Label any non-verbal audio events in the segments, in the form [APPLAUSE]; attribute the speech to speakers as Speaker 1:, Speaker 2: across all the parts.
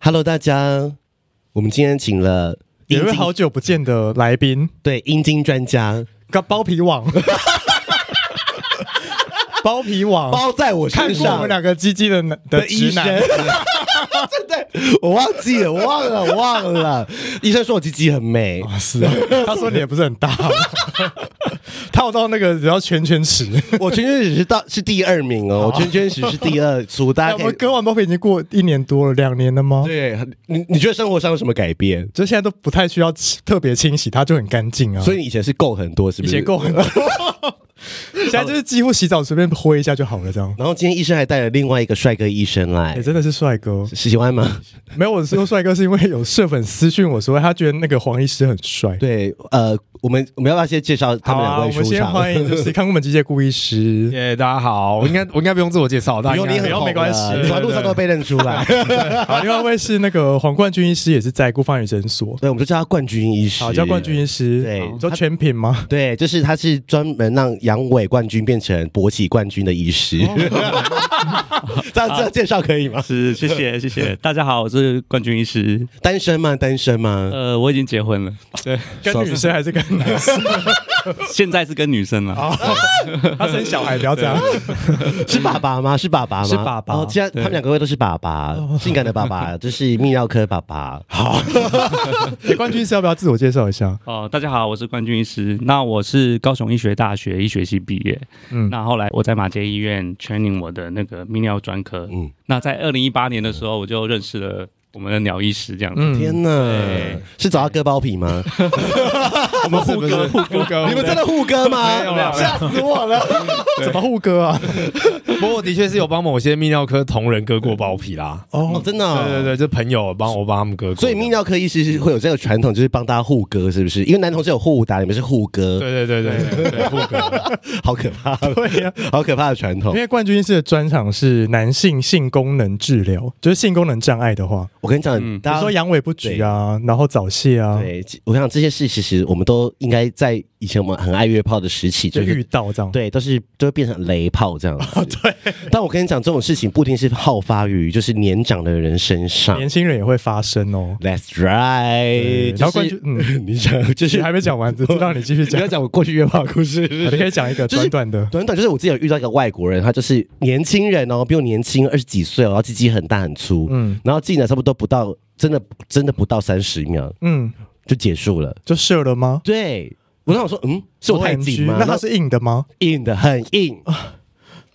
Speaker 1: Hello，大家，我们今天请了阴
Speaker 2: 有位
Speaker 1: 茎
Speaker 2: 好久不见的来宾，
Speaker 1: 对阴茎专家
Speaker 2: 个包皮网， [LAUGHS] 包皮网，
Speaker 1: 包在我
Speaker 2: 看
Speaker 1: 身
Speaker 2: 过我
Speaker 1: 上
Speaker 2: 们两个鸡鸡的男的
Speaker 1: 医
Speaker 2: 直
Speaker 1: 生，
Speaker 2: 男，
Speaker 1: [LAUGHS] 真的，我忘记了，我忘了，我忘了。 [LAUGHS] 医生说我鸡鸡很 [LAUGHS] 美，
Speaker 2: 啊是啊，他说脸不是很 [LAUGHS] 大，套到那个只要圈圈尺。
Speaker 1: 我圈圈史是到是第二名哦，我圈圈史是第二组，大
Speaker 2: [LAUGHS]
Speaker 1: 家
Speaker 2: 哎我
Speaker 1: 可
Speaker 2: 们
Speaker 1: 以。
Speaker 2: 割完包皮已经过一年多了，两年了吗？
Speaker 1: 对你，你觉得生活上有什么改变？
Speaker 2: 就现在都不太需要清特别清洗，它就很干净啊。
Speaker 1: 所以你以前是够很多，是
Speaker 2: 以
Speaker 1: 不是？
Speaker 2: 前够很多，
Speaker 1: [LAUGHS]
Speaker 2: 现在就是几乎洗澡随便挥一下就好了，这样。
Speaker 1: 然后今天医生还带了另外一个帅哥医生
Speaker 2: 哎、
Speaker 1: 来，
Speaker 2: 真的是帅哥。
Speaker 1: 喜欢 [LAUGHS] 吗？
Speaker 2: 没有，我说帅哥是因为有社粉私讯我说，他觉得那个黄医师很帅。
Speaker 1: 对，呃，我们我们要不要先介绍他
Speaker 2: 好
Speaker 1: 们
Speaker 2: 啊，
Speaker 1: 两
Speaker 2: 我
Speaker 1: 位
Speaker 2: 们
Speaker 1: 出
Speaker 2: 先
Speaker 1: 场？
Speaker 2: 欢迎就是康顾门机械顾
Speaker 1: [LAUGHS]
Speaker 2: 医师。
Speaker 3: 耶、大家好，我应该我应该不用自我介绍，大家
Speaker 1: 有
Speaker 3: 应该
Speaker 1: 你很
Speaker 3: 不用
Speaker 1: 红
Speaker 3: 没关系 [LAUGHS]
Speaker 1: 了，你从路上都被认出来。
Speaker 2: 好，另外一位是那个黄冠军医师，也是在顾方宇诊所。
Speaker 1: [LAUGHS] 对，我们就叫他冠军医师。
Speaker 2: 好，叫冠军。医师。
Speaker 1: 对
Speaker 2: 你说全品
Speaker 1: [LAUGHS]
Speaker 2: 吗？
Speaker 1: 对，就是他是专门让阳痿冠军变成勃起冠军的医师。 [LAUGHS] 这样这样介绍可以吗？
Speaker 4: 是，谢谢谢谢，大家好，我是冠军医师，
Speaker 1: 单身吗？单身吗？
Speaker 4: 呃，我已经结婚了，对，
Speaker 2: 跟女生还是跟男生？
Speaker 4: 现在是跟女生了，
Speaker 3: 啊
Speaker 2: 他生小孩不要这样。
Speaker 1: 是爸爸吗？是爸爸吗？
Speaker 2: 是爸爸
Speaker 1: 哦，既然他们两个都是爸爸，性感的爸爸，就是泌尿科爸爸。好，
Speaker 2: 哎冠军医师要不要自我介绍一下？
Speaker 4: 哦、大家好，我是冠军医师，那我是高雄医学大学医学系毕业，
Speaker 2: 嗯
Speaker 4: 嗯，那后来我在马街医院 training 我的那个泌尿专科，
Speaker 1: 嗯
Speaker 4: 嗯，那在二零一八年的时候，我就认识了我们的鸟医师，这样子，
Speaker 2: 嗯，
Speaker 1: 天哪，是找他割包皮吗？
Speaker 3: 我们互割互
Speaker 1: [LAUGHS]
Speaker 3: 割，
Speaker 1: 你们真的互割
Speaker 3: 哦没有
Speaker 1: 吗？
Speaker 3: 啦
Speaker 1: 吓死我了！
Speaker 2: 怎么护哥啊？
Speaker 3: 不过我的确是有帮某些泌尿科同仁割过包皮啦。
Speaker 1: 哦，真的哦，
Speaker 3: 对对对，就朋友帮我帮他们割过，
Speaker 1: 所以泌尿科医师是会有这个传统，就是帮大家互割，是不是？因为男同志有互打，你们是互割，
Speaker 3: 对对对对对对互割，
Speaker 1: 好可怕，
Speaker 2: 对呀、
Speaker 1: 好可怕的传统
Speaker 2: 因。为冠军医师的专长是男性性功能治疗，就是性功能障碍的话，
Speaker 1: 我跟你讲，
Speaker 4: 嗯
Speaker 2: 比
Speaker 1: 大
Speaker 2: 如
Speaker 1: 家
Speaker 2: 说阳痿不举啊，然后早泄啊，
Speaker 1: 对，我想这些事其实我们都应该在以前我们很爱约炮的时期，
Speaker 2: 就
Speaker 1: 就
Speaker 2: 遇
Speaker 1: 是
Speaker 2: 到这样。
Speaker 1: 对，都是都会变成雷炮
Speaker 2: [LAUGHS]
Speaker 1: 这样子。对，但我跟你讲，这种事情不一定是好发于就是年长的人身上。
Speaker 2: 年轻人也会发生哦。
Speaker 1: That's right，
Speaker 2: 对然后冠
Speaker 1: 就是
Speaker 2: 军，嗯，
Speaker 1: 你想就
Speaker 2: 其
Speaker 1: 是
Speaker 2: 实还没讲完，就让你继续
Speaker 1: 你
Speaker 2: 讲
Speaker 1: 要，讲我过去约炮的故事，
Speaker 2: 你可以讲一个
Speaker 1: 就是
Speaker 2: 短短的。
Speaker 1: 短短就是我自己有遇到一个外国人，他就是年轻人哦，比我年轻二十几岁哦，然后鸡鸡很大很粗，
Speaker 2: 嗯
Speaker 1: 然后进来差不多不到，真的真的不到三十秒
Speaker 2: 嗯，
Speaker 1: 就结束了。
Speaker 2: 就射了吗？
Speaker 1: 对，我想说，嗯，是我太紧
Speaker 2: OMG
Speaker 1: 吗？
Speaker 2: 那它是硬的吗？
Speaker 1: 硬的很
Speaker 2: [LAUGHS]
Speaker 1: 硬，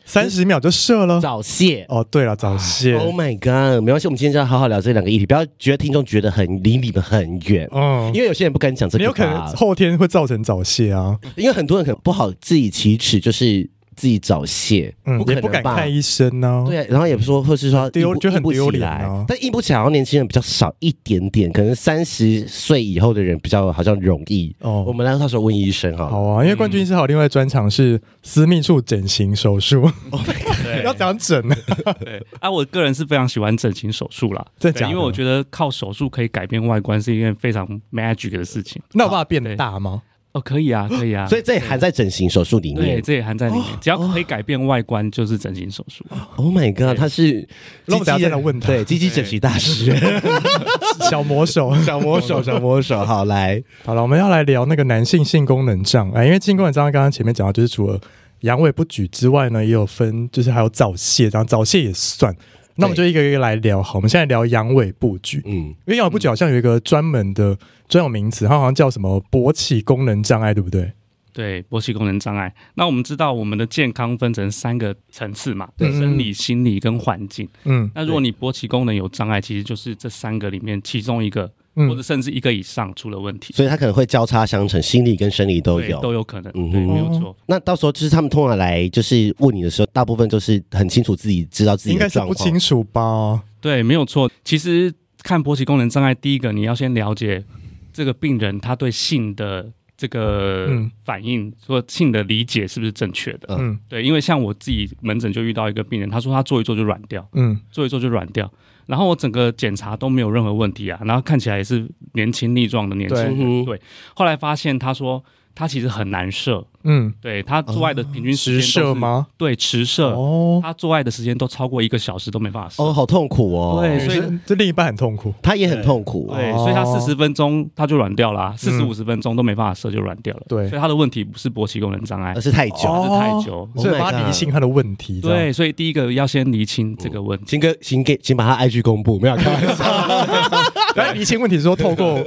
Speaker 2: 三十秒就射了？
Speaker 1: 早泄。
Speaker 2: 哦，对了，早泄。
Speaker 1: Oh my god！没关系，我们今天就要好好聊这两个议题，不要觉得听众觉得很离你们很远，
Speaker 2: 嗯，
Speaker 1: 因为有些人不敢讲这
Speaker 2: 你
Speaker 1: 个
Speaker 2: 有可能
Speaker 1: 吧，
Speaker 2: 后天会造成早泄啊。
Speaker 1: 因为很多人可能不好自己启齿，就是自己早泄，
Speaker 2: 嗯
Speaker 1: 不，可
Speaker 2: 也不
Speaker 1: 能
Speaker 2: 敢
Speaker 1: 吧？
Speaker 2: 看医生呢。
Speaker 1: 对，啊然后也不说，或是说
Speaker 2: 丢
Speaker 1: 硬不
Speaker 2: 觉得很
Speaker 1: 硬不
Speaker 2: 丢
Speaker 1: 起
Speaker 2: 脸
Speaker 1: 来
Speaker 2: 啊
Speaker 1: 但硬不起来，然后年轻人比较少一点点，可能三十岁以后的人比较好像容易。我
Speaker 2: 哦，
Speaker 1: 们来到时候问医生哈。
Speaker 2: 好啊，因为冠军医师还有另外专长是私密处整形手术，
Speaker 4: Oh 对
Speaker 2: [LAUGHS] 要怎样整呢？
Speaker 4: 对，啊，我个人是非常喜欢整形手术啦，
Speaker 2: 真的
Speaker 4: 对
Speaker 2: 假的
Speaker 4: 因为我觉得靠手术可以改变外观是一件非常 magic 的事情，
Speaker 2: 那我爸变
Speaker 4: [LAUGHS]
Speaker 2: 大吗？
Speaker 4: 哦，可以啊，可以
Speaker 3: [LAUGHS]
Speaker 4: 啊，
Speaker 1: 所以这也含在整形手术里
Speaker 4: 对，
Speaker 1: 面。哦
Speaker 4: 这也含在里面，只要可以改变外观就是整形手术。
Speaker 1: Oh my god，他是
Speaker 2: 那我们等下
Speaker 1: 鸡鸡
Speaker 2: 再来问他
Speaker 1: 对，鸡鸡整形大师，
Speaker 2: 小魔
Speaker 4: [LAUGHS]
Speaker 2: 手。
Speaker 1: [LAUGHS] 小魔手，小魔手。好，来，
Speaker 2: 好了，我们要来聊那个男性性功能障哎碍，因为性功能障碍刚刚前面讲到，就是除了阳痿不举之外呢，也有分，就是还有早泄，然后早泄也算。那我们就一个一个来聊。好，我们现在聊阳痿不举，
Speaker 1: 嗯，
Speaker 2: 因为阳痿不举好像有一个专门的专有名词，它好像叫什么勃起功能障碍，对不对？
Speaker 4: 对，勃起功能障碍。那我们知道我们的健康分成三个层次嘛，
Speaker 1: 嗯
Speaker 2: 对
Speaker 4: 生理、心理跟环境。
Speaker 2: 嗯
Speaker 4: 那如果你勃起功能有障碍，其实就是这三个里面其中一个
Speaker 2: 嗯
Speaker 4: 或者甚至一个以上出了问题，
Speaker 1: 所以它可能会交叉相乘，心理跟生理都
Speaker 4: 对
Speaker 1: 有。
Speaker 4: 都有可能，
Speaker 1: 嗯
Speaker 4: 对，
Speaker 1: 哼
Speaker 4: 没有错。
Speaker 1: 那到时候就是他们通常来就是问你的时候，大部分都是很清楚自己知道自己
Speaker 2: 应
Speaker 1: 的
Speaker 2: 该是
Speaker 1: 状
Speaker 2: 不
Speaker 1: 况
Speaker 2: 清。楚吧？
Speaker 4: 对，没有错。其实看勃起功能障碍，第一个你要先了解这个病人他对性的这个
Speaker 2: 嗯
Speaker 4: 反应，说性的理解是不是正确的。
Speaker 2: 嗯
Speaker 4: 对，因为像我自己门诊就遇到一个病人，他说他做一做就软掉，
Speaker 2: 嗯，
Speaker 4: 做一做就软掉，然后我整个检查都没有任何问题啊，然后看起来也是年轻力壮的年轻
Speaker 2: 对
Speaker 4: 人。
Speaker 1: 嗯哼
Speaker 4: 对，后来发现他说他其实很难射，
Speaker 2: 嗯，
Speaker 4: 对他做爱的平均时间都
Speaker 2: 直射
Speaker 4: 是？呃
Speaker 2: 吗？
Speaker 4: 对，迟射，
Speaker 2: 哦，
Speaker 4: 他做爱的时间都超过一个小时都没办法射。
Speaker 1: 哦，好痛苦哦。
Speaker 4: 对
Speaker 2: 所
Speaker 4: 所以
Speaker 2: 以这另一半很痛苦。
Speaker 1: 他也很痛苦。
Speaker 4: 对，
Speaker 2: 哦
Speaker 4: 所以他四十分钟他就软掉了、啊四十
Speaker 2: 嗯
Speaker 4: 五十分钟都没办法射就软掉了。
Speaker 2: 对
Speaker 4: 所以他的问题不是勃起功能障碍
Speaker 1: 而，是太久。
Speaker 4: 而
Speaker 2: 哦
Speaker 4: 是太久。
Speaker 1: Oh
Speaker 2: 所以
Speaker 1: my
Speaker 2: 把它
Speaker 1: god
Speaker 2: 理性他的问题，这 [LAUGHS] 样，
Speaker 4: 对，所以第一个要先厘清这个
Speaker 2: 哦
Speaker 4: 问题。
Speaker 1: 请给请给，请把他 IG 公布，没有开玩笑。
Speaker 2: 然后理清问题是说
Speaker 1: [LAUGHS]
Speaker 2: 透过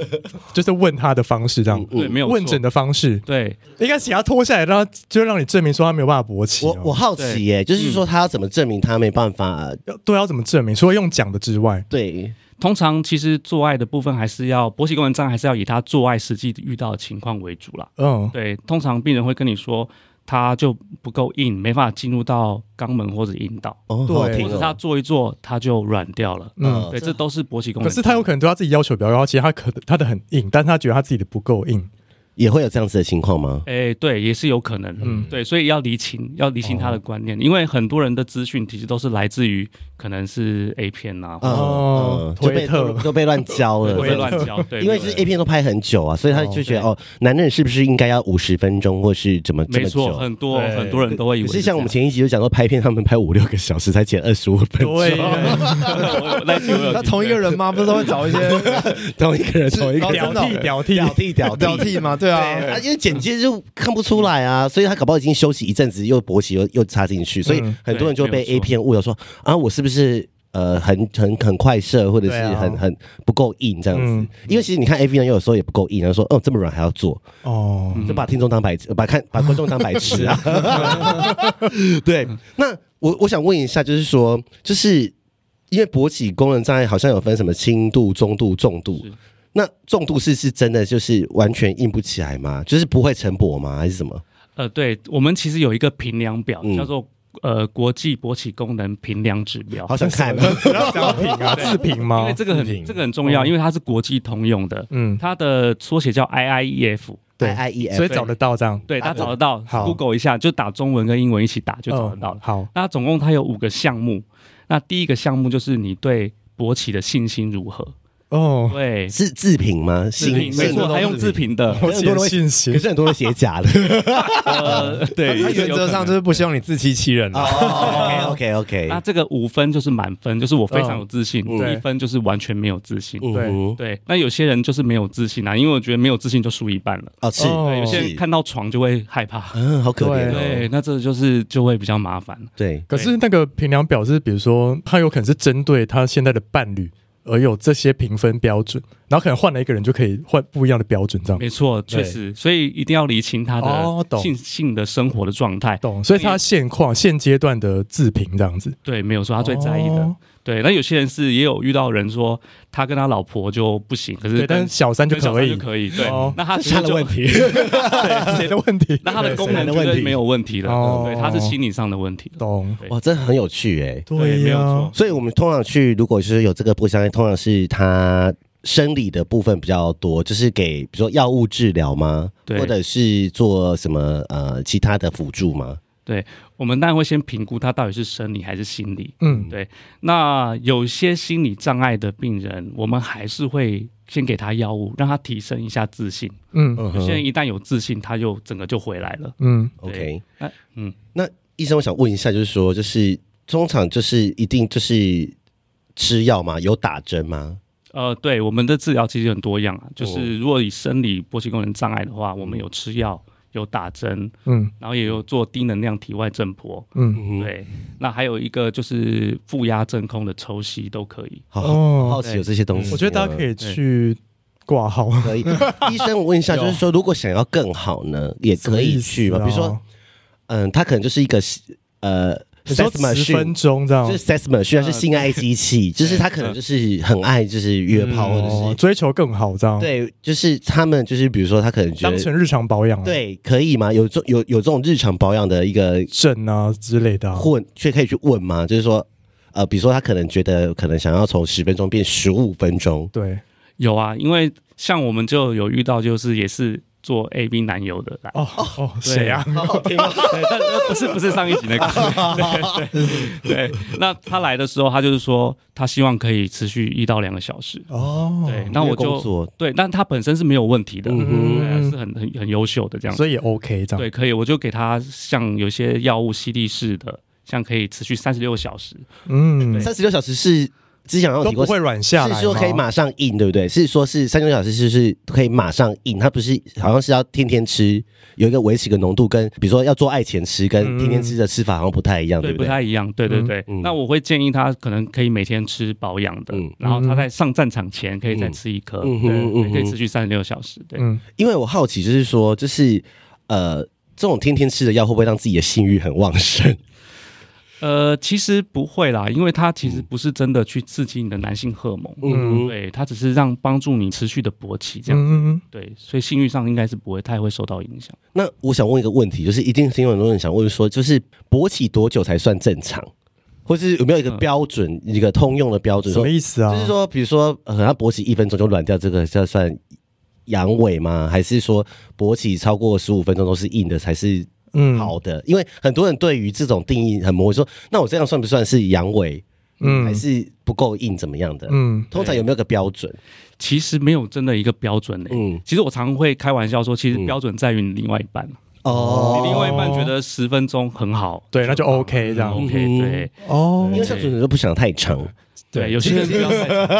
Speaker 2: 就是问他的方式，这样
Speaker 1: 嗯
Speaker 4: 对，没有错
Speaker 2: 问诊。的方式，
Speaker 4: 对，
Speaker 2: 应该请他脱下来，让他就让你证明说他没有办法勃
Speaker 1: [LAUGHS]
Speaker 2: 起
Speaker 1: 我
Speaker 2: 哦。
Speaker 1: 我好奇耶，就是说他要怎么证明他没办法？
Speaker 2: 要对要怎么证明？除了用讲的之外，
Speaker 1: 对，
Speaker 4: 通常其实做爱的部分还是要勃起功能障碍，还是要以他做爱实际遇到的情况为主啦。
Speaker 2: 嗯，
Speaker 4: 对，通常病人会跟你说，他就不够硬，没办法进入到肛门或者阴道，
Speaker 1: 哦，
Speaker 2: 对
Speaker 1: 好好
Speaker 2: 硬
Speaker 4: 或
Speaker 1: 听
Speaker 4: 者他
Speaker 1: 哦。
Speaker 4: 做一做他就软掉了。
Speaker 2: 嗯
Speaker 1: 嗯
Speaker 4: 对，这都是勃起功
Speaker 2: 可
Speaker 4: 能。
Speaker 2: 是他有可能对他自己要求比较高，其实他可能他的很硬，但他觉得他自己的不够硬。
Speaker 1: 也会有这样子的情况吗？
Speaker 4: 哎、对，也是有可能。
Speaker 2: 嗯
Speaker 4: 嗯，对，所以要厘清，要厘清他的观念，因为很多人的资讯其实都是来自于可能是 A 片啊，
Speaker 1: 嗯
Speaker 2: 哦
Speaker 1: 嗯就被
Speaker 2: 推特
Speaker 1: 都都被乱教
Speaker 4: [LAUGHS]
Speaker 1: 了，
Speaker 4: 或者
Speaker 2: 推
Speaker 4: 是
Speaker 2: 特
Speaker 4: 乱交。对，
Speaker 1: 因为
Speaker 4: 对
Speaker 1: 就是 A 片都拍很久啊，所以他就觉得哦，男人是不是应该要五十分钟，或是怎么这
Speaker 4: 没
Speaker 1: 么
Speaker 4: 错，
Speaker 1: 久？
Speaker 4: 很多
Speaker 2: 对
Speaker 4: 很多人都会以
Speaker 1: 可
Speaker 4: 为
Speaker 1: 是像我们
Speaker 4: 这样
Speaker 1: 前一集就讲说，拍片他们拍五六个小时才剪二十五分钟，
Speaker 2: 对，
Speaker 4: [LAUGHS] 我有那期我有
Speaker 3: 那
Speaker 4: 听
Speaker 3: 同一个人吗？不是都会找一些
Speaker 1: 同一个人同一个
Speaker 3: 哦
Speaker 1: 人
Speaker 2: 屌
Speaker 3: 真的哦
Speaker 2: 替屌替，
Speaker 1: 弟屌
Speaker 3: 表
Speaker 1: 弟。
Speaker 3: 弟吗？对
Speaker 1: [LAUGHS] 对，
Speaker 3: 啊
Speaker 1: 啊，，因为剪接就看不出来啊，所以他搞不好已经休息一阵子，又勃起又又插进去，所以
Speaker 2: 嗯
Speaker 1: 很多人就被 A
Speaker 4: 对没有错
Speaker 1: 片误导说啊，我是不是呃很很很快射，或者是
Speaker 2: 对啊
Speaker 1: 很很不够硬这样
Speaker 2: 嗯
Speaker 1: 子？因为其实你看 A 片，有时候也不够硬，然后说哦这么软还要做，
Speaker 2: 哦，
Speaker 4: 嗯
Speaker 1: 就把听众当白痴，呃把看把观众当白痴
Speaker 4: [LAUGHS]
Speaker 1: 啊。对，那我我想问一下，就是说，就是因为勃起功能障碍好像有分什么轻度、中度、重度
Speaker 4: 是。
Speaker 1: 那重度是是真的就是完全硬不起来吗？就是不会晨勃吗？还是什么？
Speaker 4: 呃，对我们其实有一个评量表，
Speaker 1: 嗯
Speaker 4: 叫做呃国际勃起功能评量指标。
Speaker 1: 好想看
Speaker 2: 那什么要讲评
Speaker 4: [LAUGHS]
Speaker 2: 啊，自评
Speaker 4: 因
Speaker 2: 吗
Speaker 4: 为？这个
Speaker 3: 自评
Speaker 4: 很这个很重要，因为它是国际通用的，
Speaker 2: 嗯，
Speaker 4: 它的缩写叫 IIEF。
Speaker 2: 对
Speaker 1: I E
Speaker 2: 所以
Speaker 1: F，
Speaker 2: 找得到这样
Speaker 4: 对，大家找得到
Speaker 2: 好
Speaker 4: ，Google 一下就打中文跟英文一起打就找得到了
Speaker 2: 嗯。好，
Speaker 4: 那总共它有五个项目，那第一个项目就是你对勃起的信心如何？
Speaker 2: 哦，
Speaker 4: 对，
Speaker 1: 是自评吗？
Speaker 4: 自评
Speaker 1: 性
Speaker 4: 没
Speaker 1: 性
Speaker 4: 错，还用自评
Speaker 2: [LAUGHS]
Speaker 4: 的，
Speaker 2: 我
Speaker 1: 很多
Speaker 2: 写
Speaker 1: 人会
Speaker 2: 信
Speaker 1: 可
Speaker 2: 息，
Speaker 1: 是很多人写假的。
Speaker 4: 呃，对，。
Speaker 3: 他原则上就是是不希望你自欺欺人啊。
Speaker 1: 哦，OK OK
Speaker 4: 那
Speaker 1: OK，
Speaker 4: 这个五分就是满分，就是我非常有自信；
Speaker 2: 嗯对
Speaker 4: 一分就是完全没有自信。
Speaker 2: 对
Speaker 1: 嗯哼，
Speaker 4: 对，那有些人就是没有自信啊，因为我觉得没有自信就输一半了。
Speaker 1: 哦是，
Speaker 2: 哦
Speaker 4: 对，有些
Speaker 1: 是
Speaker 4: 人看到床就会害怕。
Speaker 1: 嗯，好可怜
Speaker 4: 对
Speaker 1: 哦，，
Speaker 4: 那这就是就会比较麻烦。
Speaker 2: 嗯
Speaker 1: 对，
Speaker 2: 可是那个评量表是，比如说他有可能是针对他现在的伴侣而有这些评分标准，然后可能换了一个人就可以换不一样的标准，这样
Speaker 4: 没错，确
Speaker 2: 对
Speaker 4: 实，所以一定要理清他
Speaker 2: 哦
Speaker 4: 的
Speaker 2: 懂
Speaker 4: 性性的生活的状态。
Speaker 2: 懂？所以他现况现阶段的自评这样子，
Speaker 4: 对，没有错，他最在意的。
Speaker 2: 哦
Speaker 4: 对，那有些人是也有遇到人说他跟他老婆就不行，可是
Speaker 2: 对，
Speaker 4: 跟
Speaker 2: 但是小三就
Speaker 4: 跟小
Speaker 2: 可
Speaker 4: 三就
Speaker 2: 以，
Speaker 4: 可以。对，
Speaker 2: 哦
Speaker 4: 那他其实
Speaker 1: 他的
Speaker 4: 就
Speaker 1: 问题，
Speaker 2: 对 [LAUGHS] 谁的问题？
Speaker 4: [LAUGHS] 那他的功能
Speaker 1: 谁的
Speaker 4: 绝
Speaker 1: 问题
Speaker 4: 对没有问题了。
Speaker 2: 哦
Speaker 4: 对，他是心理上的问题了。
Speaker 2: 懂？
Speaker 4: 对
Speaker 1: 哇，真的很有趣哎。
Speaker 4: 没有
Speaker 2: 呀
Speaker 4: 错，
Speaker 1: 所以我们通常去，如果是有这个不相干，通常是他生理的部分比较多，就是给比如说药物治疗吗？
Speaker 4: 对
Speaker 1: 或者是做什么呃其他的辅助吗？
Speaker 4: 我们当然会先评估他到底是生理还是心理。
Speaker 2: 嗯，
Speaker 4: 那有些心理障碍的病人，我们还是会先给他药物，让他提升一下自信。
Speaker 2: 嗯
Speaker 1: 嗯
Speaker 4: 有些人
Speaker 1: 哼
Speaker 4: 一旦有自信，他就整个就回来了。
Speaker 2: 嗯，
Speaker 1: ，OK，
Speaker 4: 那嗯，
Speaker 1: 那医生，我想问一下，就是说，就是通常就是一定就是吃药吗？有打针吗？
Speaker 4: 呃，对，我们的治疗其实很多样啊，就
Speaker 1: 哦嗯
Speaker 4: 是如果以生理勃起功能障碍的话，我们有吃药，有打针，
Speaker 2: 嗯
Speaker 4: 然后也有做低能量体外震波。
Speaker 2: 嗯，
Speaker 1: 嗯，，
Speaker 4: 对，那还有一个就是负压真空的抽吸都可以。
Speaker 1: 好
Speaker 2: 哦
Speaker 1: 好奇有这些东西，
Speaker 2: 我觉得大家可
Speaker 1: 以。
Speaker 2: 以去挂号，
Speaker 1: 可以，医生，我问
Speaker 2: [LAUGHS]
Speaker 1: 一下，就是说，如果想
Speaker 2: 啊
Speaker 1: 要更好呢，也可以去
Speaker 2: 吧，
Speaker 1: 吗？比如说，嗯，他可能就是一个呃
Speaker 2: 你说
Speaker 1: assessment
Speaker 2: 十
Speaker 1: 训
Speaker 2: 分钟嗯这样
Speaker 1: 就是 assessment 需要是性爱机器，就是他可能就是很爱就是约炮或者
Speaker 2: 哦，
Speaker 1: 是
Speaker 2: 追求更好这样，，
Speaker 1: 对，就是他们就是比如说他可能觉
Speaker 2: 当
Speaker 1: 得
Speaker 2: 成日常保养啊，
Speaker 1: 对可以吗？有这有有这种日常保养的一个
Speaker 2: 症啊之类的啊，
Speaker 1: 混，却可以去问吗？就是说。呃，比如说他可能觉得可能想要从十分钟变十五分钟，
Speaker 2: 对，
Speaker 4: 有啊，因为像我们就有遇到，就是也是做 A B 男友的来，
Speaker 2: 哦哦，谁啊？
Speaker 1: 好好听哦
Speaker 4: [LAUGHS] 对，但但不是不是上一
Speaker 1: [LAUGHS]
Speaker 4: 集那个， [LAUGHS] 对对对。那他来的时候，他就是说他希望可以持续一到两个小时，
Speaker 2: 哦，
Speaker 4: 对，那我
Speaker 1: 因为工
Speaker 4: 就
Speaker 1: 作
Speaker 4: 对，但他本身是没有问题的，
Speaker 1: 嗯
Speaker 2: 哼
Speaker 4: 对啊是很很很优秀的这样子，
Speaker 2: 所以也 OK
Speaker 1: 啊
Speaker 2: 这样，
Speaker 4: 对，可以，我就给他像有些药物吸地式的，像可以持续三十六小时，
Speaker 2: 嗯，
Speaker 1: 三十六小时是之前有
Speaker 2: 都
Speaker 1: 提过，
Speaker 2: 不会软下来吗，
Speaker 1: 是说可以马上印，对不对？是说是三十六小时是是可以马上印，它不是好像是要天天吃，有一个维持一个浓度跟，比如说要做爱前吃跟
Speaker 2: 嗯
Speaker 1: 天天吃的吃法好像不太一样，啊对
Speaker 4: 对，不
Speaker 1: 对？
Speaker 4: 太一样，对对
Speaker 2: 嗯
Speaker 4: 对
Speaker 1: 嗯。
Speaker 4: 那我会建议他可能可以每天吃保养的
Speaker 1: 嗯，
Speaker 4: 然后他在上战场前可以再吃一颗，
Speaker 1: 嗯嗯
Speaker 4: 对
Speaker 1: 嗯嗯
Speaker 4: 对，可以持续三十六小时，对。
Speaker 2: 嗯，
Speaker 1: 因为我好奇，就是说，就是呃，这种天天吃的药会不会让自己的性欲很旺盛？
Speaker 4: 呃，其实不会啦，因为它其实不是真的去刺激你的男性荷尔蒙，
Speaker 1: 嗯，
Speaker 4: 对，它只是让帮助你持续的勃起这样，
Speaker 2: 嗯嗯
Speaker 4: 对，所以性欲上应该是不会太会受到影响。
Speaker 1: 那我想问一个问题，就是一定是有很多人想问说，就是勃起多久才算正常，或是有没有一个
Speaker 4: 嗯
Speaker 1: 标准，一个通用的标
Speaker 2: 嗯，
Speaker 1: 准？
Speaker 2: 什
Speaker 1: 说
Speaker 2: 么意思啊？
Speaker 1: 就是说，比如说，呃，他勃起一分钟就软掉，这个叫算阳痿吗？还是说勃起超过十五分钟都是硬的才是
Speaker 2: 嗯，
Speaker 1: 好的？因为很多人对于这种定义很模糊，说那我这样算不算是阳痿？
Speaker 2: 嗯，
Speaker 1: 还是不够硬怎么样的？
Speaker 2: 嗯
Speaker 1: 通常有没有个标准？
Speaker 4: 其实没有真的一个标准嘞、欸
Speaker 1: 嗯，
Speaker 4: 其实我常会开玩笑说，其实
Speaker 1: 嗯
Speaker 4: 标准在于你另外一半，
Speaker 2: 哦
Speaker 4: 你另外一半觉得十分钟很好，
Speaker 2: 对，那就 OK 这
Speaker 4: 然后
Speaker 2: 样
Speaker 1: 嗯
Speaker 4: OK 对
Speaker 2: 哦
Speaker 1: 因为像主持人都不想太
Speaker 2: 嗯
Speaker 1: 长，
Speaker 4: 对，有些人比较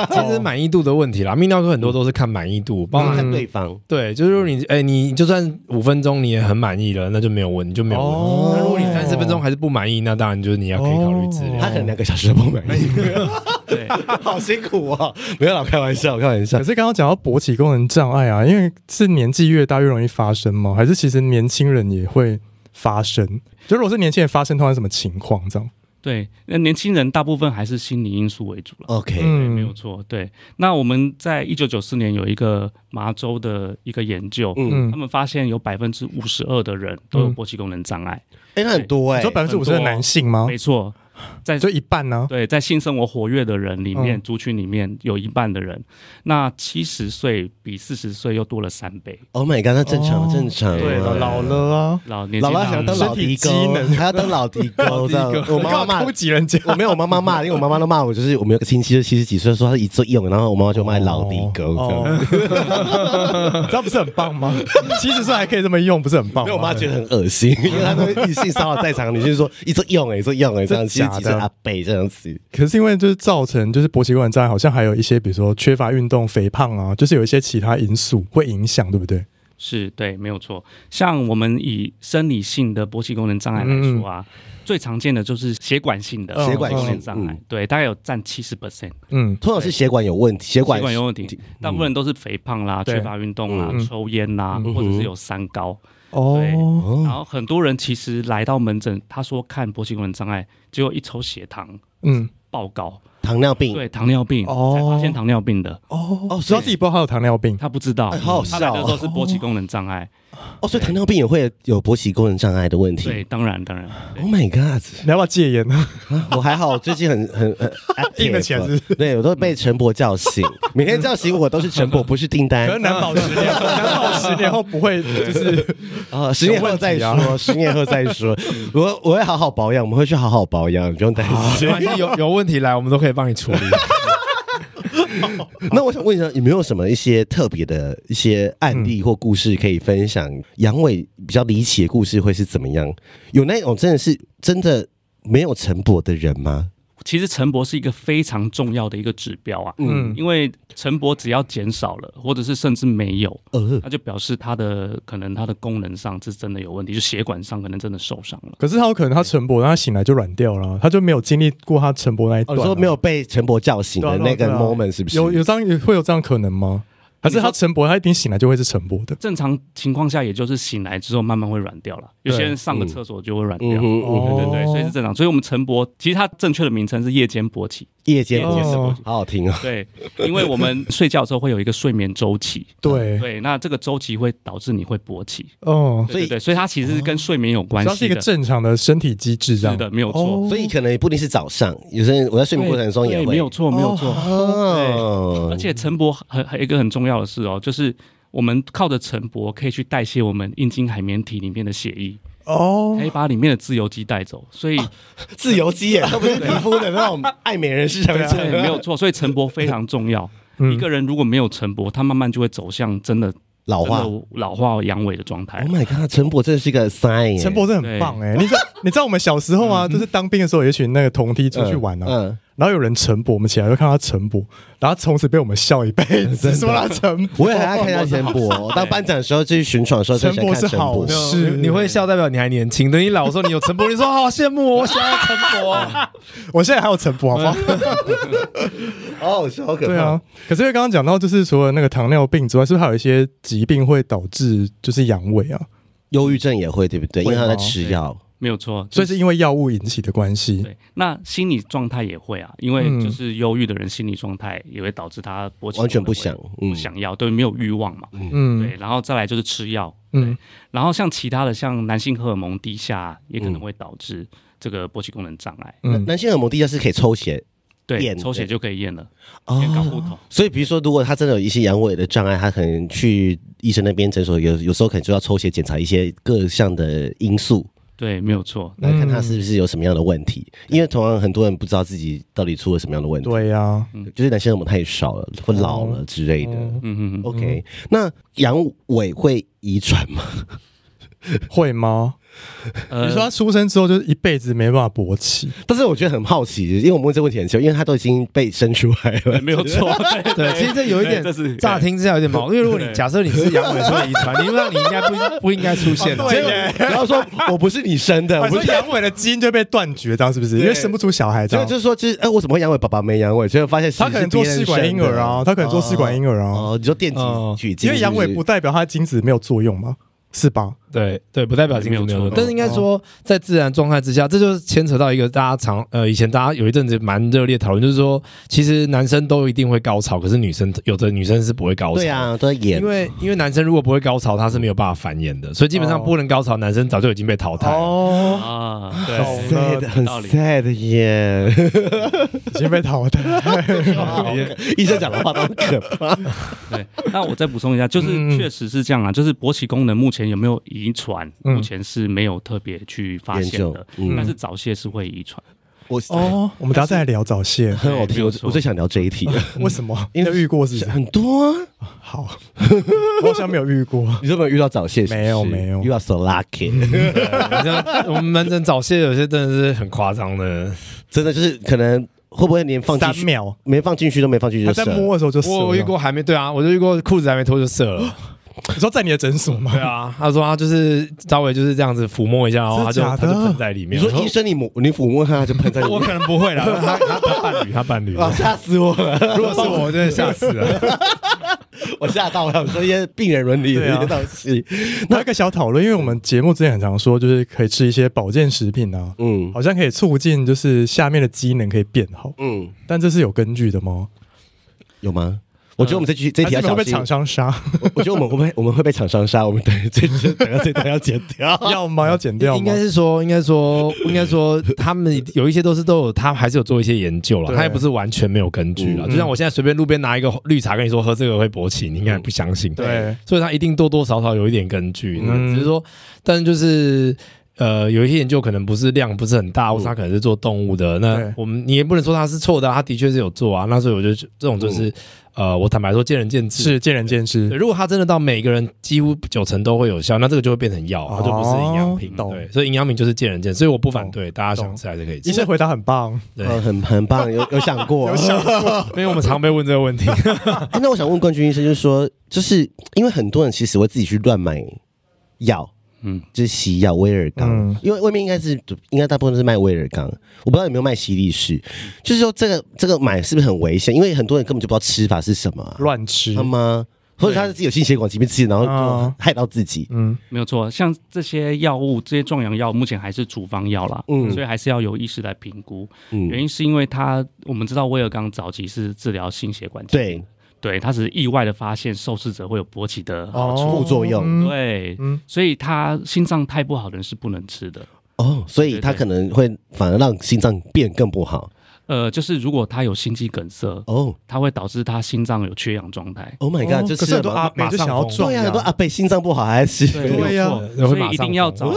Speaker 3: 这是满意度的问题啦。泌尿科很多都是看满意度，包含
Speaker 1: 看对方。
Speaker 3: 对，就是说你哎、你就算五分钟你也很满意了，那就没有问，你就没有问题。
Speaker 2: 哦
Speaker 3: 那如果你三十分钟还是不满意，那当然就是你要可以考虑治
Speaker 2: 嗯
Speaker 1: 他
Speaker 3: 疗。
Speaker 1: 可能两个小时都不满意，
Speaker 4: 对，
Speaker 1: [LAUGHS] 好辛苦哦！没有啦，开玩笑，开玩笑
Speaker 2: 可。是刚刚讲到勃起功能障碍啊，因为是年纪越大越容易发生吗？还是其实年轻人也会发生？就如果是年轻人发生，通常是什么情况这样？
Speaker 4: 对，那年轻人大部分还是心理因素为主了。
Speaker 1: OK，
Speaker 4: 对，没有
Speaker 2: 嗯
Speaker 4: 错。对，那我们在一九九四年有一个麻州的一个研究，
Speaker 1: 嗯，
Speaker 2: 嗯
Speaker 4: 他，们发现有百分之五十二的人都有
Speaker 2: 嗯
Speaker 4: 勃起功能障碍。
Speaker 1: 哎，那很多
Speaker 2: 你
Speaker 1: 哎
Speaker 2: 说，百分之五十的男性吗？
Speaker 4: 没错，在
Speaker 2: 就一半啊呢、
Speaker 4: 对在性生活活跃的人里面，
Speaker 2: 嗯
Speaker 4: 族群里面有一半的人，那七十岁比四十岁又多了三倍。
Speaker 1: Oh my god，那正常
Speaker 2: 哦
Speaker 1: 正常，
Speaker 4: 对
Speaker 2: 老老了啊，
Speaker 4: 老年纪
Speaker 1: 老爸
Speaker 4: 大
Speaker 1: 想要当
Speaker 4: 了
Speaker 1: 老
Speaker 2: 身体
Speaker 1: 地
Speaker 2: 机
Speaker 1: 沟
Speaker 2: 能，
Speaker 1: 还要当老地沟这样。我妈
Speaker 2: 你
Speaker 1: 妈
Speaker 2: 干嘛
Speaker 1: 骂
Speaker 2: 攻，击人家？
Speaker 1: 我没有我妈妈骂，因为我妈妈都骂我，就是我们有个亲戚就七十几岁，说他一作用，然后我妈妈就骂老地沟这样。
Speaker 2: 哦 [LAUGHS] 这样不是很棒吗？七十岁还可以这么用，不是很棒
Speaker 1: 因
Speaker 2: 吗？
Speaker 1: 为我妈觉得很恶心， [LAUGHS] 因为她都异性骚扰在场，你就是说一作用哎，一作用哎，这样
Speaker 2: 真
Speaker 1: 七十
Speaker 2: 假的
Speaker 1: 几岁阿北这样子，
Speaker 2: 可是因为就是造成就是勃起功能障碍，好像还有一些比如说缺乏运动、肥胖啊，就是有一些其他因素会影响，对不对？
Speaker 4: 是对，没有错。像我们以生理性的勃起功能障碍来说啊，最常见的就是血管性的
Speaker 2: 嗯
Speaker 1: 血管
Speaker 4: 功
Speaker 1: 性
Speaker 4: 能障碍，
Speaker 1: 嗯
Speaker 4: 对，大概有占七十 percent。
Speaker 2: 嗯
Speaker 1: 通常是血管有问题，血
Speaker 4: 血
Speaker 1: 管
Speaker 4: 管有问题，大部分人都是肥胖啦、
Speaker 2: 对
Speaker 4: 缺乏运动啦、
Speaker 2: 嗯
Speaker 4: 抽烟啦，
Speaker 2: 嗯
Speaker 4: 或者是有三高。
Speaker 2: 哦，
Speaker 4: 然
Speaker 1: 哦，
Speaker 4: 后很多人其实来到门诊，他说看勃起功能障碍，结果一抽血糖
Speaker 2: 嗯
Speaker 4: 报告，
Speaker 1: 糖尿病
Speaker 4: 对糖尿病，
Speaker 2: 哦
Speaker 4: 才发现糖尿病的，
Speaker 2: 哦
Speaker 1: 哦
Speaker 2: 哦，知道自己不知道他有糖尿病，
Speaker 4: 他不知道，
Speaker 1: 哎好好笑
Speaker 4: 他
Speaker 1: 哦
Speaker 4: 来的时候是勃起功能障碍。
Speaker 1: 哦，所以糖尿病也会有勃起功能障碍的问
Speaker 4: 对，
Speaker 1: 题。
Speaker 4: 当然当然，对
Speaker 1: Oh my god！
Speaker 2: 你要不要戒 [LAUGHS] 烟呢？
Speaker 1: 啊我还好，最近很很很 active
Speaker 2: 硬得起来是不是
Speaker 1: 对我都被陈博叫醒，每天叫醒我都是陈博，不是订单
Speaker 2: 可。能难保十年， [LAUGHS] 难保十年后不会就是
Speaker 1: 啊，十年后再
Speaker 2: 有呃问
Speaker 1: 说，十年后再
Speaker 2: [LAUGHS]
Speaker 1: 说。我我会好好保养，我们会去好好保养，你不用担
Speaker 2: 啊
Speaker 1: 心。
Speaker 3: 没关系有有问题来，我们都可以帮你
Speaker 4: [LAUGHS]
Speaker 3: 处理。
Speaker 1: 那我想问一下，有没有什么一些特别的一些案例或故事可以分享？阳痿比较离奇的故事会是怎么样？有那种真的是真的没有陈博的人吗？
Speaker 4: 其实晨勃是一个非常重要的一个指标啊，
Speaker 2: 嗯
Speaker 4: 因为晨勃只要减少了，或者是甚至没有，
Speaker 1: 呃，
Speaker 4: 那就表示它的可能它的功能上是真的有问题，就血管上可能真的受伤了。
Speaker 2: 可是他有可能他晨勃，他醒来就软掉了啊，他就没有经历过他晨勃那一
Speaker 1: 哦
Speaker 2: 段
Speaker 1: 你
Speaker 2: 啊。
Speaker 1: 说没有被陈博叫醒
Speaker 2: 对啊
Speaker 1: 的
Speaker 2: 对啊
Speaker 1: 那个
Speaker 2: 对啊
Speaker 1: moment 是不是？
Speaker 2: 有有这样会有这样可能吗？还是他晨勃，他一定醒来就会是晨勃的。
Speaker 4: 正常情况下，也就是醒来之后慢慢会软掉了。有些人上个厕所就会软掉，
Speaker 1: 嗯哼嗯
Speaker 2: 哦
Speaker 1: 哼，
Speaker 4: 对对对，所以是正常。所以我们晨勃其实它正确的名称是夜间勃起，
Speaker 1: 夜间
Speaker 2: 夜间
Speaker 1: 好
Speaker 2: 勃
Speaker 1: 好听啊，
Speaker 4: 对，因为我们睡觉的时候会有一个睡眠周
Speaker 1: [LAUGHS]
Speaker 4: 期，
Speaker 2: 对，
Speaker 4: 对，那这个周期会导致你会勃起，
Speaker 2: 哦，
Speaker 4: 对
Speaker 1: 所以哦
Speaker 4: 对对，所以它其实是跟睡眠有关
Speaker 2: 只要是
Speaker 4: 系
Speaker 2: 一个
Speaker 4: 的，
Speaker 2: 正常的身体机制这样
Speaker 4: 是的，没有
Speaker 2: 哦
Speaker 4: 错。
Speaker 1: 所以可能也不一定是早上，有些人我在哦睡眠过程中也
Speaker 4: 对
Speaker 1: 会
Speaker 4: 没有错，没有错。
Speaker 1: 哦
Speaker 4: 而且晨勃很很一个很重要的事哦，就是我们靠着晨勃可以去代谢我们阴茎海绵体里面的血液，
Speaker 2: 哦
Speaker 4: 可以把里面的自由基带走。所以
Speaker 1: 自由基耶，它不是皮肤的那种爱美人士才会这
Speaker 4: 对，啊没
Speaker 1: 样，
Speaker 4: 有错。所以晨勃非常重要。
Speaker 2: 嗯
Speaker 4: 一个人如果没有晨勃，他慢慢就会走向真的
Speaker 1: 老化。
Speaker 4: 真的老化阳痿的状态
Speaker 1: Oh。my
Speaker 2: 哦
Speaker 1: god，陈博真的是一个 sign，耶嗯
Speaker 2: 陈勃真的很棒哎、你知道你知道我们小时候
Speaker 4: 嗯
Speaker 2: 啊，就是当兵的时候，有一群那个同梯出去玩啊，
Speaker 1: 嗯，
Speaker 2: 然后有人晨勃，我们起来就看到他晨勃，然后从此被我们笑一辈子，说他晨勃，
Speaker 1: 我也很爱看一下陈
Speaker 4: [LAUGHS]
Speaker 1: 博。当班长的时候，去巡闯的时候，就
Speaker 2: 陈
Speaker 1: 想
Speaker 2: 勃
Speaker 1: 看
Speaker 2: 是
Speaker 1: 陈
Speaker 2: 好
Speaker 1: 博。
Speaker 2: 事，
Speaker 3: 你会笑，代表你还年轻。等你老的时候，你有陈勃，你说好羡慕哦，我想要陈勃。
Speaker 2: 我现在还有晨勃，好不好？
Speaker 4: 嗯
Speaker 1: 哦，是好可
Speaker 2: 对啊，可是因为刚刚讲到，就是除了那个糖尿病之外，是不是还有一些疾病会导致就是阳痿
Speaker 4: 嗯
Speaker 2: 啊？
Speaker 1: 忧郁症也会，对不对？因
Speaker 2: 会啊
Speaker 1: 为
Speaker 2: 吗
Speaker 1: 他在吃药。
Speaker 4: 没有错，
Speaker 2: 所以是因为药物引起的关系。
Speaker 4: 对。那心理状态也会啊，因为
Speaker 2: 嗯
Speaker 4: 就是忧郁的人心理状态也会导致他勃起
Speaker 1: 完全
Speaker 4: 会
Speaker 1: 不想嗯
Speaker 4: 不想要，对，没有欲望嘛。
Speaker 2: 嗯
Speaker 4: 对，然后再来就是吃药，
Speaker 2: 嗯，
Speaker 4: 然后像其他的像男性荷尔蒙低下，也
Speaker 1: 嗯
Speaker 4: 可能会导致这个勃起功能障碍。
Speaker 2: 嗯
Speaker 1: 男性荷尔蒙低下是可以抽血
Speaker 4: 对，
Speaker 1: 验
Speaker 4: 抽血
Speaker 1: 的
Speaker 4: 就可以验了，
Speaker 1: 哦
Speaker 4: 验睾固酮。
Speaker 1: 所以，比如说，如果他真的有一些阳痿的障碍，他可能去医生那边诊所，有有时候可能就要抽血检查一些各项的因素，
Speaker 4: 对，没有错。
Speaker 1: 来看
Speaker 2: 嗯
Speaker 1: 他是不是有什么样的问题。因为同样很多人不知道自己到底出了什么样的问题，
Speaker 2: 对呀、啊，
Speaker 1: 就是男性荷尔蒙太少了或老了之类的。
Speaker 2: 嗯
Speaker 4: 嗯嗯嗯，
Speaker 1: OK，那阳痿会遗传吗？ [LAUGHS]
Speaker 2: 会吗？
Speaker 4: 呃
Speaker 2: 你说他出生之后就是一辈子没办法勃起，
Speaker 1: 但是我觉得很好奇，因为我们问这个问题很久，因为他都已经被生出来了，
Speaker 2: 哎
Speaker 4: 没有错， [LAUGHS] 对
Speaker 3: 对，其实这有一点
Speaker 4: 对这是
Speaker 3: 乍听之下有点矛盾，因为如果你
Speaker 4: 对
Speaker 3: 假设你是阳痿说遗传，理论上你应该不不应该出
Speaker 4: [LAUGHS]
Speaker 3: 现的。
Speaker 2: 对
Speaker 3: 结果
Speaker 2: 耶哎
Speaker 1: 然后说我不是你生呃
Speaker 2: [LAUGHS]
Speaker 1: 的，我
Speaker 2: 我
Speaker 1: 不
Speaker 2: 说
Speaker 1: 是。
Speaker 2: 阳痿的基因就被断绝，这样是不是？因为生不出小孩，这
Speaker 1: 所以
Speaker 2: 样
Speaker 1: 就是说，就是哎、我怎么会阳痿？爸爸没阳痿，结果发现
Speaker 2: 他可能做试管婴儿啊，他可能做试管婴
Speaker 1: 儿
Speaker 2: 儿啊，
Speaker 1: 哦，你说电极
Speaker 3: 哦
Speaker 1: 取精，
Speaker 2: 因为阳痿不代表他的精子没有作用嘛，是吧？
Speaker 3: 对对，不代表精子没
Speaker 4: 没有
Speaker 3: 有
Speaker 4: 错，
Speaker 3: 但是应该说在自然状态之下，这就是牵扯到一个大家常呃以前大家有一阵子蛮热烈讨论，就是说其实男生都一定会高潮，可是女生有的女生是不会高潮。
Speaker 1: 对。啊，都在演
Speaker 3: 因。为因为男生如果不会高潮，他是没有办法繁衍的，所以基本上
Speaker 2: 哦
Speaker 3: 不能高潮，男生早就已经被淘汰了。
Speaker 2: 哦，
Speaker 4: 啊，对，
Speaker 2: 懂了
Speaker 1: sad，很
Speaker 4: 道理
Speaker 1: sad 耶！
Speaker 2: 已经被淘汰。
Speaker 1: [LAUGHS] 医生讲的话都很可怕。
Speaker 4: [LAUGHS] 对，那我再补充一下，就是
Speaker 2: 嗯嗯
Speaker 4: 确实是这样啊，就是勃起功能目前有没有遗传，
Speaker 2: 嗯
Speaker 4: 目前是没有特别去发现的
Speaker 1: 研究嗯，
Speaker 4: 但是早泄是会遗传。
Speaker 1: 我哦，
Speaker 2: 哦，我们等下再来聊早泄，
Speaker 1: 很好
Speaker 4: 没
Speaker 1: 听，
Speaker 4: 有
Speaker 1: 我
Speaker 4: 错
Speaker 1: 我最想聊这一题了，
Speaker 2: 为什么？
Speaker 1: 因
Speaker 2: 因
Speaker 1: 为
Speaker 2: 为遇过是不是
Speaker 1: 很多啊。
Speaker 2: 好， [LAUGHS] 我好像没有遇过。
Speaker 1: 你有没有遇到早泄？
Speaker 2: 没有
Speaker 1: 是不是
Speaker 2: 没有
Speaker 1: ，You are so lucky。
Speaker 3: 你知道我们门诊早泄有些真的是很夸张的，
Speaker 1: 真的就是可能会不会连放进 [LAUGHS]
Speaker 2: 三
Speaker 1: 去
Speaker 2: 秒，
Speaker 1: 没放进去都没放进去
Speaker 2: 他
Speaker 1: 就
Speaker 2: 在
Speaker 1: 射了
Speaker 2: 摸的时候就射
Speaker 3: 我
Speaker 2: 了。
Speaker 3: 我遇过还没对啊，我就遇过裤子还没脱就射
Speaker 2: [LAUGHS]
Speaker 3: 了。
Speaker 2: 你说在你的诊所吗
Speaker 3: 对？啊，他说他就是稍微就是这样子抚摸一下，然后他就
Speaker 2: 真的假
Speaker 3: 他
Speaker 2: 的
Speaker 3: 就喷在里
Speaker 1: 你
Speaker 3: 面。
Speaker 1: 说医生你摸你抚摸他，他就喷在
Speaker 3: 我
Speaker 1: 你
Speaker 3: 说我
Speaker 1: 面，
Speaker 3: 可能不会啦，他他他伴侣他伴
Speaker 1: [LAUGHS]
Speaker 2: [LAUGHS]
Speaker 3: 侣，
Speaker 2: 哦
Speaker 1: 哇，哦吓死我了！
Speaker 3: 如果是我，我真的吓死了。
Speaker 1: 我吓到了，我说一些病人伦理
Speaker 2: 对
Speaker 1: 的
Speaker 2: 啊
Speaker 1: 一些东西。
Speaker 2: 那有一个小讨论，因为我们节目之前很常说，就是可以吃一些保健食品啊，
Speaker 1: 嗯
Speaker 2: 好像可以促进就是下面的机能可以变好，
Speaker 1: 嗯，
Speaker 2: 但这是有根据的吗？
Speaker 1: 有吗？我觉得我们这嗯句这一题要
Speaker 2: 还是会
Speaker 1: 小
Speaker 2: 被
Speaker 1: 心
Speaker 2: 厂。商杀？
Speaker 1: [LAUGHS] 我我觉得我们会不会我们会被厂商杀？我们等这这等下这段要剪 [LAUGHS] 掉。
Speaker 2: 要吗？要减掉吗？
Speaker 3: 应该是说，应该说，应该说，他们有一些都是都有，他还是有做一些研究了，
Speaker 2: 对
Speaker 3: 他也不是完全没有根据了。
Speaker 2: 嗯
Speaker 3: 就像我现在随便路边拿一个绿茶跟你说喝这个会勃起，你应该也不相信。
Speaker 2: 对，
Speaker 3: 所以他一定多多少少有一点根据。那
Speaker 2: 嗯
Speaker 3: 只是说，但是就是呃，有一些研究可能不是量不是很大，或是他可能是做动物的。
Speaker 2: 嗯对
Speaker 3: 那我们你也不能说他是错的、啊，他的确是有做啊。那所以我就这种就是呃，我坦白说见仁见智。
Speaker 2: 嗯是见仁见
Speaker 3: 对，
Speaker 2: 智。
Speaker 3: 如果他真的到每个人几乎九成都会有效，那这个就会变成药，它就不是营养品。
Speaker 2: 哦懂
Speaker 3: 对，所以营养品就是见仁见智，所以我不反
Speaker 2: 懂
Speaker 3: 对，大家想
Speaker 2: 懂
Speaker 3: 吃还是可以
Speaker 2: 医
Speaker 3: 吃。
Speaker 2: [LAUGHS] 生回答很棒，
Speaker 3: 对，
Speaker 1: 呃，很很棒， [LAUGHS] 有有想过。
Speaker 3: 因为我们常被问这个问
Speaker 2: 哦
Speaker 3: 题。
Speaker 1: 哎那我想问冠军医生，就是说，就是因为很多人其实会自己去乱买药，
Speaker 4: 嗯，
Speaker 1: 就是西药威尔刚，
Speaker 2: 嗯
Speaker 1: 因为外面应该是应该大部分都是卖威尔刚，我不知道有没有卖西力士。就是说这个这个买是不是很危险？因为很多人根本就不知道吃法是什么、啊，
Speaker 2: 乱吃
Speaker 1: 他。妈或者他自己有心血管疾病自己，然后
Speaker 2: 哦
Speaker 1: 就害到自己。
Speaker 2: 嗯，
Speaker 4: 没有错，像这些药物，这些壮阳药目前还是处方药啦，
Speaker 1: 嗯
Speaker 4: 所以还是要有医师来评估。原
Speaker 1: 嗯，
Speaker 4: 因是因为它，我们知道威尔刚早期是治疗心血管疾病，
Speaker 1: 对，
Speaker 4: 对，它只是意外的发现受试者会有勃起的好处，
Speaker 2: 哦
Speaker 1: 副作用
Speaker 2: 嗯
Speaker 4: 对，
Speaker 2: 嗯
Speaker 4: 所以他心脏太不好的人是不能吃的。
Speaker 1: 哦，所以他可能会反而让心脏变更不好。
Speaker 4: 呃，就是如果他有心肌梗塞，
Speaker 1: 哦
Speaker 4: 它会导致他心脏有缺氧状态。
Speaker 1: ，Oh my
Speaker 2: 哦
Speaker 1: god！就
Speaker 2: 可是很多阿
Speaker 3: 马
Speaker 2: 伯就想要
Speaker 3: 上疯
Speaker 2: 壮
Speaker 1: 对啊，
Speaker 2: 阳
Speaker 1: 很多，阿贝心脏不好还是
Speaker 4: 没
Speaker 2: 对呀
Speaker 4: 有错所
Speaker 3: 会马
Speaker 4: 以
Speaker 3: 上
Speaker 4: 一定要找
Speaker 3: 疯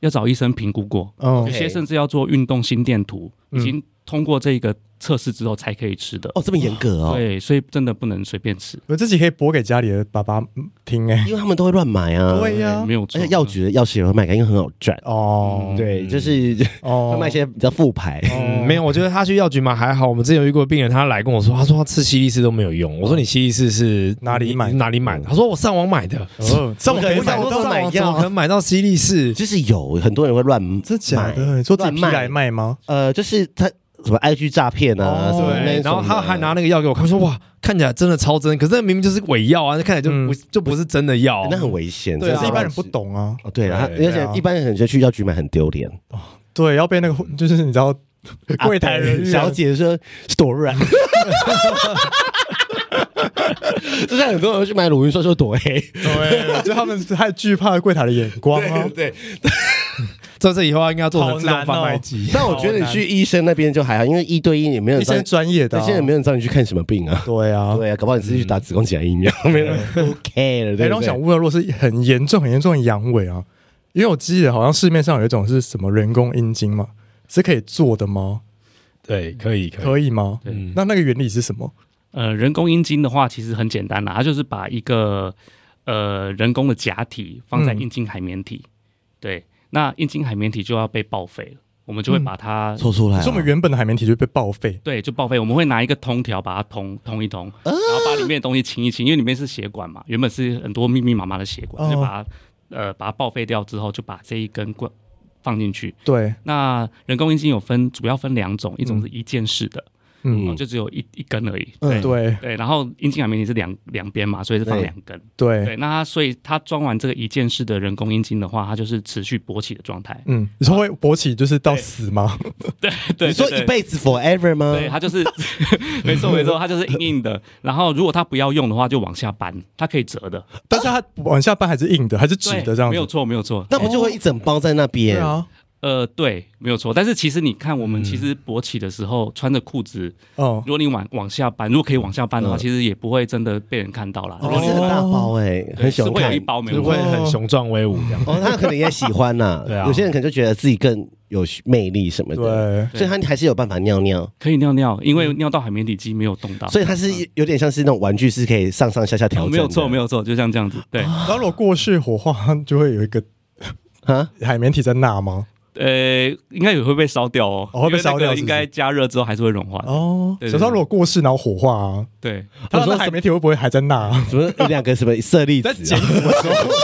Speaker 4: 要找医生评估过，
Speaker 2: 哦
Speaker 4: 有些
Speaker 1: OK
Speaker 4: 甚至要做运动心电图，
Speaker 2: 嗯
Speaker 4: 已经通过这个测试之后才可以吃的。
Speaker 1: 哦，这么严格哦，
Speaker 4: 对，所以真的不能随便吃。
Speaker 2: 我自己可以播给家里的爸爸嗯听哎，
Speaker 1: 因为他们都会乱买啊。
Speaker 2: 对呀
Speaker 4: 没有错嗯
Speaker 1: 而且。药局的药师也会卖，因为很好赚。
Speaker 2: 哦，
Speaker 1: 对，就是
Speaker 2: 哦
Speaker 1: 嗯会，卖一些嗯比较副牌。
Speaker 2: 哦
Speaker 3: 嗯没有，我觉得他去药局买还好。我们之前有遇过病人，他来跟我说，他说他吃西力士都没有用。我说你西力士是
Speaker 2: 哦哪里买的
Speaker 3: 哪里买的？他说我上网买的。
Speaker 2: 哦，这么可以
Speaker 1: 我
Speaker 2: 买
Speaker 1: 想说
Speaker 2: 到这
Speaker 1: 上
Speaker 2: 么
Speaker 1: 网
Speaker 3: 怎么可能买到西力士？
Speaker 1: 就是有很多人会乱买，
Speaker 2: 真假的？你说自己批来卖吗？
Speaker 1: 呃，就是他什么 IG 诈骗啊，
Speaker 2: 哦
Speaker 1: 什么那
Speaker 3: 对，
Speaker 1: 种的
Speaker 3: 然后他还拿那个药给我看，说哇，看起来真的超真，可是那明明就是伪药啊，那看起来就不、
Speaker 2: 嗯
Speaker 3: 就不是真的药、
Speaker 1: 欸那很危险，
Speaker 2: 对，
Speaker 1: 真
Speaker 2: 可
Speaker 1: 的
Speaker 2: 是一般人
Speaker 1: 乱吃
Speaker 2: 不。懂啊，
Speaker 1: 哦，对啊，他
Speaker 3: 对
Speaker 1: 而且一般人可能就去药局买很丢脸。
Speaker 2: 对，要被那个就是你知道 [LAUGHS] 柜台人
Speaker 1: [LAUGHS] 啊
Speaker 2: 员
Speaker 1: 小姐说是多软，就像很多人去买乳晕，说说多黑，
Speaker 2: 对， [LAUGHS] 就他们太惧怕柜台的眼光啊。
Speaker 1: 对。
Speaker 3: 哦 [LAUGHS] 这次以后应该做成自
Speaker 2: 好
Speaker 3: 动
Speaker 2: 难哦
Speaker 3: 贩卖机。
Speaker 1: 但我觉得你去医生那边就还好，因为一对一也没有人
Speaker 2: 医
Speaker 1: 知道
Speaker 2: 生，专业的
Speaker 1: 但
Speaker 2: 啊，
Speaker 1: 现在没有人知道你去看什么病啊。
Speaker 2: 对啊。
Speaker 1: 对啊，搞不好你是去打子宫颈癌疫苗，没人 [LAUGHS] OK 了，
Speaker 2: 哎，
Speaker 1: 对
Speaker 2: 那
Speaker 1: 不
Speaker 2: 我
Speaker 1: 对
Speaker 2: 想？问，如果是很严重、很严重的阳痿啊，因为我记得好像市面上有一种是什么人工阴茎嘛，是可以做的吗？
Speaker 3: 对，可以，可以。
Speaker 2: 可以吗？
Speaker 4: 对
Speaker 3: 嗯
Speaker 2: 那那个原理是什么？
Speaker 4: 呃，人工阴茎的话，其实很简单啦，啊它就是把一个呃人工的假体放在
Speaker 2: 嗯
Speaker 4: 阴茎海绵体，对，那阴茎海绵体就要被报废了，我们就会
Speaker 2: 嗯
Speaker 4: 把它、
Speaker 1: 抽出来啊
Speaker 2: 所以我们原本的海绵体就被报废
Speaker 4: 对就报废，我们会拿一个通条把它通通一通，然后把里面的东西清一清，因为里面是血管嘛，原本是很多密密麻麻的血管，
Speaker 2: 哦
Speaker 4: 就把它呃把它报废掉之后，就把这一根棍放进去。
Speaker 2: 对，
Speaker 4: 那人工阴茎有分，主要分两种，一种
Speaker 2: 嗯
Speaker 4: 是一键式的，
Speaker 2: 嗯
Speaker 4: 哦就只有一一根而已。
Speaker 1: 嗯
Speaker 2: 对
Speaker 4: 对，然后阴茎海绵体是两两边嘛，所以是放
Speaker 1: 对
Speaker 4: 两根。
Speaker 2: 对，。
Speaker 4: 对，那它所以它装完这个一键式的人工阴茎的话，它就是持续勃起的状态 [LAUGHS]
Speaker 2: 嗯，你说会勃起就是到死吗？
Speaker 4: 对，
Speaker 1: 你说
Speaker 4: 对
Speaker 1: 一。辈子 forever
Speaker 2: 嗯
Speaker 1: 吗？
Speaker 4: 对，对它就是没错没错，它就是硬硬的。然后如果它不要用的话，就往下扳，它可以折的，
Speaker 2: 但是它往下掰还是硬的，还是直
Speaker 4: 对
Speaker 2: 的这样
Speaker 4: 没有
Speaker 2: 子？
Speaker 4: 错没有错。
Speaker 1: 那不就会一整包在那
Speaker 2: 对
Speaker 1: 边？
Speaker 2: 啊，
Speaker 4: 呃，对，没有错。但是其实你看，我们
Speaker 2: 嗯
Speaker 4: 其实勃起的时候穿着裤子，
Speaker 2: 哦
Speaker 4: 如，果你往往下扳，如果可以往下扳的话，
Speaker 1: 嗯
Speaker 4: 其实也不会真的被人看到啦。
Speaker 1: 哦
Speaker 4: 如果你
Speaker 1: 是很大包哎，
Speaker 4: 对
Speaker 1: 很喜
Speaker 4: 是
Speaker 1: 欢
Speaker 4: 会有
Speaker 1: 看
Speaker 4: 一。包没
Speaker 3: 就是
Speaker 4: 有
Speaker 3: 会
Speaker 4: 错。
Speaker 3: 很雄壮威武这样。
Speaker 1: 哦，他可能也喜欢呐
Speaker 3: 对啊
Speaker 1: 有些人可能就觉得自己更有魅力什么的，
Speaker 2: 对，
Speaker 4: 对
Speaker 1: 所以他还是有办法尿尿。
Speaker 4: 可以尿尿，因为尿到海绵体肌没有动到。
Speaker 1: 所以它是有点像是那种玩具，是可以上上下下调
Speaker 4: 哦
Speaker 1: 整的。
Speaker 4: 嗯没有错没
Speaker 1: 有
Speaker 4: 有错，就像这样子。对，
Speaker 2: 然后如果过世火化，它就会有一个
Speaker 1: 啊，
Speaker 2: 海绵体在那吗？
Speaker 4: 呃，应该也会被烧掉哦，
Speaker 2: 哦会被
Speaker 4: 因为那
Speaker 2: 烧掉
Speaker 4: 个
Speaker 2: 是不是
Speaker 4: 应该加热之后还是会融化的。
Speaker 2: 哦，
Speaker 4: 对对
Speaker 2: 小时候如果过世然后火化啊，
Speaker 4: 对，
Speaker 2: 它的海绵体会不会还在那？
Speaker 1: 什么有两个什么舍利子、啊， [LAUGHS]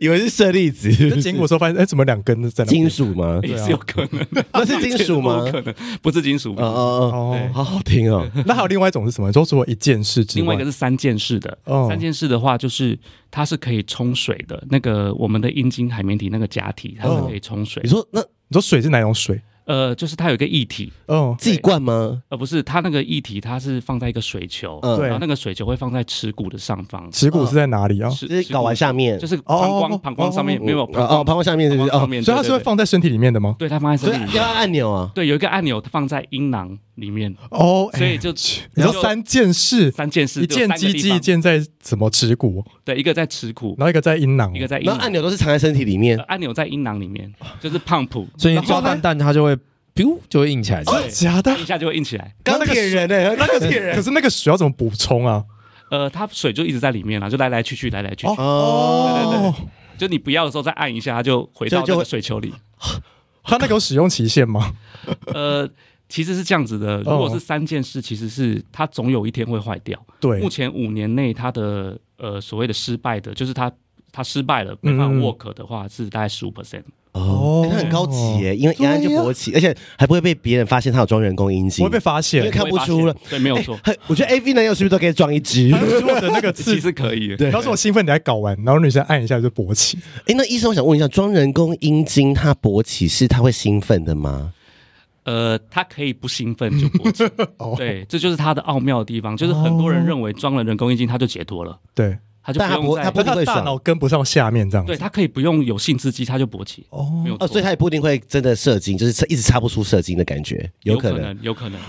Speaker 1: 以为是舍利
Speaker 4: [LAUGHS]
Speaker 1: 子，
Speaker 2: 就经过的时候发现，哎，怎么两根在那？
Speaker 1: 金属吗？
Speaker 4: 也
Speaker 2: 啊
Speaker 4: 是有可能的。
Speaker 1: 那是金属吗
Speaker 4: [LAUGHS] 不？可能，不是金属
Speaker 1: 哦。哦
Speaker 2: 哦
Speaker 1: 哦，，好好听哦。
Speaker 2: 那还有另外一种是什么？就除了一件事之
Speaker 4: 另外
Speaker 2: 外
Speaker 4: 一个，是三件式的，
Speaker 2: 哦
Speaker 4: 三件式的话就是它是可以冲水的，那个我们的阴茎海绵体那个假体它是
Speaker 2: 哦
Speaker 4: 可以冲水
Speaker 1: 你，说那
Speaker 2: 你说水是哪种水？
Speaker 4: 呃，就是它有一个液体，
Speaker 2: 哦，
Speaker 1: 自己灌吗？
Speaker 4: 呃，不是它那个液体它是放在一个水球，
Speaker 1: 嗯
Speaker 2: 对
Speaker 4: 然后那个水球会放在耻骨的上方，
Speaker 2: 耻骨是在哪里啊？
Speaker 4: 耻
Speaker 1: 就是搞完
Speaker 4: 耻骨
Speaker 1: 下面，
Speaker 4: 就是膀
Speaker 2: 哦
Speaker 4: 胱膀胱上面没有膀
Speaker 1: 哦，膀胱下面是不
Speaker 4: 胱
Speaker 1: 是？
Speaker 4: 上
Speaker 1: 哦，
Speaker 4: 面，
Speaker 2: 所以它
Speaker 4: 对
Speaker 2: 是会，放在哦身体里面的吗？
Speaker 4: 对对它放在
Speaker 1: 所
Speaker 4: 身
Speaker 1: 以
Speaker 4: 体里
Speaker 1: 要
Speaker 4: 面。
Speaker 1: 按钮啊。
Speaker 4: 对，有一个按钮放在阴囊里面，
Speaker 2: 哦，哎
Speaker 4: 所以就
Speaker 2: 你
Speaker 4: 然后
Speaker 2: 说三件事，
Speaker 4: 三件事，
Speaker 2: 一件鸡鸡，一，件哦在什么耻骨，
Speaker 4: 对，一个在耻骨，
Speaker 2: 然后一个在阴囊
Speaker 4: 一，个在阴
Speaker 1: 然
Speaker 4: 囊
Speaker 1: 后，按钮都是藏在身体里面
Speaker 4: 呃，按钮在阴囊里面，就是胖普，
Speaker 3: 所以你抓蛋蛋，它就会 biu 就会硬起来。
Speaker 1: 哦
Speaker 4: 对
Speaker 2: 假的
Speaker 4: 一。下就会硬起来。
Speaker 1: 钢铁人哎，钢铁人
Speaker 2: 可是那个水要怎么补充啊？
Speaker 4: 呃，它水就一直在里面了，就来来去去，来来去去，
Speaker 2: 哦，
Speaker 4: 就你不要的时候再按一下，它就回到
Speaker 1: 就就
Speaker 4: 那
Speaker 1: 会
Speaker 4: 个水球里。
Speaker 2: 它那个有使用期限吗？
Speaker 4: 呃，其实是这样子的，如果是三件事，其实是它总有一天会坏掉。目
Speaker 2: 对，
Speaker 4: 前五年内，它的呃所谓的失败的，就是它它失败了，没办法
Speaker 2: 嗯嗯
Speaker 4: work 的话，是大概十五 percent。
Speaker 1: 哦，欸他很高级耶，因为原来就
Speaker 2: 对呀
Speaker 1: 勃起，而且还不会被别人发现他有装人工阴
Speaker 2: 不
Speaker 1: 茎
Speaker 2: 会，被发
Speaker 1: 因为
Speaker 2: 现。
Speaker 1: 看不出了。
Speaker 4: 对，没有错
Speaker 1: [LAUGHS] 欸，很我觉得 A V 男友是不是都可以装一只？
Speaker 2: 我的那
Speaker 4: [LAUGHS]
Speaker 2: 个
Speaker 4: 其
Speaker 2: 刺，
Speaker 4: 实可以。
Speaker 2: 当时我兴奋你还搞完，然后女生按一下就勃起，
Speaker 1: [LAUGHS] 哎、那医生，我想问一下，装人工阴茎，它勃起是它会兴奋的吗？
Speaker 4: 呃，他可以不兴奋就
Speaker 1: [LAUGHS]
Speaker 4: 勃起
Speaker 2: 哦，
Speaker 4: 对，这就是他的奥妙的地方，就是很多人认为装了人工阴茎他就解脱了，
Speaker 2: 对，
Speaker 4: 他就
Speaker 1: 但他
Speaker 4: 不用
Speaker 1: 不
Speaker 4: 再
Speaker 1: 他不
Speaker 2: 他
Speaker 1: 会
Speaker 2: 大
Speaker 1: 爽
Speaker 2: 脑跟不上下面这样
Speaker 4: 对
Speaker 2: 子。
Speaker 4: 他可以不用有性刺激他就勃起，
Speaker 2: 哦
Speaker 4: 没有
Speaker 1: 哦，
Speaker 4: 错，
Speaker 1: 所以它也不一定会真的射精，就是一直插不出射精的感觉，有
Speaker 4: 有
Speaker 1: 可能，
Speaker 4: 能，有可能，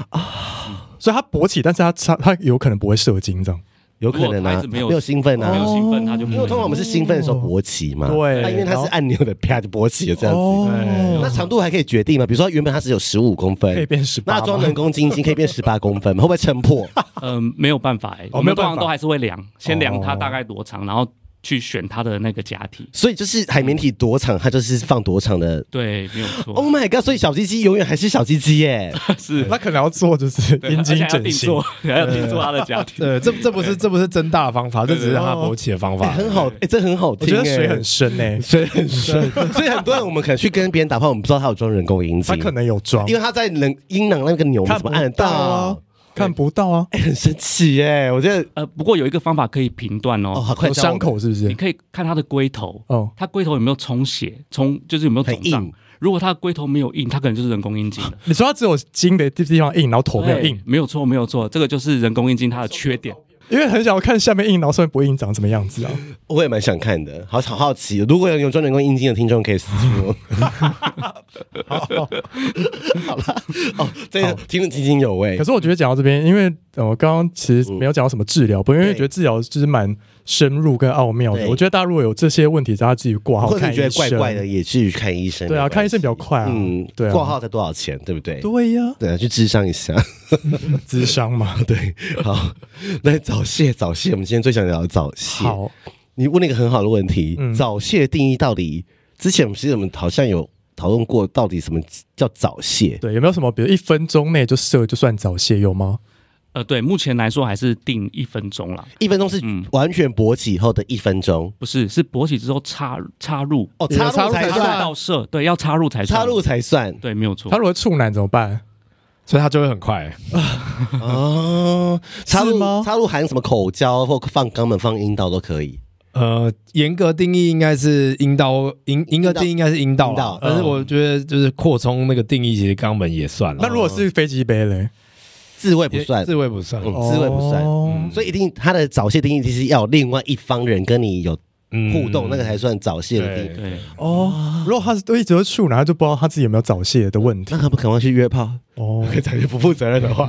Speaker 2: 所以他勃起，但是他插他有可能不会射精这样。
Speaker 1: 有可能
Speaker 4: 如果
Speaker 1: 啊
Speaker 4: 孩，子
Speaker 1: 没
Speaker 4: 没有
Speaker 1: 有兴奋
Speaker 4: 没
Speaker 1: 啊
Speaker 4: 有。兴奋他就
Speaker 1: 因为
Speaker 4: 不
Speaker 1: 通常我
Speaker 4: 会。
Speaker 1: 们是兴奋的时候勃起嘛，
Speaker 2: 对
Speaker 1: 那因为它
Speaker 2: 然后
Speaker 1: 是按钮的啪就勃起了这样子。
Speaker 2: 哦
Speaker 1: 那长度还可以决定吗？比如说原本它只有十五公
Speaker 2: 可以
Speaker 1: 分，
Speaker 2: 变十八
Speaker 1: 那装人
Speaker 2: 吗？
Speaker 1: 工晶晶可以变十八公分吗？会不会撑
Speaker 2: [LAUGHS]
Speaker 1: 破？
Speaker 4: 嗯，没有办法哎，
Speaker 2: 哦
Speaker 4: 我
Speaker 2: 没
Speaker 4: 们
Speaker 2: 有
Speaker 4: 通
Speaker 2: 办法
Speaker 4: 常都还是会量，先量它
Speaker 2: 哦
Speaker 4: 大概多长，然后去选它的那个假体。
Speaker 1: 所以就是海绵体多长，它就是放多长的。
Speaker 4: 对，没有
Speaker 2: 哦
Speaker 4: 错，
Speaker 1: Oh my god！所以小鸡鸡永远还是小鸡鸡
Speaker 2: [LAUGHS]
Speaker 1: 耶。
Speaker 4: [LAUGHS] 是
Speaker 2: 那可能要做就是
Speaker 4: 对
Speaker 2: 阴
Speaker 4: 而且还
Speaker 2: 茎
Speaker 4: 要
Speaker 2: 整
Speaker 4: 定
Speaker 2: 形
Speaker 4: 做，，还要定做他的假体。
Speaker 3: 对，这这不是这不是增大的方法，这只是让它勃起的方
Speaker 1: 哎 [LAUGHS]
Speaker 3: 法。
Speaker 1: 很好，哎，这很好
Speaker 2: 我
Speaker 1: 听
Speaker 2: 觉
Speaker 1: 耶。
Speaker 2: 得水很深欸呢，
Speaker 1: 水很深， [LAUGHS] 所以很多人我们可能去跟别人打炮，我们不知道他有装人工阴茎，
Speaker 2: 他可能有装
Speaker 1: 因，为他在冷阴囊那个钮，我们
Speaker 2: 看
Speaker 1: 怎
Speaker 2: 不
Speaker 1: 么按得
Speaker 2: 到
Speaker 1: 到？
Speaker 2: 啊，看不到啊，
Speaker 1: 哎很神奇耶！我觉得
Speaker 4: 呃，不过有一个方法可以评断
Speaker 1: 哦，
Speaker 4: 哦，
Speaker 1: 好快
Speaker 2: 有
Speaker 1: 教我
Speaker 2: 伤口是不
Speaker 4: 你
Speaker 2: 是？
Speaker 4: 可以看它的龟头，
Speaker 2: 哦，
Speaker 4: 它龟头有没有充血，充就是有没有肿
Speaker 1: 很
Speaker 4: 胀
Speaker 1: 硬。
Speaker 4: 如果它的龟头没有硬，它可能就是人工阴茎
Speaker 1: [LAUGHS]
Speaker 4: 了。
Speaker 2: 你说他只有筋的地地方硬，然后头没有
Speaker 4: 对
Speaker 2: 硬，，
Speaker 4: 没有错，没有错，这个就是人工阴茎它的缺点。
Speaker 2: 因为很想要看下面硬，然后上面不硬长什么样子啊？
Speaker 1: 我也蛮想看的，好好好奇。如果有有装人工阴茎的听众，可以私信
Speaker 2: [LAUGHS]
Speaker 1: 我。好了，哦，这个听得津津有味
Speaker 2: 可。是我觉得讲到这边，因为呃我刚刚其实没有讲到什么治疗，不过因为
Speaker 1: 对
Speaker 2: 觉得治疗就是蛮深入跟奥妙的。
Speaker 1: 对
Speaker 2: 我觉得大家如果有这些问题，大家自己挂号
Speaker 1: 或者
Speaker 2: 看
Speaker 1: 你觉
Speaker 2: 医
Speaker 1: 得怪
Speaker 2: 生。啊
Speaker 1: 怪的，也去看医生。
Speaker 2: 对啊，
Speaker 1: 没关系
Speaker 2: 看医生比较快啊。
Speaker 1: 嗯，
Speaker 2: 对啊，
Speaker 1: 挂号才多少钱，对不对？
Speaker 2: 对
Speaker 1: [LAUGHS]
Speaker 2: 呀，
Speaker 1: 对啊，去智商一下。 [LAUGHS]
Speaker 2: 智商嘛。
Speaker 1: 对，好，来早泄，早泄，我们今天最想聊的早泄。
Speaker 2: 好，
Speaker 1: 你问了一个很好的问题，
Speaker 2: 嗯
Speaker 1: 早泄的定义到底？之前我们其实我们好像有讨论
Speaker 2: 嗯
Speaker 1: 过，到底什么叫早泄？
Speaker 2: 对，有没有什么，比如一分钟内就射就算早泄有吗？
Speaker 4: 呃，对，目前来说还是定一分钟啦，
Speaker 1: 一分钟是
Speaker 4: 嗯
Speaker 1: 完全勃起后的一分钟
Speaker 4: 不是是勃起之后插插入，
Speaker 1: 哦，
Speaker 2: 有插
Speaker 1: 插
Speaker 2: 入
Speaker 1: 入
Speaker 2: 才
Speaker 1: 才
Speaker 4: 插入
Speaker 1: 算，
Speaker 4: 到射，对，要插入才算
Speaker 1: 插入，才算
Speaker 4: 对，没有错
Speaker 2: 他。如果处男怎么办？
Speaker 3: 所以它就会很快。
Speaker 1: [LAUGHS] 哦，插入
Speaker 2: 是吗
Speaker 1: 插入含什么口交或放肛门、放阴道都可以。
Speaker 3: 呃，严格定义应该是阴道，严严格定义应该是阴道
Speaker 1: 阴
Speaker 3: 啦
Speaker 1: 道，
Speaker 3: 但是我觉得就是扩充那个定义，其实肛门也算了。
Speaker 2: 那如果是飞机杯嘞？
Speaker 1: 自慰不算，
Speaker 3: 自慰不算
Speaker 1: 嗯。自慰不算
Speaker 2: 哦
Speaker 1: 所以一定他的早泄定义就是要有另外一方人跟你有
Speaker 3: 嗯
Speaker 1: 互动，那个才算早泄的定
Speaker 2: 嗯
Speaker 1: 义。
Speaker 4: 对，
Speaker 2: 哦，如果他是都一直都是处男，他就不知道他自己有没有早泄
Speaker 1: [LAUGHS]
Speaker 2: 的问题
Speaker 1: 那可不可能去约炮？
Speaker 2: 哦。
Speaker 1: [LAUGHS] 讲句不负责任的话，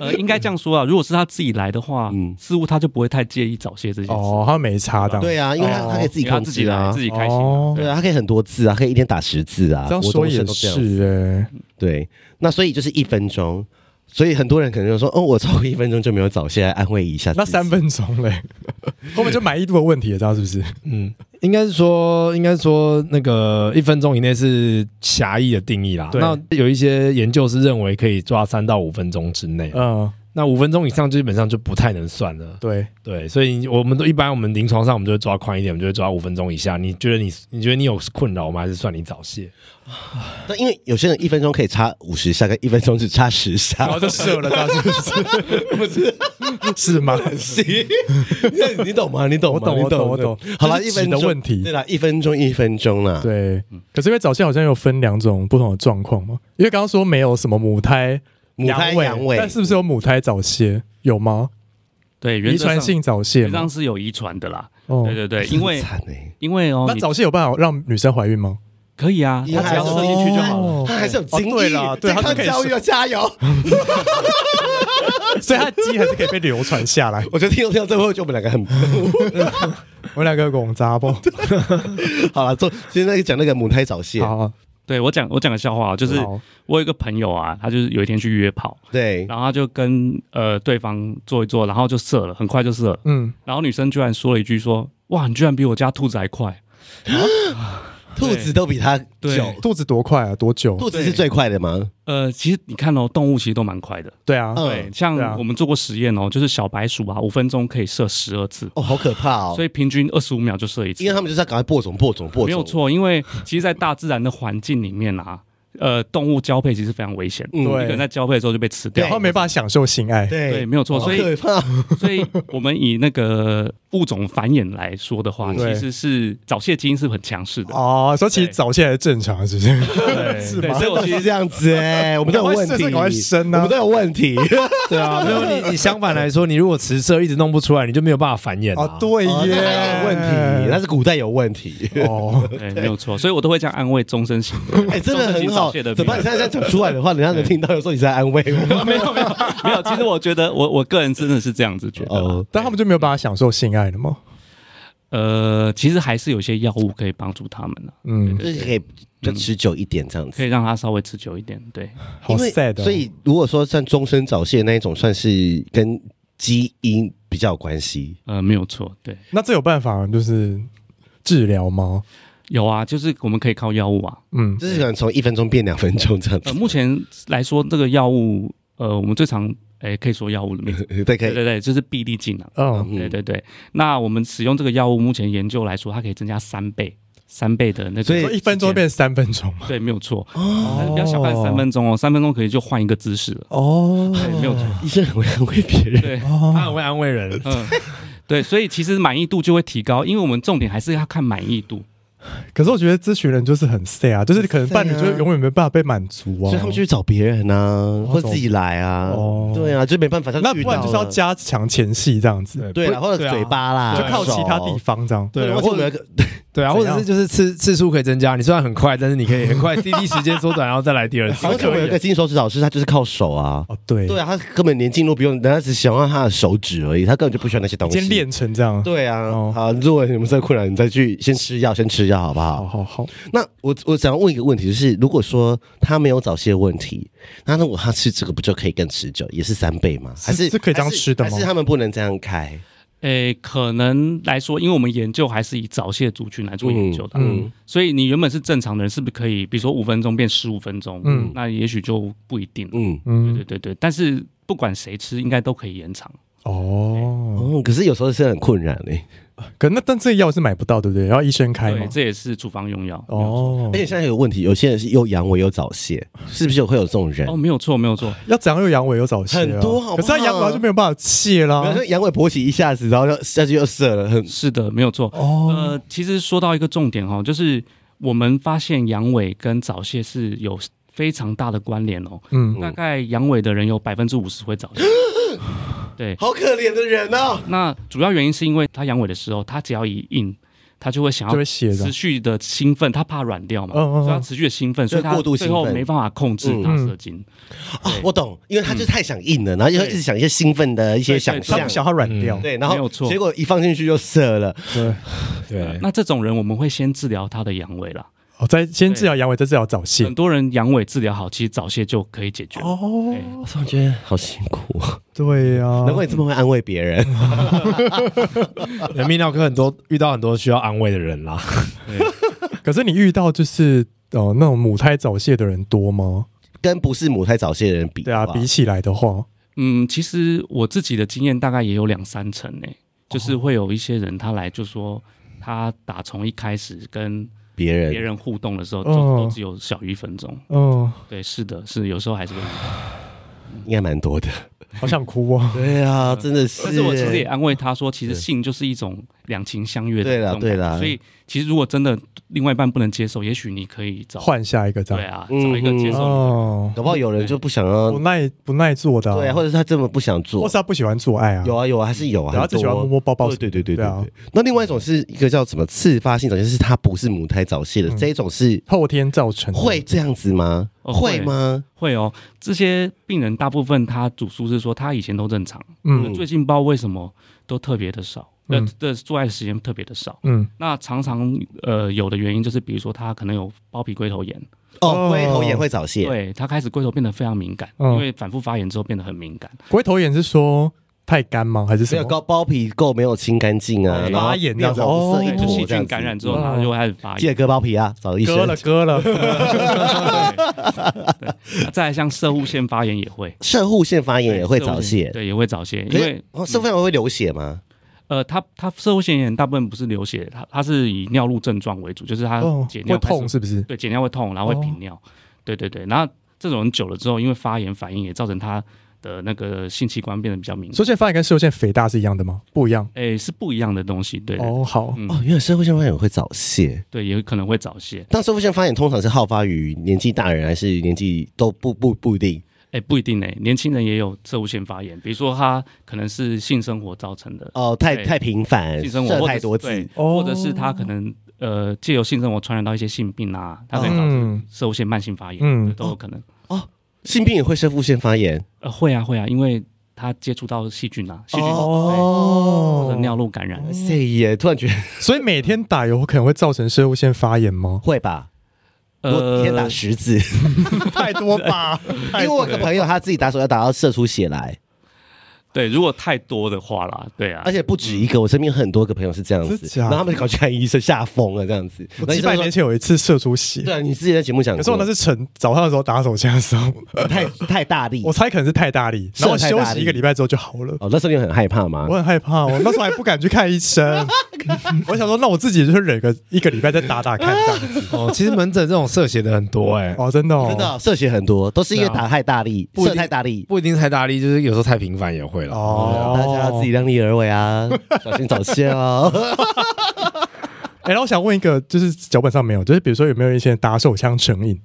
Speaker 4: 呃，应该这样说啊，如果是他自己来的话，
Speaker 1: 嗯
Speaker 4: 似乎他就不会太介意早泄这件事，
Speaker 2: 哦，他没差的。
Speaker 1: 对啊，因为他
Speaker 2: 哦
Speaker 1: 他可以自己
Speaker 4: 因为他
Speaker 1: 控
Speaker 4: 自己
Speaker 1: 制
Speaker 4: 来，
Speaker 1: 啊
Speaker 4: 自。己开心
Speaker 2: 哦
Speaker 4: 啊。
Speaker 1: 对
Speaker 4: 啊
Speaker 1: 啊，他可以很多字啊，可以一天打十字啊。
Speaker 2: 这样
Speaker 1: 国
Speaker 2: 说
Speaker 1: 中
Speaker 2: 也
Speaker 1: 生都这样子
Speaker 2: 是哎，
Speaker 1: 对。那所以就是一分钟，所以很多人可能就说，哦，我超过一分钟就没有早泄，来安慰一下自己。
Speaker 2: 那三分钟 [LAUGHS] 嘞，后面就满意度的问题了，知道是不是？
Speaker 3: 嗯，应该是说，应该说那个一分钟以内是狭义的定义啦。
Speaker 2: 对
Speaker 3: 那有一些研究是认为可以抓三到五分钟之内，
Speaker 2: 嗯，
Speaker 3: 那五分钟以上基本上就不太能算了。
Speaker 2: 对，
Speaker 3: 对，所以我们都一般我们临床上我们就会抓宽一点，我们就会抓五分钟以下。你觉得你你觉得你有困扰，我们还是算你早泄。
Speaker 1: 那因为有些人一分钟可以插五十下，跟一分钟只插十下
Speaker 2: 然。后就射了，他 [LAUGHS] 是不是？不 [LAUGHS] 是，是吗？
Speaker 1: 行，你你懂吗？你懂吗？
Speaker 2: [LAUGHS] 我懂
Speaker 1: 你
Speaker 2: 我懂我懂
Speaker 1: 好了，
Speaker 2: 这
Speaker 1: 一
Speaker 2: 是纸
Speaker 1: 分
Speaker 2: 的
Speaker 1: 钟
Speaker 2: 问题
Speaker 1: 对啦，一分钟一分钟啦。，
Speaker 2: 对，可是因为早泄好像有分两种不同的状况嘛，因为刚刚说没有什么母胎
Speaker 1: 母胎阳痿
Speaker 2: 但是不是有母胎早泄？有吗？
Speaker 4: 对，原
Speaker 2: 遗
Speaker 4: 则上
Speaker 2: 传性早泄
Speaker 4: 原则
Speaker 2: 吗？
Speaker 4: 上是有遗传的啦。
Speaker 2: 哦
Speaker 4: 对对对，因为
Speaker 1: [LAUGHS] 惨哎，
Speaker 4: 因为哦，
Speaker 2: 那
Speaker 4: 你
Speaker 2: 早泄有办法让女生怀孕 [LAUGHS] 吗？
Speaker 4: 可以啊，
Speaker 1: 因为
Speaker 4: 他只要
Speaker 1: 还是
Speaker 4: 射进去就好了。
Speaker 2: 哦
Speaker 1: 他还是有精
Speaker 2: 哦对
Speaker 1: 力
Speaker 2: 啦对
Speaker 1: 健
Speaker 2: 他是
Speaker 1: 康
Speaker 2: 可以
Speaker 1: 教育要加油。。
Speaker 2: 所以它的基因还是可以被流传下来
Speaker 1: 我觉得听到听到最后，就我们两个很 [LAUGHS]
Speaker 2: 我们两个拱杂不？
Speaker 1: 好了。做现在讲那个母胎早泄，
Speaker 2: 好啊，
Speaker 4: 对我讲我讲个笑话啊，就是
Speaker 1: 哦
Speaker 2: 好
Speaker 4: 我有一个朋友啊，他就是有一天去约炮，
Speaker 1: 对，
Speaker 4: 然后他就跟呃对方做一做，然后就射了，很快就射了。
Speaker 2: 嗯，
Speaker 4: 然后女生居然说了一句说：“哇，你居然比我家兔子还快。”
Speaker 1: 兔子都比它
Speaker 4: 对
Speaker 1: 久，
Speaker 2: 肚子多快啊，多久？
Speaker 1: 兔子是最快的吗？
Speaker 4: 呃，其实你看哦，动物其实都蛮快的。
Speaker 2: 对啊，
Speaker 1: 嗯
Speaker 4: 对，像
Speaker 2: 对啊
Speaker 4: 我们做过实验哦，就是小白鼠啊，五分钟可以射十二次，
Speaker 1: 哦，好可怕哦！
Speaker 4: 所以平均二十五秒就射一次
Speaker 1: 因为。他们就是要赶快播种、播种、播种，
Speaker 4: 没有。错，因为其实，在大自然的环境里面啊，呃，动物交配其实非常危险，
Speaker 1: 嗯
Speaker 4: 一
Speaker 2: 对
Speaker 4: 个人在交配的时候就被吃掉
Speaker 2: 然。后没办法享受性爱。
Speaker 4: 对，，没有错。
Speaker 1: 好
Speaker 4: 所以
Speaker 1: 可怕。
Speaker 4: 所以我们以那个物种繁衍来说的话，
Speaker 2: 嗯
Speaker 4: 其实是早泄基因是很强势的。
Speaker 2: [LAUGHS] 哦，所以其实早泄还是正常，是不是？
Speaker 4: 对，对，所以
Speaker 1: 真
Speaker 4: 我
Speaker 1: 的 [LAUGHS]
Speaker 4: 其
Speaker 1: 是 [LAUGHS]
Speaker 4: 实
Speaker 1: 这样子哎，我们都有
Speaker 4: [LAUGHS]
Speaker 1: 问题，
Speaker 2: 赶快生啊
Speaker 1: 我们都有问题。
Speaker 3: 对啊，没有你， [LAUGHS] 你相反来说，你如果迟射一直弄不出来，你就没有办法繁衍
Speaker 2: 哦
Speaker 3: 啊，。
Speaker 2: 对
Speaker 1: [LAUGHS] 哦那还有
Speaker 2: 耶，
Speaker 1: 问题，那是古代有问
Speaker 4: [LAUGHS]
Speaker 1: 题。
Speaker 2: 哦，
Speaker 4: 对，哎没有错。所以我都会这样安慰终身型。
Speaker 1: 哎，真的很好。
Speaker 4: 终身型早泄的病人
Speaker 1: 怎么办你现在这样讲出来的话，人家能听到，有时候你是在安慰我。
Speaker 4: [LAUGHS] 没有没有没有，其实我觉得我我个人真的是这样子觉得啦。
Speaker 1: 哦，
Speaker 2: 但他们就没有办法享受性爱了吗？
Speaker 4: 呃，其实还是有一些药物可以帮助他们的，
Speaker 2: 嗯，
Speaker 1: 就是可以就持久一点这样
Speaker 4: 可
Speaker 1: 子
Speaker 4: 以。让他稍微持久一点。对，
Speaker 2: 好
Speaker 1: 因为
Speaker 2: sad 哦。
Speaker 1: 所以如果说像终身早泄那一种，算是跟基因比较有关系。
Speaker 4: 呃，没有错，对，
Speaker 2: 那这有办法就是治疗吗？
Speaker 4: 有啊，就是我们可以靠药物啊。
Speaker 2: 嗯，
Speaker 1: 就是可能从一分钟变两分钟这样
Speaker 4: 呃，
Speaker 1: 子，
Speaker 4: 目前来说，这个药物，呃，我们最常诶可以说药物的名字，
Speaker 1: 对， [LAUGHS] 可
Speaker 4: 嗯对
Speaker 1: 以，
Speaker 4: 对对，就是必利镜啊。
Speaker 2: 哦，
Speaker 1: 嗯
Speaker 4: 对对对，那我们使用这个药物，目前研究来说，它可以增加三倍，三倍的那个，
Speaker 1: 所以
Speaker 2: 所以一分钟哦变三分钟嘛。
Speaker 4: 对，没有错。但是不要小看三分钟哦，三分钟可以就换一个姿势了，
Speaker 2: 哦
Speaker 4: 对，没有错。
Speaker 1: 医生很会安慰别人。
Speaker 4: 对，
Speaker 3: 他
Speaker 2: 哦，
Speaker 3: 很会啊安慰人，
Speaker 4: 嗯，对，所以其实满意度就会提高，因为我们重点还是要看满意度。
Speaker 2: 可是我觉得咨询人就是很 sad 啊，就是可能伴侣就永远没办法被满足啊。
Speaker 1: 所以他们就去找别人啊，或者自己来啊
Speaker 2: 哦，
Speaker 1: 对啊，就没办法。
Speaker 2: 那不然就是要
Speaker 1: 加
Speaker 2: 加强前戏这样子，
Speaker 1: 对啦，啊或者嘴巴啦，
Speaker 2: 就靠其他地方这样。
Speaker 3: 对
Speaker 1: 对，或者我们有个
Speaker 3: 对啊，
Speaker 2: 怎
Speaker 3: 或
Speaker 2: 样
Speaker 3: 者是就是次次数可以增加，你虽然很快，但是你可以很 [LAUGHS] 快 CD 时间缩短，然后再来第二次
Speaker 1: 好。像我们有一个金手指老师，他就是靠手啊。
Speaker 2: 哦，对，
Speaker 1: 对啊，他根本连进入不用，人家只想要他的手指而已，他根本就不喜欢那些东
Speaker 2: 已
Speaker 1: 西。
Speaker 2: 经练成这样。
Speaker 1: 对啊，
Speaker 2: 哦
Speaker 1: 好，如果你们真的困扰，你再去先吃药，先吃药好不
Speaker 2: 好
Speaker 1: 好？
Speaker 2: 好好，
Speaker 1: 那我我想要问一个问题，就是如果说他没有早泄问题，那如果他吃这个不就可以更持久，也是三倍吗？还是
Speaker 2: 是可以这样吃的吗
Speaker 1: 还是他们不能这样开？
Speaker 4: 诶，可能来说，因为我们研究还是以早泄族群来做研究的，
Speaker 2: 嗯
Speaker 4: 所以你原本是正常的人，是不是可以，比如说五分钟变十五分钟？
Speaker 2: 嗯
Speaker 4: 嗯，那也许就不一定了。
Speaker 1: 嗯，
Speaker 4: 对对对
Speaker 2: 嗯，
Speaker 4: 对，但是不管谁吃，应该都可以延长。
Speaker 2: 哦，
Speaker 1: 哦，可是有时候是很困扰嘞、
Speaker 2: 可那但这个药是买不到，对不对？要医生开
Speaker 4: 对，
Speaker 2: 嘛。
Speaker 4: 这也是处方用药。哦
Speaker 2: 哦
Speaker 1: 而，且哎现在有个问题，有些人是又阳痿又早泄，是不是有会有这种人？
Speaker 4: 哦，没有错，没有错。
Speaker 2: 哎要怎样又阳痿又早泄啊？
Speaker 1: 很多好不好
Speaker 2: 可是他阳痿就没有办法
Speaker 1: 比
Speaker 2: 泄啦
Speaker 1: 如。说阳痿勃起一下子，然后就下去又射了，很
Speaker 4: 是的，没有错。
Speaker 2: 哦，
Speaker 4: 呃，其实说到一个重点哦，就是我们发现阳痿跟早泄是有非常大的关联哦。
Speaker 2: 嗯，
Speaker 4: 大概阳痿的人有百分之五十会早泄。对，
Speaker 1: 好可怜的人哦。
Speaker 4: 那主要原因是因为他阳痿的时候，他只要一硬，他就会想
Speaker 2: 就
Speaker 4: 要
Speaker 2: 会写的
Speaker 4: 持。续的兴奋，他怕软掉嘛，
Speaker 2: 嗯嗯嗯
Speaker 4: 所以他持续的兴奋，所以他
Speaker 1: 过度兴
Speaker 4: 最
Speaker 1: 奋
Speaker 4: 后没办法控制他射
Speaker 2: 嗯
Speaker 4: 精。
Speaker 1: 啊我懂，因为他就太想硬了，然后就会一直想一些兴奋的一些想
Speaker 2: 他
Speaker 1: 象
Speaker 2: 不，想要软掉，
Speaker 1: 对，然后
Speaker 4: 没有错
Speaker 1: 结果一放进去就射了，
Speaker 2: 对，
Speaker 3: 对，
Speaker 4: 那这种人，我们会先治疗他的阳痿啦。
Speaker 2: 哦，再先治疗阳痿，再治疗早泄
Speaker 4: 很，多人阳痿治疗好，其实早泄就可以解决了。
Speaker 2: 哦，
Speaker 4: 哎
Speaker 1: 我总觉得好辛苦，
Speaker 2: 对啊呀、
Speaker 1: 难怪你这么会安慰别人。
Speaker 3: 对泌尿科很多遇到很多需要安慰的人啦。
Speaker 1: [LAUGHS]
Speaker 2: 可是你遇到就是哦、呃那种母胎早泄的人多吗？
Speaker 1: 跟不是母胎早泄的人比
Speaker 2: 对
Speaker 1: 的话，
Speaker 2: 啊，比起来的话，
Speaker 4: 嗯，其实我自己的经验大概也有两三成呢、
Speaker 1: 哦
Speaker 4: 就是会有一些人他来就说，他打从一开始跟
Speaker 1: 别
Speaker 4: 别
Speaker 1: 人，
Speaker 4: 人互动的时候，就
Speaker 2: 哦
Speaker 4: 都只有小于一分钟。
Speaker 2: 嗯、
Speaker 4: 对，是的，是有时候还是会。
Speaker 1: 应该蛮多的。
Speaker 2: 好想
Speaker 1: [LAUGHS]
Speaker 2: 哭啊！
Speaker 1: 对啊，真的是。
Speaker 4: 但是我其实也安慰他说，其实性就是一种两情相悦的
Speaker 1: 对啦
Speaker 4: 这种感
Speaker 1: 对
Speaker 4: 觉
Speaker 1: 啦
Speaker 4: 所以其实如果真的另外一半不能接受，也许你可以找
Speaker 2: 换下一个这
Speaker 4: 对
Speaker 2: 样，
Speaker 4: 啊，
Speaker 1: 嗯
Speaker 4: 找一个接受你的。
Speaker 2: 哦，
Speaker 1: 搞不好有人就不想要
Speaker 2: 不，耐不耐做的、
Speaker 1: 对啊，或者是他这么不想做
Speaker 2: 或是，他不喜欢做爱啊，
Speaker 1: 有啊有啊，还是有啊，
Speaker 2: 对他只喜欢
Speaker 1: 很多
Speaker 2: 摸摸抱抱
Speaker 1: 对对对对
Speaker 2: 对
Speaker 1: 对
Speaker 2: 啊
Speaker 1: 对。那另外一种是一个叫什么次发性早泄，就是他不是母胎早泄的，这一种是
Speaker 2: 后天造成的
Speaker 1: 会这样子吗？
Speaker 4: 哦
Speaker 1: 会
Speaker 4: 会
Speaker 1: 吗？
Speaker 4: 会哦，这些病人大部分他主诉是说他以前都正常，
Speaker 2: 嗯
Speaker 4: 最近不知道为什么都特别的少，呃
Speaker 2: 嗯，
Speaker 4: 的做爱的时间特别的少。
Speaker 2: 嗯，
Speaker 4: 那常常呃有的原因就是，比如说他可能有包皮龟头炎，
Speaker 1: 哦，龟头也会早泄，
Speaker 4: 对他开始龟头变得非常敏感，
Speaker 2: 嗯
Speaker 4: 因为反复发炎之后变得很敏感。
Speaker 2: 龟头炎是说。太干吗？还是什
Speaker 1: 没有
Speaker 2: 么？哦
Speaker 1: 包包皮垢没有清干净啊，
Speaker 4: 对
Speaker 1: 然后
Speaker 2: 发炎这
Speaker 1: 变
Speaker 2: 样子哦
Speaker 1: 成红色一
Speaker 4: 对，就细
Speaker 1: 坨这样子嗯
Speaker 4: 菌感染之后，
Speaker 2: 哇
Speaker 4: 然后就会开始发
Speaker 1: 记
Speaker 4: [LAUGHS] 炎。
Speaker 1: 得割包皮啊，找医
Speaker 2: 割了
Speaker 1: 生。
Speaker 2: 割 [LAUGHS] 了，
Speaker 4: 对，再来像射护腺发炎也会，
Speaker 1: 射护腺发炎也会
Speaker 4: 对射
Speaker 1: 早
Speaker 4: 护腺
Speaker 1: 泄，
Speaker 4: 对，也会早泄，
Speaker 1: 可
Speaker 4: 因
Speaker 1: 是
Speaker 4: 为嗯
Speaker 1: 哦射护腺会流血吗？
Speaker 4: 呃，它它射护腺炎大部分不是流血，它它是以尿路症状为主，就是它
Speaker 2: 哦
Speaker 4: 解
Speaker 2: 会
Speaker 4: 尿开始
Speaker 2: 痛是不
Speaker 1: 嗯
Speaker 2: 是？
Speaker 4: 对，解尿会痛，然后会
Speaker 1: 哦
Speaker 4: 频尿。对对对，然后这种人久了之后，因为发炎反应也造成他的那个性器官变得比较敏感，
Speaker 2: 射线发炎跟射线肥大是一样的吗？不一样。
Speaker 4: 哎，是不一样的东西。对对
Speaker 2: 哦，好，
Speaker 4: 嗯
Speaker 1: 哦，原来射护腺发炎会早泄。
Speaker 4: 对，也有可能会早泄。
Speaker 1: 但射护腺发炎通常是好发于年纪大人还是年纪都不不不一定
Speaker 4: 哎，不一定哎，年轻人也有射物腺发炎，比如说他可能是性生活造成的，
Speaker 1: 哦，太
Speaker 4: 对
Speaker 1: 太频繁，
Speaker 4: 性生活
Speaker 1: 射
Speaker 4: 或
Speaker 1: 太
Speaker 4: 者
Speaker 1: 多
Speaker 4: 是
Speaker 1: 次
Speaker 4: 对，或
Speaker 2: 哦
Speaker 4: 者是他可能呃借由性生活传染到一些性病啊，他可能导致
Speaker 2: 嗯
Speaker 4: 射物腺慢性发炎，
Speaker 2: 嗯
Speaker 1: 哦
Speaker 4: 都有可能。
Speaker 1: 性病也会射护腺发炎
Speaker 4: 呃，会啊会啊，因为他接触到细菌啊，细菌
Speaker 2: 哦
Speaker 4: 或者尿路感染。
Speaker 1: 哇塞耶！哎突然觉得？
Speaker 2: 所以每天打有可能会造成射物腺发炎吗
Speaker 1: 会吧？如果
Speaker 4: 呃，
Speaker 1: 天打十
Speaker 4: [LAUGHS]
Speaker 1: 字，
Speaker 2: 太多吧，
Speaker 1: 因为我有个朋友他自己打手要打到射出血来，
Speaker 4: 对，如果太多的话啦，对啊，
Speaker 1: 而且不止一个，我身边很多个朋友是这样
Speaker 2: 真
Speaker 1: 子，
Speaker 2: 假
Speaker 1: 然后他们搞去看医生，吓疯了这样子。
Speaker 2: 我
Speaker 1: 那医
Speaker 2: 几
Speaker 1: 生
Speaker 2: 百
Speaker 1: 说
Speaker 2: 年前有一次射出血，
Speaker 1: 对啊，你之前在节目讲过，哦
Speaker 2: 可是我那是晨早上的时候打手枪的时候， [LAUGHS]
Speaker 1: 太太大力
Speaker 2: 我猜可能是太大力，然后
Speaker 1: 射嗯太大
Speaker 2: 休
Speaker 1: 力
Speaker 2: 息一个礼拜之后就好了。
Speaker 1: 哦，那时候你很害怕吗
Speaker 2: 我？很害怕，我那时候还不敢去看
Speaker 1: [LAUGHS]
Speaker 2: 医生，我想说，那我自己就是忍个一个礼拜再打打看这样子。
Speaker 3: 哦，其实门诊这种射血的很多哎、
Speaker 2: 哦，真的哦，
Speaker 1: 真的哦射血很多，都是因为
Speaker 3: 对啊
Speaker 1: 打太大力，
Speaker 3: 一
Speaker 1: 射
Speaker 3: 定
Speaker 1: 太大力。
Speaker 3: 不一定太大力，就是有时候太频繁也会了。
Speaker 2: 哦，
Speaker 1: 大家要自己量力而为
Speaker 2: [LAUGHS]
Speaker 1: 啊，小心早泄哦。
Speaker 2: 哎、然后我想问一个，就是脚本上没有，就是比如说有没有一些人打手枪成瘾，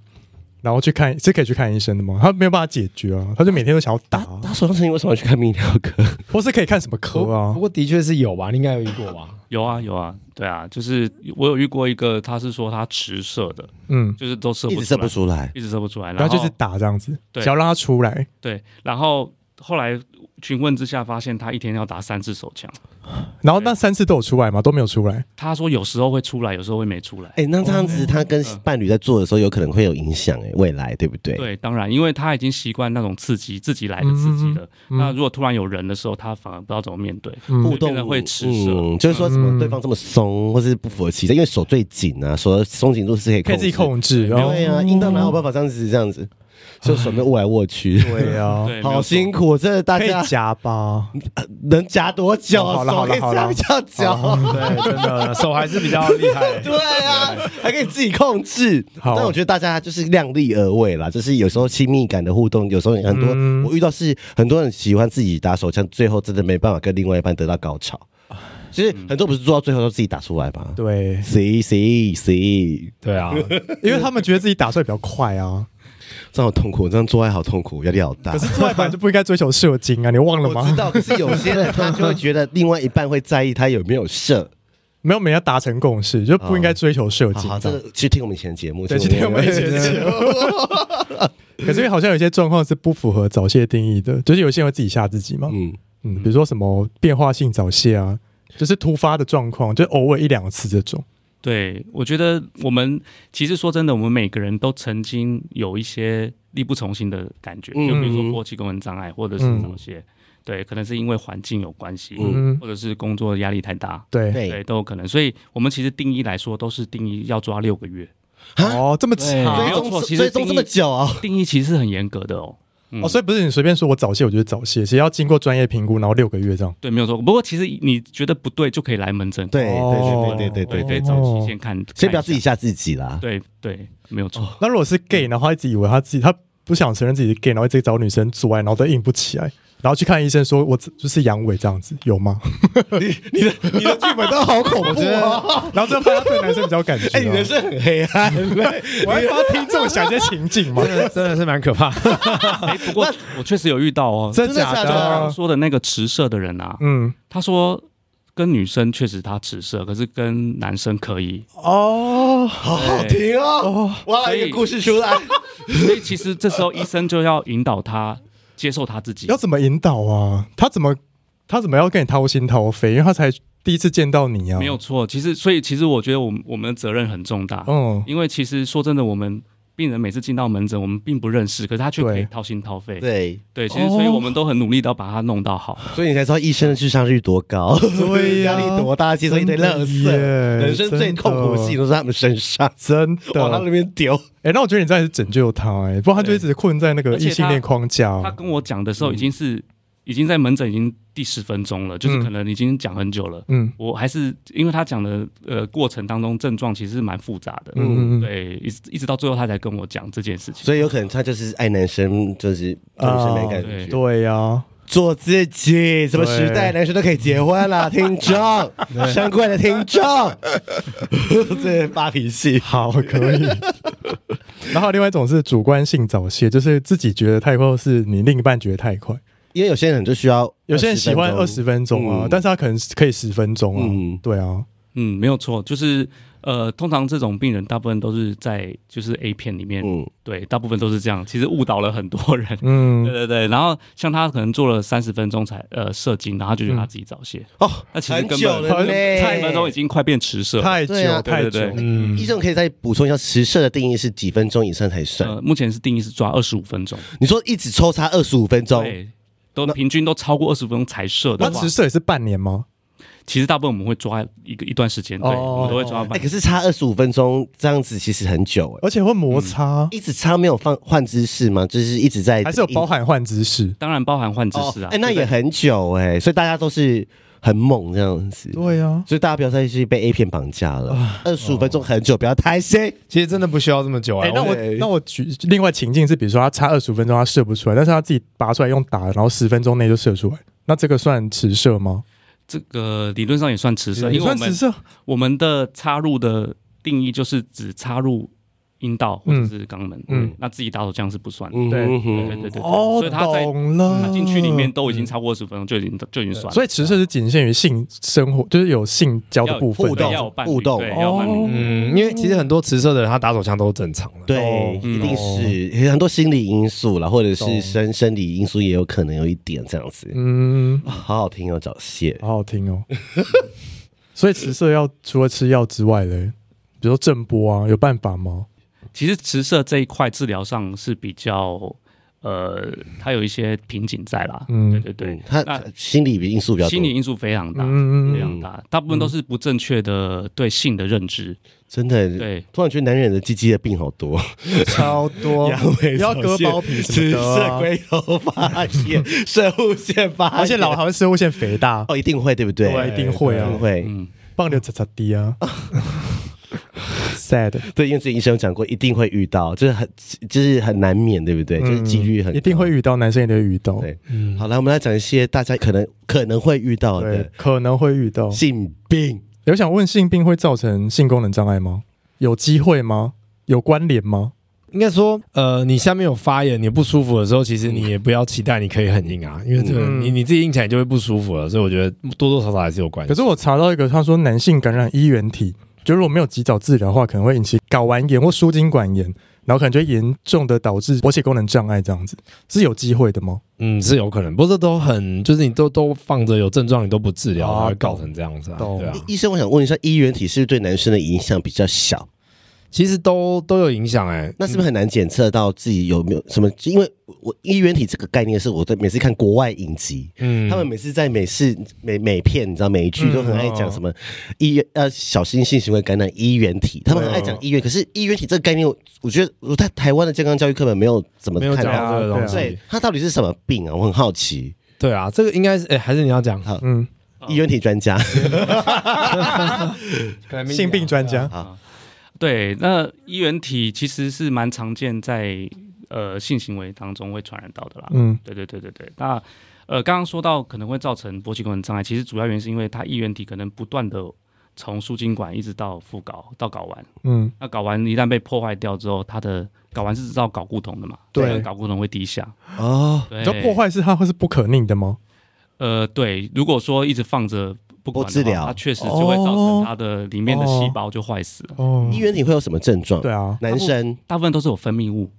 Speaker 2: 然后去看是可以去看医生的吗？他没有办法解决啊，他就每天都想要打，
Speaker 1: 打手枪成瘾为什么要去看泌尿科？
Speaker 2: 或是可以看什么科
Speaker 1: 哦
Speaker 2: 啊
Speaker 3: 不？过的确是有吧，你应该有遇过
Speaker 1: [LAUGHS]
Speaker 3: 吧？
Speaker 4: 有啊有啊，对啊，就是我有遇过一个，他是说他迟射的，
Speaker 2: 嗯，
Speaker 4: 就是都射
Speaker 1: 一
Speaker 4: 不
Speaker 1: 直
Speaker 4: 出
Speaker 1: 射
Speaker 4: 来
Speaker 1: 不，出来，
Speaker 4: 一直射不出来，
Speaker 2: 然
Speaker 4: 然
Speaker 2: 后就是
Speaker 4: 后
Speaker 2: 打这样子，
Speaker 4: 对
Speaker 2: 想要让他出来，
Speaker 4: 对，然后后来询问之下发现他一天要打三次手枪，
Speaker 2: 然后那三次都有出来嘛，都没有出来，
Speaker 4: 他说有时候会出来，有时候会没出来。
Speaker 1: 哎、那这样
Speaker 2: 哦
Speaker 1: 子，他跟伴侣在做的时候，有可能会有影响，哎，未来对不对？
Speaker 4: 对，当然，因为他已经习惯那种刺激，自己来的刺激了。
Speaker 2: 嗯
Speaker 4: 那如果突然有人的时候，他反而不知道怎么面对。
Speaker 2: 嗯
Speaker 1: 互动
Speaker 4: 变得会吃蛇
Speaker 1: 嗯，就是说什么对方这么松，或是不符合期待，因为手最紧啊，手的松紧度是可以
Speaker 2: 可以自己
Speaker 1: 控
Speaker 2: 控制，
Speaker 1: 制。
Speaker 2: 哦然后
Speaker 1: 对啊，阴道哪有办法这样子这样子，就手没有握来握去，
Speaker 2: 对啊，
Speaker 4: 对，没
Speaker 1: 好
Speaker 4: 有错
Speaker 1: 辛苦，真的大
Speaker 2: 可
Speaker 1: 家
Speaker 2: 以夹吧，
Speaker 1: 能夹多久？
Speaker 2: 好了好
Speaker 1: 手
Speaker 2: 了
Speaker 1: 可以这样这样夹。
Speaker 3: 对，真
Speaker 2: [LAUGHS]
Speaker 3: 的手还是比较厉害、
Speaker 1: 对啊，还可以自己控制。
Speaker 2: 好
Speaker 1: 但我觉得大家就是量力而为啦，就是有时候亲密感的互动，有时候很多、
Speaker 2: 嗯
Speaker 1: 我遇到是很多人喜欢自己打手枪，最后真的没办法跟另外一半得到高潮。其实很多不是做到最后都自己打出来吧？
Speaker 2: 对，
Speaker 1: 谁谁谁，
Speaker 3: 对啊，
Speaker 2: 因为他们觉得自己打出来比较快啊，
Speaker 1: 这样好痛苦，这样做爱好痛苦，压力好大
Speaker 2: 可。是做爱本来就不应该追求射精啊，你忘了
Speaker 1: 我
Speaker 2: 吗
Speaker 1: 知？道，可是有些人他就会觉得另外一半会在意他有没有
Speaker 2: [LAUGHS]
Speaker 1: 射。
Speaker 2: 没有，没有达成共识，就不应该追求射
Speaker 1: 好
Speaker 2: 精
Speaker 1: 啊好，
Speaker 2: 这
Speaker 1: 这
Speaker 2: 样。
Speaker 1: 个去听我们以前的节目，
Speaker 2: 对，今天我们一起
Speaker 1: [LAUGHS]
Speaker 2: 可是因为好像有些状况是不符合早泄定义的，就是有些人会自己吓自己嘛，
Speaker 1: 嗯，
Speaker 2: 嗯，比如说什么变化性早泄啊，就是突发的状况，就偶尔一两次这种。
Speaker 4: 对，我觉得我们其实说真的，我们每个人都曾经有一些力不从心的感觉，
Speaker 1: 嗯
Speaker 4: 就比如说勃起功能障碍，或者是
Speaker 2: 嗯
Speaker 4: 早泄，对，可能是因为环境有关系，
Speaker 1: 嗯
Speaker 2: 嗯，
Speaker 4: 或者是工作压力太大，
Speaker 2: 对。
Speaker 1: 对
Speaker 4: 对，都有可能。所以我们其实定义来说，都是定义要抓六个月，
Speaker 1: 啊，
Speaker 2: 哦，这么
Speaker 4: 没
Speaker 1: 追
Speaker 2: 长
Speaker 4: 有
Speaker 1: 踪
Speaker 4: 错其
Speaker 1: 追
Speaker 4: 实
Speaker 1: 踪
Speaker 4: 定
Speaker 1: 这
Speaker 4: 义
Speaker 1: 么久啊，
Speaker 2: 哦
Speaker 4: 定义其实是很严格的哦。嗯
Speaker 2: 哦，所以不是你随便说我早泄，我就是早泄，其实要经过专业评估，然后六个月这
Speaker 1: 嗯
Speaker 2: 样。
Speaker 4: 对，没有错。不过其实你觉得不对，就可以来门诊，
Speaker 1: 对
Speaker 2: 哦
Speaker 1: 对对对对
Speaker 4: 对，
Speaker 1: 对
Speaker 4: 可以
Speaker 1: 对，
Speaker 4: 找
Speaker 2: 哦
Speaker 4: 期先看，
Speaker 1: 先不要
Speaker 4: 看
Speaker 1: 自
Speaker 4: 一
Speaker 1: 己哦
Speaker 4: 下。
Speaker 1: 吓自己啦。
Speaker 4: 对对，没有错。
Speaker 2: 那如果是 gay，然后他一直以为他自己他不想承认自己是 gay，然后一直找女生做爱，然后都硬不起来，然后去看医生说我只就是阳痿这样子，有吗？
Speaker 1: 你的你的剧本都好恐怖啊！
Speaker 2: 然后这发现他对男生比较有感觉、啊。
Speaker 1: 哎，你的是很黑
Speaker 3: [LAUGHS]
Speaker 1: 暗嘞。
Speaker 2: 我还帮听众想一些情景嘛。
Speaker 3: 真的真的是蛮可怕。
Speaker 4: 哎，
Speaker 1: [LAUGHS]
Speaker 4: 不过我确实有遇到哦，
Speaker 2: 真的
Speaker 1: 假的
Speaker 4: 刚刚说的那个迟射的人啊，
Speaker 2: 嗯，
Speaker 4: 他说跟女生确实他迟射，可是跟男生可以。
Speaker 2: 哦，
Speaker 1: 好好听哦！哇，
Speaker 4: 所以
Speaker 1: 一个故事出来，
Speaker 4: 所以其实这时候医生就要引导他接受他自己
Speaker 2: 要。怎么引导啊？他怎么他怎么要跟你掏心掏肺？因为他才第一次见到你啊。
Speaker 4: 没有，错，其实所以其实我觉得我们我们的责任很重大，
Speaker 2: 嗯，
Speaker 4: 因为其实说真的，我们病人每次进到门诊，我们并不认识，可是他却可以
Speaker 2: 对
Speaker 4: 掏心掏肺。
Speaker 1: 对，
Speaker 4: 对，其实所以我们都很努力到把它弄到好。
Speaker 1: 所以你才知道医生的智商率多高，
Speaker 2: 对
Speaker 1: 压
Speaker 2: 呀
Speaker 1: 力多大，接受一堆垃
Speaker 2: 真
Speaker 1: 圾，
Speaker 2: 的耶
Speaker 1: 人生最痛苦的事情都在他们身上，
Speaker 2: 真
Speaker 1: 往他
Speaker 2: 的
Speaker 1: 那。边丢。
Speaker 2: 哎、那我觉得你在拯救他、哎，不然他就一直困在那个
Speaker 4: 而且
Speaker 2: 异
Speaker 4: 他
Speaker 2: 性恋框架哦、
Speaker 4: 他跟我讲的时候，已经是、已经在门诊已经第十分钟了，就是
Speaker 2: 嗯
Speaker 4: 可能已经讲很久了。
Speaker 2: 嗯
Speaker 4: 我还是因为他讲的呃过程当中症状其实是蛮复杂的，
Speaker 2: 嗯嗯嗯
Speaker 4: 对，一直一直到最后他才跟我讲这件事情。
Speaker 1: 所以有可能他就是爱男生，就是对女生没感觉，
Speaker 4: 对
Speaker 2: 哦对啊呀、
Speaker 1: 做自己。什么时代
Speaker 2: 对
Speaker 1: 男生都可以结婚了，听众，上柜的听众，
Speaker 2: [LAUGHS]
Speaker 1: 对，发脾气。
Speaker 2: 好，可
Speaker 4: [LAUGHS]
Speaker 2: 以。然后另外一种是主观性早泄，就是自己觉得太快，或是你另一半觉得太快。
Speaker 1: 因为有些人就需要，
Speaker 2: 有些人喜欢二十，分钟啊，
Speaker 1: 嗯
Speaker 2: 但是他可能可以十分钟啊。
Speaker 1: 嗯
Speaker 2: 对啊，
Speaker 4: 嗯，没有错，就是呃，通常这种病人大部分都是在就是 A 片里面，
Speaker 1: 嗯，
Speaker 4: 对，大部分都是这样，其实误导了很多人。对
Speaker 2: 嗯，
Speaker 4: 对对，然后像他可能做了三十分钟才呃射精，然后他就
Speaker 2: 嗯
Speaker 4: 觉得他自己早泄，
Speaker 1: 哦，
Speaker 4: 那其实
Speaker 1: 很
Speaker 4: 根
Speaker 1: 久
Speaker 4: 本
Speaker 1: 了呢，
Speaker 4: 三十分钟已经快变迟射了。
Speaker 2: 太久、
Speaker 1: 对啊
Speaker 2: 太久，
Speaker 4: 对对对
Speaker 3: 嗯
Speaker 1: 医，生可以再补充一下，实射的定义是几分钟以上才
Speaker 2: 嗯
Speaker 1: 算？
Speaker 4: 呃，目前是定义是抓二十五分钟，
Speaker 1: 你说一直抽插二十五分钟，
Speaker 4: 对，都
Speaker 1: 那
Speaker 4: 平均都超过二十分钟才射
Speaker 2: 那
Speaker 4: 的话
Speaker 2: 直，射也是半年吗？
Speaker 4: 其实大部分我们会抓一个一段时间，对，
Speaker 2: 哦
Speaker 4: 我们都会抓
Speaker 1: 哎、
Speaker 4: 半
Speaker 1: 可。是差二十五分钟这样子其实很久哎、
Speaker 2: 而且会摩擦，
Speaker 1: 一直插没有放换姿势吗？就是一直
Speaker 4: 嗯
Speaker 1: 在
Speaker 2: 还是有包含换姿势？
Speaker 4: 当然包含换姿
Speaker 1: 哦
Speaker 4: 势啊，
Speaker 1: 哎、那也很久哎、所以大家都是很猛这样子，
Speaker 2: 对啊，
Speaker 1: 所以大家不要再去被 A 片绑架了。二十五分钟很久，不要贪心。
Speaker 3: 其实真的不需要这么久啊
Speaker 2: 哎、。那我
Speaker 1: 对
Speaker 2: 那我举另外情境是，比如说他差二十分钟他射不出来，但是他自己拔出来用打的，然后十分钟内就射出来，那这个算直射吗？
Speaker 4: 这个理论上也算迟射，
Speaker 2: 也
Speaker 4: 因为我
Speaker 2: 算直
Speaker 4: 们
Speaker 2: 射
Speaker 4: 我们的插入的定义就是只插入阴道或者
Speaker 2: 嗯
Speaker 4: 是肛门，
Speaker 2: 嗯
Speaker 4: 嗯，那自己打手枪是不算的，
Speaker 1: 嗯
Speaker 2: 对
Speaker 1: 哼
Speaker 4: 对对对对，
Speaker 2: 哦，
Speaker 4: 所以他在
Speaker 2: 懂了，
Speaker 4: 他进去里面都已经超过二十分钟，就已经就已经算了，
Speaker 2: 所以直射是仅限于性生活，就是有性交的部分哦
Speaker 1: 互
Speaker 4: 对
Speaker 1: 动
Speaker 4: 要有伴
Speaker 1: 互
Speaker 4: 侣，
Speaker 1: 动
Speaker 4: 对，要有伴侣，
Speaker 3: 嗯，因为其实很多持射的人，他打手枪都是正常的。
Speaker 1: 对，
Speaker 4: 嗯
Speaker 1: 一定是有很多心理因素啦，或者是
Speaker 2: 懂
Speaker 1: 生生理因素也有可能有一点这样子。
Speaker 2: 嗯，
Speaker 1: 好好听哦，早泄。
Speaker 2: 好好听哦。 [LAUGHS] 所以直射要除了吃药之外嘞，比如说震波啊，有办法吗？
Speaker 4: 其实直射这一块治疗上是比较呃，它有一些瓶颈在啦。
Speaker 2: 嗯
Speaker 4: 对对对
Speaker 1: 嗯，他
Speaker 4: 那
Speaker 1: 他心理因素比较多，
Speaker 4: 心理因素非常大，
Speaker 2: 嗯
Speaker 4: 非常大，大部分都是不正确的对性的认知。
Speaker 1: 真的，
Speaker 2: 嗯
Speaker 4: 对，
Speaker 1: 突然觉得男人的鸡鸡的病好多，
Speaker 2: 超多
Speaker 1: 尾
Speaker 2: [LAUGHS] 要割包皮什
Speaker 1: [LAUGHS]
Speaker 2: 么的啊
Speaker 1: 射龟头发炎、射护腺发炎，
Speaker 2: 而且老好像生物腺肥大，
Speaker 1: 哦一定会，对不对？
Speaker 2: 对，一定会啊
Speaker 1: 一定，会，
Speaker 4: 嗯，
Speaker 2: 棒流擦擦滴啊 [LAUGHS] ，sad，
Speaker 1: 对，因为之前医生有讲过，一定会遇到，就是很就是很难免，对不对？就是几率很
Speaker 2: 嗯一定会
Speaker 1: 遇。
Speaker 2: 遇到，男生也得遇到，
Speaker 1: 对，好，来我们来讲一些大家可能可能会遇到
Speaker 2: 对
Speaker 1: 的，
Speaker 2: 可能会遇到。
Speaker 1: 性病。
Speaker 2: 有想问性病会造成性功能障碍吗？有机会吗？有关联吗？
Speaker 3: 应该说，呃，你下面有发炎，你不舒服的时候，其实你也不要期待你可以很硬啊，因为这个
Speaker 2: 嗯
Speaker 3: 你你自己硬起来就会不舒服了，所以我觉得嗯多多少少还是有关系。
Speaker 2: 可是我查到一个，他说男性感染衣原体，就如果没有及早治疗的话，可能会引起睾丸炎或输精管炎，然后可能就会严重的导致勃起功能障碍，这样子是有机会的吗？
Speaker 3: 嗯，是有可能，不是都很，就是你都都放着有症状，你都不治疗，
Speaker 2: 哦
Speaker 3: 它会搞成这样子啊，
Speaker 2: 懂
Speaker 3: 对啊。
Speaker 1: 医医生，我想问一下，衣原体是不是对男生的影响比较小？
Speaker 3: 其实都都有影响哎、
Speaker 1: 那是不是很难检测到自己有没有什么？因为我衣原体这个概念是我在每次看国外影集，
Speaker 3: 嗯
Speaker 1: 他们每次在美式美美片，你知道美剧都很爱讲什么医院呃小心性行为感染衣原体，他们很爱讲医院，可是医院体这个概念，我我觉得我在台湾的健康教育课本没有怎么
Speaker 3: 没有
Speaker 1: 看
Speaker 3: 讲
Speaker 1: 到。
Speaker 3: 到这个东
Speaker 2: 对
Speaker 1: 啊对
Speaker 3: 西，
Speaker 1: 它到底是什么病啊？我很好奇。
Speaker 3: 对啊，这个应该是哎、还是你要讲哈，
Speaker 2: 嗯，
Speaker 1: 医院体专家，
Speaker 2: 性
Speaker 1: 啊
Speaker 2: 病专家，
Speaker 4: 对，那衣原体其实是蛮常见在呃性行为当中会传染到的啦。
Speaker 2: 嗯
Speaker 4: 对对对对对，那呃刚刚说到可能会造成勃起功能障碍，其实主要原因是因为它衣原体可能不断的从输精管一直到副睾到睾丸，
Speaker 2: 嗯，
Speaker 4: 那睾丸一旦被破坏掉之后，它的睾丸是制造睾固酮的嘛？
Speaker 2: 对
Speaker 4: 睾固酮会低下。
Speaker 1: 哦，
Speaker 4: 对，
Speaker 2: 你知道破坏是它会是不可逆的吗？
Speaker 4: 呃，对，如果说一直放着不管的话
Speaker 1: 不治疗
Speaker 4: 它确实就会造
Speaker 2: 哦
Speaker 4: 成它的里面的细胞就坏死了。
Speaker 2: 哦
Speaker 1: 医，院体会有什么症状？
Speaker 2: 对啊，
Speaker 1: 男生
Speaker 4: 大部分都是有分泌物，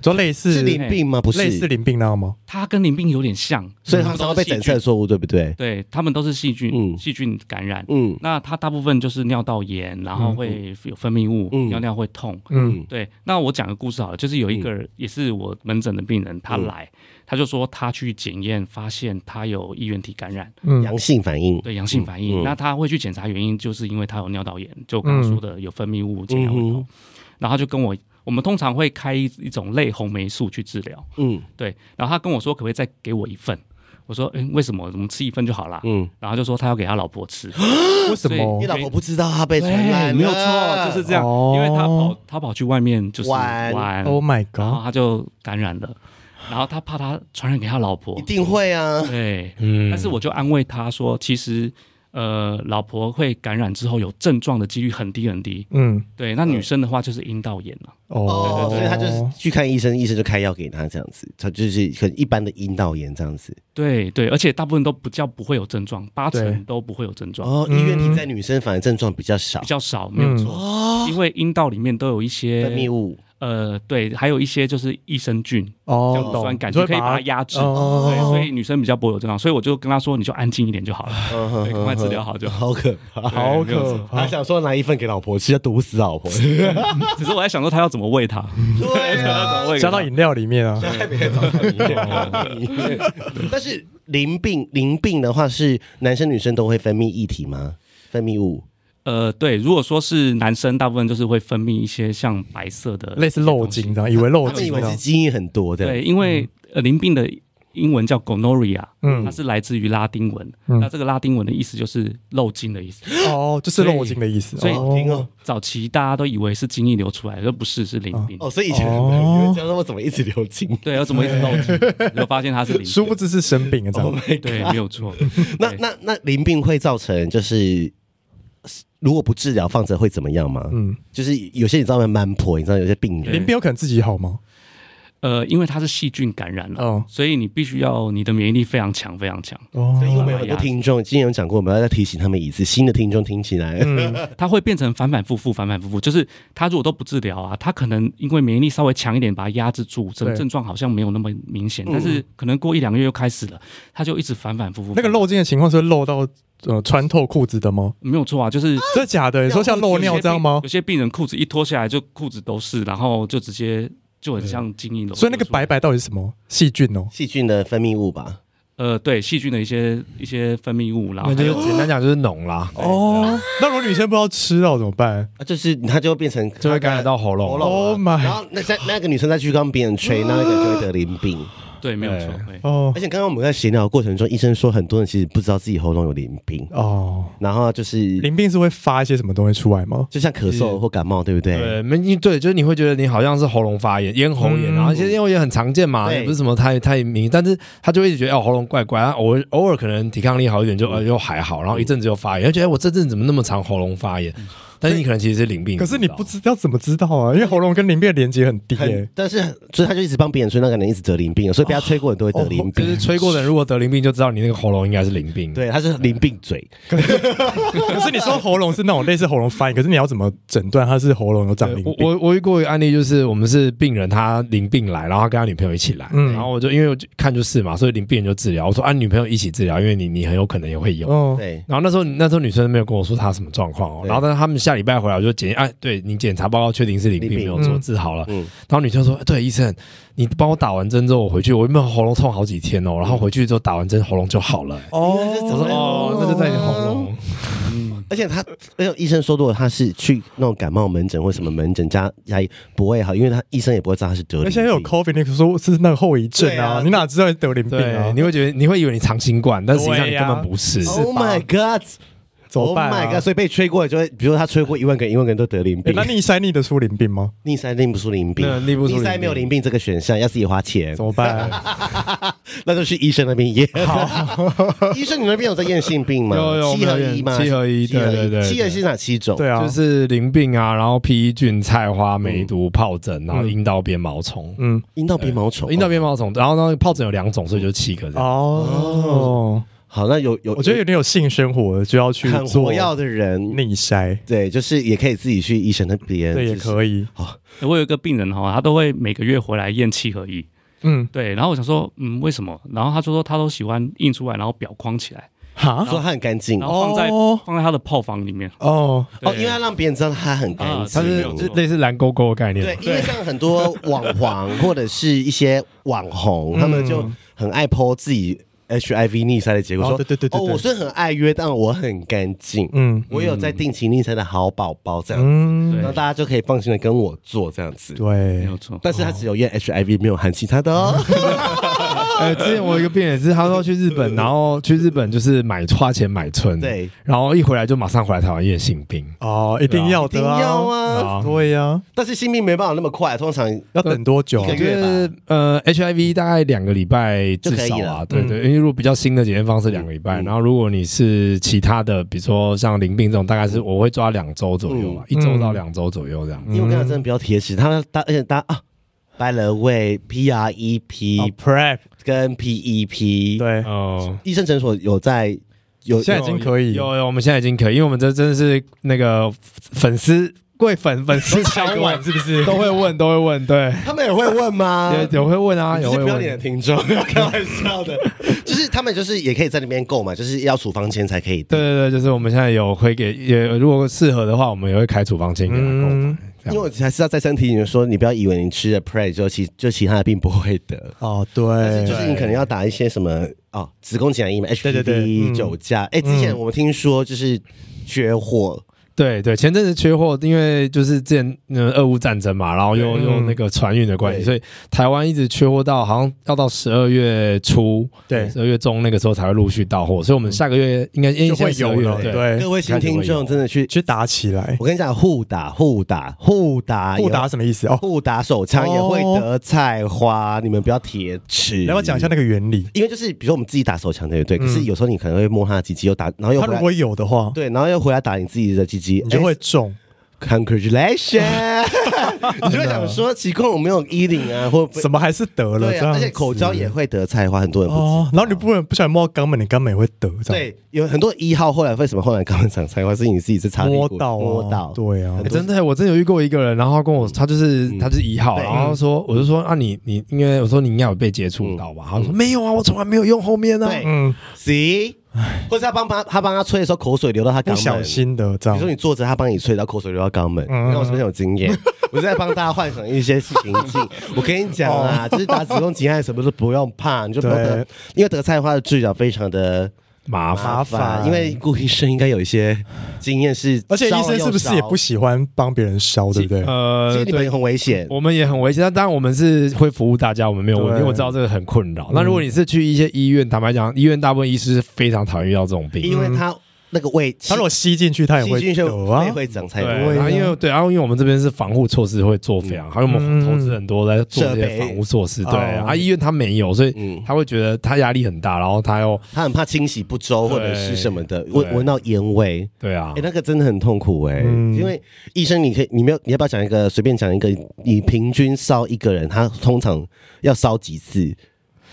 Speaker 2: 就类似
Speaker 1: 是淋病吗？不
Speaker 2: 类似
Speaker 1: 是，
Speaker 2: 淋病那样吗？
Speaker 4: 它跟淋病有点像，
Speaker 1: 所以他
Speaker 4: 们
Speaker 1: 常常
Speaker 4: 都是
Speaker 1: 被
Speaker 4: 细菌
Speaker 1: 诊断错误，对不对？
Speaker 4: 对他们都是细菌
Speaker 1: 嗯
Speaker 4: 细菌感染。
Speaker 1: 嗯
Speaker 4: 那它大部分就是尿道炎，然后会有分泌物，
Speaker 1: 嗯
Speaker 4: 尿尿会痛。
Speaker 2: 嗯，
Speaker 4: 对，那我讲个故事好了，就是有一个
Speaker 1: 嗯
Speaker 4: 人也是我门诊的病人，他来，他就说他去检验，发现他有衣原体感染，
Speaker 2: 嗯
Speaker 1: 阳性反应，
Speaker 4: 对阳性反
Speaker 1: 嗯
Speaker 4: 应。
Speaker 1: 嗯
Speaker 4: 那他会去检查原因，就是因为他有尿道炎，就刚刚说的有分泌物，检
Speaker 1: 嗯
Speaker 4: 查会痛。
Speaker 1: 哼
Speaker 4: 然后他就跟我，我们通常会开一一种类红霉素去治疗，
Speaker 1: 嗯
Speaker 4: 对。然后他跟我说，可不可以再给我一份？我说，嗯，为什么？我们吃一份就好啦。
Speaker 1: 嗯，
Speaker 4: 然后就说他要给他老婆吃，
Speaker 2: 为什么
Speaker 1: 你？老婆不知道她被传染啊
Speaker 4: 对，
Speaker 1: 了，
Speaker 4: 没有错，就是这样。
Speaker 2: 哦
Speaker 4: 因为他跑，他跑去外面就是
Speaker 1: 玩
Speaker 4: 玩，
Speaker 2: ？Oh my
Speaker 4: 然后
Speaker 1: 啊
Speaker 4: 他
Speaker 2: god！
Speaker 4: 就感染了，然后他怕他传染给他老婆
Speaker 1: 一，定会啊。
Speaker 4: 对，
Speaker 3: 嗯
Speaker 4: 但是我就安慰他说，其实呃，老婆会感染之后有症状的几率很低很低，
Speaker 2: 嗯，
Speaker 4: 对，那女生的话就是阴道炎了、
Speaker 2: 哦，
Speaker 1: 哦，所以他就是去看医生，医生就开药给他这样子，他就是很一般的阴道炎这样子。
Speaker 4: 对对，而且大部分都不叫不会有症状，八
Speaker 2: 对
Speaker 4: 成都不会有症状，
Speaker 1: 哦，医院体在女生反而症状比较少
Speaker 4: 比，较少，没有错，
Speaker 1: 哦，
Speaker 4: 因为阴道里面都有一
Speaker 1: 分泌
Speaker 4: 些
Speaker 1: 物，
Speaker 4: 呃，对，还有一些就是益生菌，
Speaker 2: 哦，
Speaker 4: 像乳酸杆
Speaker 2: 懂你
Speaker 4: 菌
Speaker 2: 会
Speaker 4: 可以把它压制，对，所以女生比较不会有症状，所以我就跟她说，你就安静一点就好了，
Speaker 1: 嗯
Speaker 4: 对，赶快治疗好就好。
Speaker 1: 好可怕。
Speaker 2: 好
Speaker 4: 对没有
Speaker 2: 可
Speaker 4: 错
Speaker 1: 还
Speaker 2: 怕。
Speaker 1: 想说拿一份给老婆吃，要毒死老婆。
Speaker 4: 只是我在想说他要怎么喂他， [LAUGHS]
Speaker 1: 对
Speaker 4: 要怎么喂给
Speaker 2: 加
Speaker 4: 他
Speaker 2: 到饮料里面啊，
Speaker 1: [LAUGHS] 但是淋病淋病的话，是男生女生都会分泌液体吗？分泌物
Speaker 2: [LAUGHS]
Speaker 4: 呃，对，如果说是男生，大部分就是会分泌一些像白色的
Speaker 2: 类似
Speaker 4: 漏
Speaker 2: 漏精这样，以为漏
Speaker 1: 他们
Speaker 2: 精
Speaker 1: 以
Speaker 2: 这
Speaker 1: 为是
Speaker 2: 样，
Speaker 1: 基因很多的，
Speaker 4: 对，因为呃淋病的英文叫 gonorrhea，
Speaker 2: 嗯
Speaker 4: 它是来自于拉丁文，
Speaker 2: 嗯
Speaker 4: 那这个拉丁文的意思就是漏精的意思。
Speaker 2: 哦，就是漏精的意思。
Speaker 4: 所以
Speaker 1: 好听哦
Speaker 4: 早期大家都以为是精液流出来，而不是是淋病。
Speaker 1: 哦，所以以前有人教他们怎么一直流精。
Speaker 4: 对，要怎么一直漏精？你就发现它是淋
Speaker 2: 殊不
Speaker 4: 病。
Speaker 2: 知是生病啊，这
Speaker 1: Oh
Speaker 2: 样
Speaker 1: my
Speaker 4: 对，哦没有错。
Speaker 1: 那
Speaker 4: 对
Speaker 1: 那那淋病会造成就是，如果不治疗放着会怎么样吗？
Speaker 2: 嗯，
Speaker 1: 就是有些你知道吗？慢婆，你知道有些病人
Speaker 4: 对
Speaker 2: 林边有可能自己好吗？
Speaker 4: 呃，因为它是细菌感染了，
Speaker 2: 哦
Speaker 4: 所以你必须要你的免疫力非常强，非常强。
Speaker 2: 哦
Speaker 1: 所以，因为我们有很多听众，之前有讲过，我们要再提醒他们一次。新的听众听起来，
Speaker 4: 它会变成反反复复，反反复复。就是它如果都不治疗啊，它可能因为免疫力稍微强一点，把它压制住，症
Speaker 2: 对嗯
Speaker 4: 症状好像没有那么明显，但是可能过一两个月又开始了，它就一直反反复复。
Speaker 2: 那个漏精的情况是会漏到呃穿透裤子的吗？
Speaker 4: 没有错啊，就是
Speaker 2: 真的假的？你说像漏尿这样吗
Speaker 4: 有？些病人裤子一脱下来就裤子都是，然后就直接就很像精液了。
Speaker 2: 所以那个白白到底是什么细菌哦？
Speaker 1: [LAUGHS] 细菌的分泌物吧，
Speaker 4: 呃，对细菌的一些一些分泌物，然后
Speaker 3: 那
Speaker 4: 还
Speaker 3: 就
Speaker 4: 有
Speaker 3: 是简单讲就是脓啦，
Speaker 2: 哦，那如果女生不知道吃到怎么办？
Speaker 1: 啊就是它就会变成
Speaker 3: 就会感染到喉
Speaker 1: 喉
Speaker 3: 咙。
Speaker 2: Oh
Speaker 1: 咙啊
Speaker 2: my
Speaker 1: 然后那在那个女生再去帮别人吹，那那个人就会得淋病。
Speaker 4: 对，没有错。对
Speaker 2: 哦
Speaker 1: 而且刚刚我们在闲聊的过程中，医生说很多人其实不知道自己喉咙有淋病，
Speaker 2: 哦，
Speaker 1: 然后就是
Speaker 2: 淋病是会发一些什么东西出来吗？
Speaker 1: 就像咳嗽或感冒，对不对？
Speaker 3: 对，没你对，就是你会觉得你好像是喉咙发炎、咽喉炎，
Speaker 2: 嗯
Speaker 3: 然后其实咽喉炎很常见嘛，
Speaker 1: 对
Speaker 3: 也不是什么太太明，但是他就会一直觉得哦喉咙怪怪，然后偶尔偶尔可能抵抗力好一
Speaker 2: 嗯
Speaker 3: 点就呃又还好，然后一阵子又发炎，就觉得哎我这阵子怎么那么常喉咙发炎？
Speaker 2: 嗯
Speaker 3: 但是你可能其实是淋病，
Speaker 2: 可是你
Speaker 3: 知
Speaker 2: 不
Speaker 3: 道
Speaker 2: 知道怎么知道啊？因为喉咙跟淋病的连接很低
Speaker 1: 很
Speaker 2: 耶。，
Speaker 1: 但是所以他就一直帮别人吹，那个人一直得淋病，所以被他吹过的人都会得淋
Speaker 3: 哦就
Speaker 1: 病。
Speaker 3: 是吹过的人如果得淋病就知道你那个喉咙应该是淋病，，
Speaker 1: 对，他是淋病嘴，
Speaker 2: [LAUGHS] 可是你说喉咙是那种类似喉咙发炎，可是你要怎么诊断它是喉咙有长
Speaker 3: 对
Speaker 2: 淋
Speaker 3: 我
Speaker 2: 病？
Speaker 3: 我我遇过一个案例，就是我们是病人，他领病来，然后他跟他女朋友一起来，
Speaker 2: 嗯
Speaker 3: 然后我就因为我就看就是嘛，所以领病人就治疗。我说啊，女朋友一起治疗，因为你你很有可能也会有。
Speaker 2: 哦，
Speaker 1: 对，
Speaker 3: 然后那时候那时候女生没有跟我说她什么状况哦，
Speaker 1: 对
Speaker 3: 然后但是他们下礼拜回来我就检验，哎，对你检查报告确定是领病
Speaker 1: 淋
Speaker 3: 没
Speaker 1: 病
Speaker 3: 有错，
Speaker 2: 嗯
Speaker 3: 治好了。
Speaker 1: 嗯，
Speaker 3: 然后女生说，哎对医生，你帮我打完针之后，我回去我原本喉咙痛好几天哦，然
Speaker 1: 嗯
Speaker 3: 后回去之后打完针喉咙就好了。哎
Speaker 1: 我
Speaker 3: 我说哦，那就在你喉咙。
Speaker 4: 嗯
Speaker 1: 而且他，而且医生说，如果他是去那种感冒门诊或什么门诊加加医不会好，因为他医生也不会知道他是得淋
Speaker 2: 而
Speaker 1: 病。
Speaker 2: 且有 COVID，那个说是那个后遗症
Speaker 1: 对
Speaker 2: 啊
Speaker 1: 啊，
Speaker 2: 你哪知道你得淋病
Speaker 3: 对，
Speaker 2: 啊？
Speaker 3: 你会觉得你会以为你长新冠，但实际上你根
Speaker 2: 对呀
Speaker 3: 本不是。
Speaker 1: ，Oh my God，Oh
Speaker 2: 怎么办
Speaker 1: my
Speaker 2: 啊
Speaker 1: God，？所以被吹过的就会，比如说他吹过一万个人，一万个人都得淋
Speaker 2: 诶
Speaker 1: 病
Speaker 2: 那，逆塞逆得出淋病吗？
Speaker 1: 逆塞拎不出淋病
Speaker 3: 那，逆不出淋病
Speaker 1: 逆塞啊没有淋病这个选项，要自己花钱
Speaker 2: 怎，么办？
Speaker 1: 那就去医生那边验。 [LAUGHS] 医生，你那边有在验性病吗？
Speaker 3: 有有
Speaker 1: 七合一吗？
Speaker 3: 七合一对对对
Speaker 1: 七合一是哪七种？
Speaker 2: 对啊，
Speaker 3: 就是淋病啊，然后皮衣菌、菜花、
Speaker 1: 嗯
Speaker 3: 梅毒、疱疹，然后阴道鞭毛虫。
Speaker 2: 嗯，
Speaker 1: 阴道鼻毛虫，
Speaker 3: 阴道鞭毛虫，然后那个疱疹有两种，所以就七个这样。
Speaker 2: 哦，
Speaker 1: 好，那有有，
Speaker 2: 我觉得有点有性生活就要去
Speaker 1: 很
Speaker 2: 做
Speaker 1: 活跃的人，
Speaker 2: 逆筛，
Speaker 1: 对，就是也可以自己去医生那边，
Speaker 2: 对，也
Speaker 1: 以。
Speaker 2: 可以。
Speaker 4: 我有一个病人哈，他都会每个月回来验气合一，
Speaker 2: 嗯，
Speaker 4: 对，然后我想说，嗯，为什么？然后他就说他都喜欢印出来，然后裱框起来，
Speaker 2: 哈，
Speaker 1: 说他很干净
Speaker 4: 然
Speaker 1: 哦，
Speaker 4: 后放在、
Speaker 2: 哦
Speaker 4: 放在他的泡房里面。
Speaker 2: 哦，
Speaker 4: 对
Speaker 1: 因为要让别人知道他很干
Speaker 4: 啊
Speaker 1: 净。
Speaker 3: 它
Speaker 4: 没
Speaker 3: 是
Speaker 4: 有
Speaker 3: 是
Speaker 4: 错
Speaker 3: 类似蓝勾勾的概念。
Speaker 1: 哦对，因为像很多网黄 [LAUGHS] 或者是一些网红，他们就很爱 po 自己 HIV 逆塞的结果，
Speaker 2: 哦
Speaker 1: 说
Speaker 2: 对对对对
Speaker 1: 哦，我
Speaker 2: 对
Speaker 1: 虽然很爱约，但我很干净，
Speaker 2: 嗯
Speaker 1: 我有在定期逆塞的好宝宝这样，
Speaker 2: 嗯，
Speaker 1: 那
Speaker 4: 对
Speaker 1: 大家就可以放心的跟我做这样子。
Speaker 4: 没
Speaker 2: 对
Speaker 4: 有，错，
Speaker 1: 但是他只有验 HIV，没有含其他的哦。
Speaker 3: 呃，之前我有一个病人是，他说去日本，然后去日本就是买花钱买
Speaker 2: 嗯
Speaker 3: 春，，
Speaker 1: [LAUGHS] 对，
Speaker 3: 然后一回来就马上回来台湾验性病，
Speaker 2: 哦，一定要
Speaker 1: 一定
Speaker 2: 的
Speaker 1: 要
Speaker 2: 啊，
Speaker 1: 啊！
Speaker 3: 啊，
Speaker 2: 对呀，
Speaker 1: 但是性病没办法那么快，通常
Speaker 2: 要等多久啊
Speaker 1: 一？个月
Speaker 3: 就是呃 HIV 大概两个礼拜至
Speaker 1: 就
Speaker 3: 少
Speaker 1: 可以
Speaker 3: 啊，
Speaker 1: 了
Speaker 3: 对对，因为如果比较新的检验方式两个礼拜，
Speaker 1: 嗯
Speaker 3: 然后如果你是其他的，比如说像淋病这种，大概是我会抓两周左右
Speaker 1: 嗯
Speaker 3: 吧，一周到两周左右这样。
Speaker 1: 因为我跟他真的比较贴实，他
Speaker 2: 嗯
Speaker 1: 搭而且搭啊，by the way，P R E
Speaker 2: 哦
Speaker 1: P
Speaker 2: ，prep，
Speaker 1: 跟 P E P，，
Speaker 2: 对，
Speaker 3: 哦，
Speaker 1: 医生诊所有在有
Speaker 2: 现在已经可以
Speaker 3: 有有，我们现在已经可以，因为我们这真的是那个粉丝贵粉粉丝小 [LAUGHS] 碗
Speaker 2: 是不是？
Speaker 3: 都会问，都会问，对，
Speaker 1: 他们也会问
Speaker 2: [LAUGHS]
Speaker 1: 吗？
Speaker 3: 有有会问啊，
Speaker 1: 你
Speaker 3: 有
Speaker 1: 是
Speaker 3: 会
Speaker 1: 不要脸
Speaker 3: 问
Speaker 1: 的。听众，没有开玩笑的，就是他们就是也可以在那边购买，就是要处方签才可以。
Speaker 3: 对，对对，就是我们现在有会给，也如果适合的话，我们也会开处方签给他购买。
Speaker 2: 嗯，
Speaker 3: 这样
Speaker 1: 因为我还是要再三提醒说，你不要以为你吃了 Pre 就其就其他的病不会得。
Speaker 2: 哦，
Speaker 1: 但
Speaker 2: [LAUGHS] 对
Speaker 1: 是就，是你可能要打一些什么哦，子宫颈癌疫苗、
Speaker 2: 对对
Speaker 1: HPV、
Speaker 2: 嗯
Speaker 1: 酒驾。哎，之前我们听说就是缺货，
Speaker 3: 对对，前阵子缺货，因为就是之前嗯俄乌战争嘛，然后又
Speaker 2: 对
Speaker 3: 又那个船运的关系，
Speaker 1: 对
Speaker 3: 所以台湾一直缺货到好像要到十二月初，
Speaker 2: 对
Speaker 3: 十二月中那个时候才会陆续到货，所以我们下个月应该因
Speaker 2: 就
Speaker 3: 为
Speaker 2: 会
Speaker 3: 现在
Speaker 2: 有
Speaker 3: 12月
Speaker 2: 了，
Speaker 3: 对。
Speaker 2: 对
Speaker 1: 各，位新听众真的去，
Speaker 2: 去打起来
Speaker 1: 我，跟你讲，互打互打互打
Speaker 2: 不打什么意思？哦，
Speaker 1: 互打手枪也会
Speaker 2: 哦
Speaker 1: 得菜花，你们不要铁齿。
Speaker 2: 来我讲一下那个原理，
Speaker 1: 因为就是比如说我们自己打手枪对不对？可是有时候你可能会摸他的鸡鸡，又打，然后又
Speaker 2: 他
Speaker 1: 回
Speaker 2: 如
Speaker 1: 来
Speaker 2: 果有的话，
Speaker 1: 哎对，然后又回来打你自己的鸡鸡，
Speaker 2: 你就会中，
Speaker 1: 哎 congratulation，你哎 [LAUGHS] 哦就会想说奇怪我没有衣领啊，或
Speaker 2: 怎么还是得了？
Speaker 1: 对啊，
Speaker 2: 这样
Speaker 1: 而
Speaker 2: 子
Speaker 1: 且口交也会得菜花，很多人不知
Speaker 2: 哦，然后你不能不小心摸到肛门，你肛门也会得，这样
Speaker 1: 对，有很多一号后来为什么后来肛门长菜花，是你自己是擦屁
Speaker 2: 摸
Speaker 1: 股
Speaker 2: 到啊
Speaker 1: 摸到，
Speaker 2: 对啊
Speaker 1: 很
Speaker 3: 欸
Speaker 1: 多嗯
Speaker 3: 真的欸，我真的有遇过一个人，然后他跟我，他就是他就是一号，
Speaker 1: 对嗯
Speaker 3: 然后他说，我就说啊，你你因为我说你应该有被接触到吧，他说没有啊，我从来没有用后面啊，
Speaker 1: 对
Speaker 2: 嗯，
Speaker 1: See，或是他帮他他帮他吹的时候，口水流到他肛
Speaker 2: 不
Speaker 1: 门。
Speaker 2: 小心的这
Speaker 1: 你说
Speaker 2: 样，
Speaker 1: 你坐着，他帮你吹，然后口水流到肛门，
Speaker 2: 嗯
Speaker 1: 你看我是不是很有经
Speaker 2: [LAUGHS]
Speaker 1: 验？我是在帮大家幻想一些情境。我跟你讲
Speaker 2: [LAUGHS]
Speaker 1: 啊，就是打子宫颈癌什么都不用怕，你就不用得
Speaker 2: 对，
Speaker 1: 因为得菜花的治疗非常的
Speaker 3: 麻烦。
Speaker 2: 麻烦
Speaker 1: 因为顾医生应该有一些经验是，
Speaker 2: 而且医生是不是也不？喜欢帮别人烧，对不对？嗯
Speaker 1: 其
Speaker 3: 呃
Speaker 1: 实，你们也很危险，
Speaker 3: 我们也很危险，但当然我们是会服务大家，我们没有问题，
Speaker 2: 对
Speaker 3: 因为我知道这个很困
Speaker 1: 嗯
Speaker 3: 扰。那如果你是去一些医院，坦白讲，医院大部分医师是非常讨厌遇到这种病。
Speaker 1: 因为他那个胃，
Speaker 2: 他如果吸进去，他也
Speaker 1: 细
Speaker 2: 会
Speaker 1: 菌就
Speaker 2: 得啊
Speaker 1: 也。会长菜
Speaker 3: 对，
Speaker 1: 花。
Speaker 2: 对
Speaker 3: 然后因为对，然后因为我们这边是防护措施会做非常好，因为我
Speaker 2: 嗯
Speaker 3: 们投资很多在做这
Speaker 1: 设
Speaker 3: 些
Speaker 1: 备
Speaker 3: 防护措施。对，
Speaker 2: 哦
Speaker 3: 啊，医院他没有，所以
Speaker 1: 嗯
Speaker 3: 他会觉得他压力很大，然后他又
Speaker 1: 他很怕清洗不周或者是什么的，闻闻到烟味。
Speaker 3: 对啊
Speaker 1: 哎、，那个真的很痛苦哎、
Speaker 2: 嗯
Speaker 1: 因为医生，你可以，你没有，你要不要讲一个随便讲一个，你平均烧一个人，他通常要烧几次？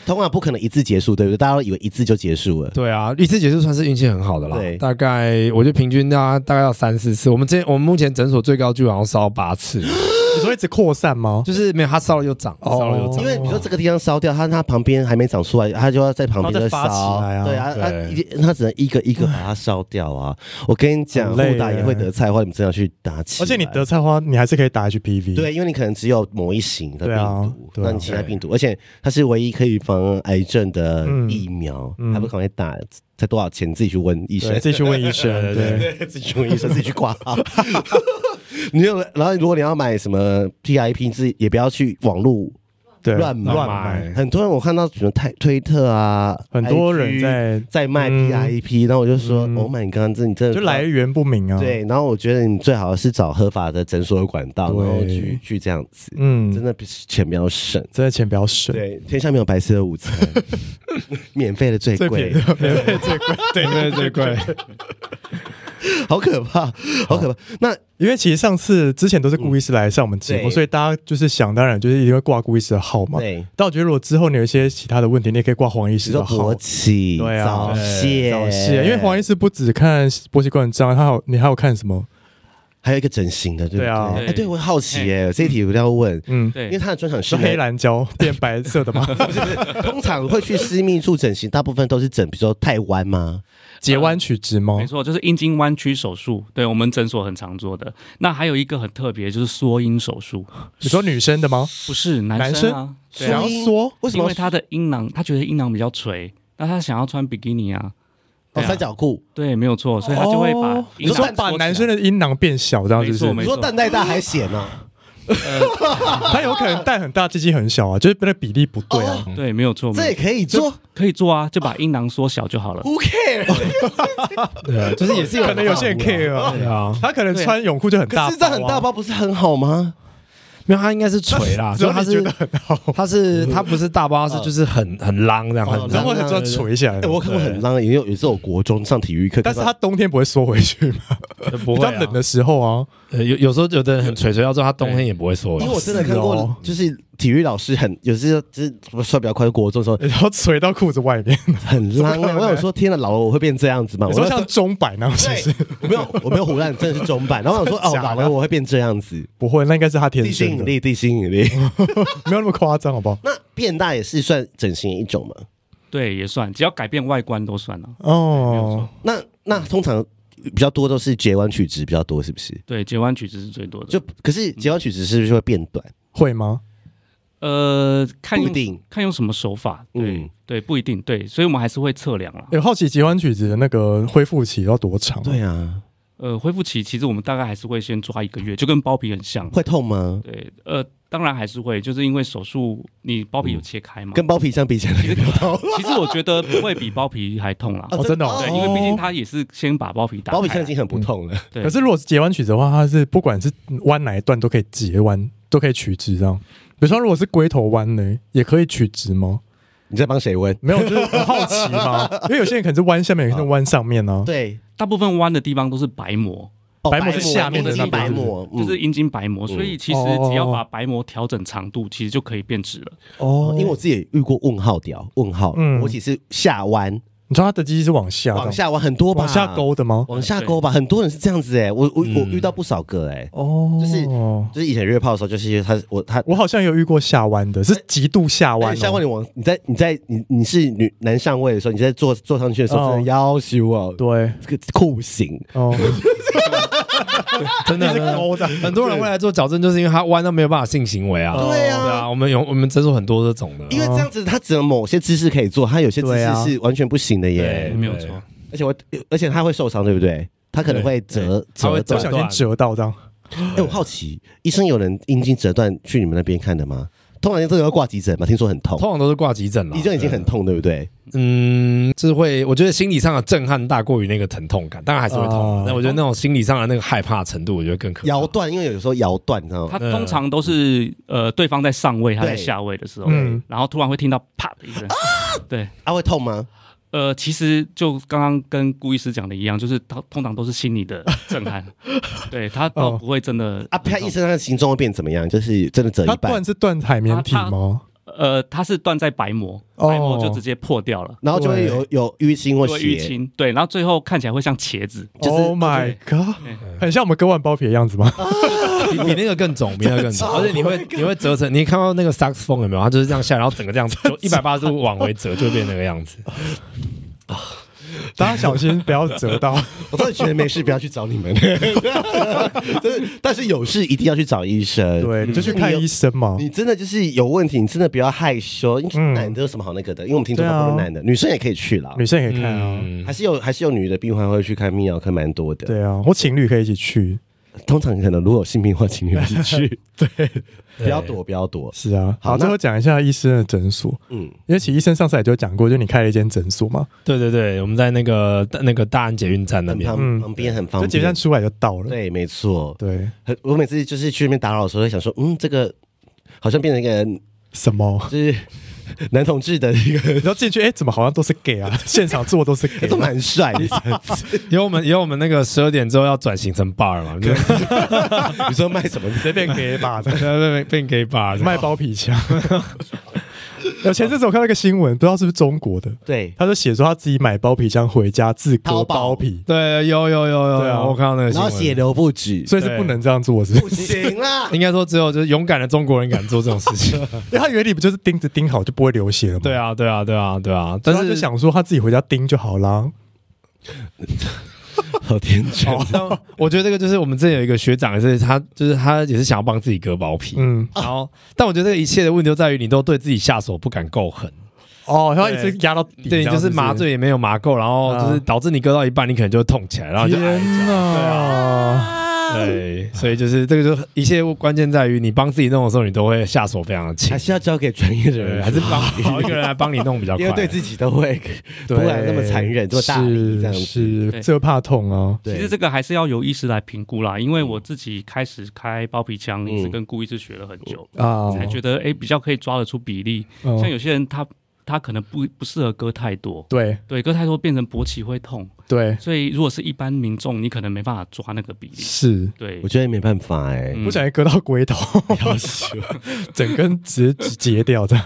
Speaker 1: 通常不可能一次结束，对不对？大家都以为一次就结束了。
Speaker 3: 对啊，一次结束算是运气很好的啦
Speaker 1: 对。
Speaker 3: 大概我觉得平均大大概要三四次。我们这我们目前诊所最高就好像烧八次，
Speaker 2: 你说一直扩散吗？
Speaker 3: 就是没有他烧了又涨，
Speaker 2: 哦
Speaker 3: 烧了又涨
Speaker 1: 因。为比如说这个地方烧掉，他他旁边还没长出来，他就要在旁边再
Speaker 2: 然后再
Speaker 1: 烧，
Speaker 2: 发起来啊
Speaker 1: 对啊，
Speaker 3: 对
Speaker 1: 他一他只能一个一个把它烧掉啊。我跟你讲，
Speaker 2: 很
Speaker 1: 互
Speaker 2: 累
Speaker 1: 打也
Speaker 2: 耶
Speaker 1: 会得菜花，你们真的要去打起
Speaker 2: 而
Speaker 1: 来。
Speaker 2: 且你得菜花，你还是可以打 HPV。，
Speaker 1: 对，因为你可能只有某一型的
Speaker 2: 对
Speaker 1: 病
Speaker 2: 啊
Speaker 1: 毒，
Speaker 2: 对啊
Speaker 1: 那你其他病毒，而且它是唯一可以防癌症的
Speaker 2: 嗯
Speaker 1: 疫苗，
Speaker 2: 嗯
Speaker 1: 还不赶快打？才多少钱？自己去问医生
Speaker 2: 对，，自己去问医生。
Speaker 1: [LAUGHS]
Speaker 2: 对，
Speaker 1: 对，自己去问医生，自己去挂
Speaker 2: [LAUGHS]
Speaker 1: 号。 [LAUGHS] 你有，然后如果你要买什么 PIP，自己也不要去网络
Speaker 2: 对，
Speaker 1: 乱买
Speaker 2: 乱
Speaker 3: 买
Speaker 2: 买，
Speaker 1: 很多人我看到什么推推特啊，
Speaker 2: 很多人
Speaker 1: IG
Speaker 2: 在
Speaker 1: 在卖
Speaker 2: 嗯
Speaker 1: PIP，然后我就说
Speaker 2: 嗯
Speaker 1: ，Oh my god，这你真的
Speaker 2: 就来源不明啊。，
Speaker 1: 对，然后我觉得你最好是找合法的诊所有管道，然后
Speaker 2: 对
Speaker 1: 去去这样子，
Speaker 2: 嗯，
Speaker 1: 真的比钱比较省。
Speaker 2: 真的钱比较省，
Speaker 1: 对，天下没有白吃的午
Speaker 2: [LAUGHS]
Speaker 1: 餐，免费的最
Speaker 2: 最便宜
Speaker 1: 贵， [LAUGHS]
Speaker 2: 的免费最贵，对
Speaker 3: 对对对，
Speaker 1: 好可怕，好可怕。那
Speaker 2: 因为其实上次之前都是顾医师来上我们节目，
Speaker 1: 对
Speaker 2: 所以大家就是想当然就是一定会挂顾医师的号嘛。
Speaker 1: 对，
Speaker 2: 但我觉得如果之后你有一些其他的问题，你也可以挂黄医
Speaker 1: 比
Speaker 2: 师
Speaker 1: 如
Speaker 2: 的
Speaker 1: 说
Speaker 2: 号
Speaker 1: 勃。起、
Speaker 2: 对啊
Speaker 1: 早泄、
Speaker 2: 早泄，因为黄医师不只看波西冠章，他还有你还有看什么？
Speaker 1: 还有一个整形的，对不
Speaker 2: 对啊
Speaker 1: 哎，对我好奇耶，这一题我一定要问，
Speaker 2: 嗯，
Speaker 1: 因为
Speaker 4: 对，
Speaker 1: 他的专场是
Speaker 2: 是黑蓝胶变白色
Speaker 1: [LAUGHS]
Speaker 2: 的吗？
Speaker 1: 通常会去私密处整形，大部分都是整，比如说太弯吗？
Speaker 2: 截弯取直吗
Speaker 4: 没？错，就是阴茎弯曲手术，对我们诊所很常做的。那还有一个很特别，就是缩阴手术，
Speaker 2: 你说女生的吗？
Speaker 4: 不是男
Speaker 2: 男
Speaker 4: 生啊，对
Speaker 2: 想
Speaker 4: 啊
Speaker 2: 要
Speaker 1: 缩阴
Speaker 2: 缩，
Speaker 1: 为什
Speaker 4: 因
Speaker 1: 么哦
Speaker 4: 为？他的阴囊，他觉得阴囊比较垂，那他想要穿比基尼啊，
Speaker 1: 哦，
Speaker 4: 对啊
Speaker 1: 三角裤，
Speaker 4: 对，没有错，所以他就会把
Speaker 2: 哦
Speaker 4: 阴
Speaker 2: 你
Speaker 4: 囊
Speaker 2: 说
Speaker 4: 缩
Speaker 2: 把
Speaker 4: 起来
Speaker 2: 男生的阴囊变小这样子是不
Speaker 1: 你
Speaker 4: 没
Speaker 2: 是？
Speaker 4: 错
Speaker 1: 说蛋太大还显哦，
Speaker 2: 他有可能蛋很大，鸡鸡很小啊，就是那个比例不对啊。
Speaker 4: 对，没有错，
Speaker 1: 这
Speaker 4: 没
Speaker 1: 也
Speaker 4: 有
Speaker 1: 可以做
Speaker 4: 可以做啊，就把阴囊缩小就好
Speaker 1: [LAUGHS]
Speaker 4: 了。
Speaker 1: ，Who care？
Speaker 3: 对啊，就是也是
Speaker 2: 可能有些人 care 啊，
Speaker 3: 对啊，
Speaker 2: 他可能穿泳裤就很大包啊，
Speaker 1: 可是这很大包不是很好吗？
Speaker 3: 没有他应该是垂啦，
Speaker 2: 只
Speaker 3: 所
Speaker 2: 有
Speaker 3: 以他
Speaker 2: 你觉
Speaker 3: 是
Speaker 2: 得很好，
Speaker 3: 他是他不是大包，他是就是很很浪这样，
Speaker 1: 哦
Speaker 3: 很
Speaker 2: 然
Speaker 3: 浪
Speaker 2: 后
Speaker 1: 浪
Speaker 2: 他就要垂下来
Speaker 1: 哎，。我看过很浪，也有有时候我国中上体育课，
Speaker 2: 啊但是他冬天不会缩回去吗？
Speaker 3: 不
Speaker 2: 比
Speaker 3: 会
Speaker 2: 较
Speaker 3: 啊
Speaker 2: 冷的时候啊，
Speaker 3: 呃有有时候有的人很垂垂到之后，他冬天也不会缩
Speaker 1: 因
Speaker 3: 了
Speaker 1: 为。我真的看
Speaker 2: 是哦
Speaker 1: 过，就是体育老师很有时候就是摔比较快，国中的时候
Speaker 2: 然后垂到裤子外面。
Speaker 1: 很浪
Speaker 2: 怎么可
Speaker 1: 啊。
Speaker 2: 能
Speaker 1: 我有说天哪，老了我会变这样子吗？
Speaker 2: 你
Speaker 1: 我
Speaker 2: 说
Speaker 1: 那时候
Speaker 2: 像钟摆那样是不是？
Speaker 1: 对， [LAUGHS] 我没有我没有胡乱，真的是中版。然后我想说
Speaker 2: 真的
Speaker 1: 哦，
Speaker 2: 假
Speaker 1: 老
Speaker 2: 的
Speaker 1: 了我会变这样子，
Speaker 2: 不会，那应该是他天
Speaker 1: 地心引
Speaker 2: 生的，
Speaker 1: 力，地心引力。
Speaker 2: 没有那么夸张，好不好？
Speaker 1: [LAUGHS] 那变大也是算整形一种嘛？
Speaker 4: 对，也算，只要改变外观都算了。没有
Speaker 2: 哦
Speaker 4: 错，
Speaker 1: 那那通常比较多都是截弯取直比较多，是不是？
Speaker 4: 对，截弯曲直是最多的。
Speaker 1: 就可是截弯取直是不是会变短？
Speaker 2: 会吗？
Speaker 4: 呃，看
Speaker 1: 不一
Speaker 4: 用
Speaker 1: 定。
Speaker 4: 看用什么手法，对、
Speaker 1: 嗯
Speaker 4: 对，不一定对，所以我们还是会测量啦。
Speaker 2: 有哎好奇结婚曲子的那个恢复期要多长？
Speaker 1: 对啊，
Speaker 4: 呃，恢复期其实我们大概还是会先抓一个月，就跟包皮很像。
Speaker 1: 会痛吗？
Speaker 4: 对，呃，当然还是会，就是因为手术你包皮有切开嘛。
Speaker 1: 跟包皮相比起来，
Speaker 4: 其实我觉得不会比包皮还痛啦。
Speaker 2: 哦，真的哦，
Speaker 4: 对，因为毕竟它也是先把 [LAUGHS] 包皮打开啊。
Speaker 1: 包皮现在已经很不痛了。
Speaker 4: 对
Speaker 2: 可是如果是截弯曲直的话，它是不管是弯哪一段都可以截弯，都可以取直这样。比如说，如果是龟头弯呢，也可以取直吗？
Speaker 1: 你在帮谁问？
Speaker 2: 没有，就是很好
Speaker 1: [LAUGHS]
Speaker 2: 奇嘛。因为有些人可能是弯下面，有些人弯上面呢、
Speaker 1: 对，
Speaker 4: 大部分弯的地方都是白膜，
Speaker 1: 哦
Speaker 2: 白膜是下面的那
Speaker 1: 白膜
Speaker 2: 边
Speaker 1: 白膜，嗯
Speaker 4: 就是阴茎白膜，所以其实只要
Speaker 2: 哦
Speaker 4: 把白膜调整长度，其实就可以变直了。
Speaker 2: 哦
Speaker 1: 因为我自己也遇过问号屌，问号，
Speaker 2: 嗯
Speaker 1: 我只是下弯，
Speaker 2: 你说它的鸡鸡是往下的，
Speaker 1: 往下弯很多吧，
Speaker 2: 往下，勾嗯的吗？
Speaker 1: 往下勾吧，很多人是这样子哎，我我我遇到不少个哎，
Speaker 2: 哦，
Speaker 1: 就是就是以前约炮的时候，就是他我他
Speaker 2: 我好像有遇过下弯的，是极度下弯、
Speaker 1: 而
Speaker 2: 哦，
Speaker 1: 且哎下弯你往你在你在你你是女男上位的时候，你在坐坐上去的时候，
Speaker 2: 哦
Speaker 1: 真的要羞哦，
Speaker 2: 对
Speaker 1: 这个酷刑。 [LAUGHS]
Speaker 2: 哦，
Speaker 3: 真的
Speaker 2: 一直
Speaker 3: 真的
Speaker 2: 勾着，
Speaker 3: 很多人未来做矫正，就是因为他弯到没有办法性行为啊。
Speaker 1: 对啊
Speaker 3: 对啊，我们有我们诊所很多这种的。
Speaker 1: 因为这样子，他只有某些姿势可以做，他有些姿
Speaker 2: 对啊
Speaker 1: 势是完全不行的耶
Speaker 3: 对。
Speaker 4: 没有错，
Speaker 1: 而且我，而且他会受伤，对不对？他可能会折
Speaker 3: 他会
Speaker 1: 折
Speaker 2: 不
Speaker 1: 断
Speaker 3: 折。
Speaker 2: 小心折到这样。
Speaker 1: 哎，我好奇，医生有人阴茎折断去你们那边看的吗？通常这个要挂急诊嘛，听说很痛，
Speaker 3: 通常都是挂急诊了，
Speaker 1: 你就已经很痛，对不对？
Speaker 3: 嗯，就是会，我觉得心理上的震撼大过于那个疼痛感，当然还是会
Speaker 2: 哦
Speaker 3: 痛。但我觉得那种心理上的那个害怕程度，我觉得更可怕
Speaker 1: 摇。断，因为有时候摇断，你知道吗
Speaker 4: 它？通常都是呃对方在上位，他在
Speaker 1: 对
Speaker 4: 下位的时候，
Speaker 2: 嗯啊
Speaker 4: 然后突然会听到啪的一声。对，
Speaker 1: 他会痛吗？
Speaker 4: 呃，其实就刚刚跟顾医师讲的一样，就是他通常都是心理的震
Speaker 1: [LAUGHS]
Speaker 4: 撼，对他
Speaker 2: 哦
Speaker 4: 倒不会真的
Speaker 1: 啊，啪！医生他的形状会变怎么样？就是真的折
Speaker 2: 它
Speaker 1: 一半
Speaker 2: 断，是断海绵体吗？
Speaker 4: 呃，它是断在白膜，
Speaker 2: 哦
Speaker 4: 白膜就直接破掉了，
Speaker 1: 然后就会有有淤青或
Speaker 4: 就会淤
Speaker 1: 血。
Speaker 4: 青，对，然后最后看起来会像茄子，
Speaker 1: 就是嗯
Speaker 2: Oh my god，
Speaker 4: [LAUGHS] 对
Speaker 2: 很像我们割腕包皮的样子吗？
Speaker 3: 比比那个更肿，比那个更 [LAUGHS] 肿，而且你会你会折成，你看到那个 saxophone 有没有？它就是这样下来，然后整 [LAUGHS] 个这样子就一百八十度往回折，就会变那个样 [LAUGHS] 子。
Speaker 2: 大家小心不要折
Speaker 1: [LAUGHS]
Speaker 2: 到。
Speaker 1: 我真的觉得没事，不要去找你们。 [LAUGHS] 真的，但是有事一定要去找医生。
Speaker 2: 对，你就去看医生嘛。
Speaker 1: 嗯你真的就是有问题，你真的不要害羞。因为
Speaker 2: 嗯
Speaker 1: 男的有什么好那个的？因为我们听众
Speaker 2: 对啊
Speaker 1: 很多男的，女生也可以去啦。
Speaker 2: 女生也可以看啊，
Speaker 3: 嗯
Speaker 1: 还是有还是有女的病患会去看泌尿科，蛮多的。
Speaker 2: 对啊，或情侣可以一起去。
Speaker 1: 通常可能如果有性病患，请你们一起
Speaker 2: [LAUGHS]
Speaker 1: 去。对， [LAUGHS] 不要躲，不要躲。
Speaker 2: 是啊，
Speaker 1: 好
Speaker 2: 好，最
Speaker 1: 那
Speaker 2: 后讲一下医生的诊所，
Speaker 1: 嗯，
Speaker 2: 因为其实医生上次也就讲过，就你开了一间诊所嘛，
Speaker 3: 对对对，我们在那个那个大安捷运站那
Speaker 1: 很
Speaker 3: [LAUGHS] 边，
Speaker 1: 旁旁边很方
Speaker 2: 嗯就结
Speaker 1: 便
Speaker 2: 账。出来就到了。
Speaker 1: 对，没错。
Speaker 2: 对，
Speaker 1: 很我每次就是去那边打扰的时候，会想说，嗯，这个好像变成一个 [LAUGHS]
Speaker 2: 什么？ [LAUGHS]
Speaker 1: 就是男同志的一个
Speaker 2: 你要进去，哎、怎么好像都是 gay 啊？ [LAUGHS] 现场做都是
Speaker 1: [LAUGHS]
Speaker 2: gay，
Speaker 1: 都蛮帅的。
Speaker 3: 以后我们以后我们那个十二点之后要转型成 bar [LAUGHS] 嘛，对
Speaker 1: 你说卖什么？
Speaker 2: [LAUGHS] 随便 gay 吧，
Speaker 1: [LAUGHS]
Speaker 3: 对，变 gay bar
Speaker 2: 卖包皮枪。 [LAUGHS] 有前阵子我看到一个新闻，不知道是不是中国的，
Speaker 1: 对，
Speaker 2: 他就写说他自己买包皮枪回家自割
Speaker 5: 淘宝
Speaker 2: 包皮，
Speaker 3: 对，有有有有，
Speaker 2: 对啊
Speaker 3: 有我看到那个新
Speaker 5: 然后
Speaker 3: 闻，
Speaker 5: 血流不止，
Speaker 2: 所以是不能这样做，是不
Speaker 1: 不
Speaker 2: 是
Speaker 1: 行啦，
Speaker 3: 应该说只有就是勇敢的中国人敢做这种事情。
Speaker 2: 因为他原理不就是钉子钉好就不会流血了吗？
Speaker 3: 对啊，对啊，对啊，对啊，但
Speaker 2: 所以他
Speaker 3: 是
Speaker 2: 就想说他自己回家钉就好啦。
Speaker 1: 好天真。 [LAUGHS]
Speaker 3: 但我觉得这个就是我们之前有一个学长也是，他就是他也是想要帮自己割包皮，
Speaker 2: 嗯，
Speaker 3: 然后但我觉得这个一切的问题都在于你都对自己下手不敢够狠，
Speaker 2: 哦，然后一直压到底，
Speaker 3: 对，
Speaker 2: 这
Speaker 3: 你
Speaker 2: 样
Speaker 3: 就是
Speaker 2: 不
Speaker 3: 麻。醉也没有麻够，然后就是导致你割到一半，你可能就会痛起来，然后你就哎
Speaker 2: 天哪！
Speaker 3: 对，所以就是这个就一切关键在于你帮自己弄的时候，你都会下手非常的轻
Speaker 1: 还，是要交给专业的
Speaker 3: 对，
Speaker 1: 人，
Speaker 3: 还是帮找一个人来帮你弄
Speaker 1: [LAUGHS]
Speaker 3: 比较
Speaker 1: 因
Speaker 3: 快
Speaker 1: 为。对自己都会，不
Speaker 3: 啊
Speaker 2: 对
Speaker 1: 然那么残忍，这么大力这样
Speaker 2: 是
Speaker 1: 子。
Speaker 2: 是，
Speaker 4: 对
Speaker 2: 这怕痛啊！
Speaker 4: 其实
Speaker 1: 对，嗯
Speaker 4: 这个还是要由医师来评估啦，因为我自己开始开包皮枪也是跟顾医师学了很久，
Speaker 1: 哦
Speaker 2: 啊，
Speaker 4: 才觉得哎比较可以抓得出比例。
Speaker 2: 嗯
Speaker 4: 像有些人他他可能不不适合割太多，
Speaker 2: 对
Speaker 4: 对，割太多变成勃起会痛，
Speaker 2: 对
Speaker 4: 所以如果是一般民众，你可能没办法抓那个比例。
Speaker 2: 是，
Speaker 4: 对
Speaker 1: 我，觉得没办法哎。
Speaker 4: 嗯
Speaker 2: 不小心割到龟头，整根直接截掉这样。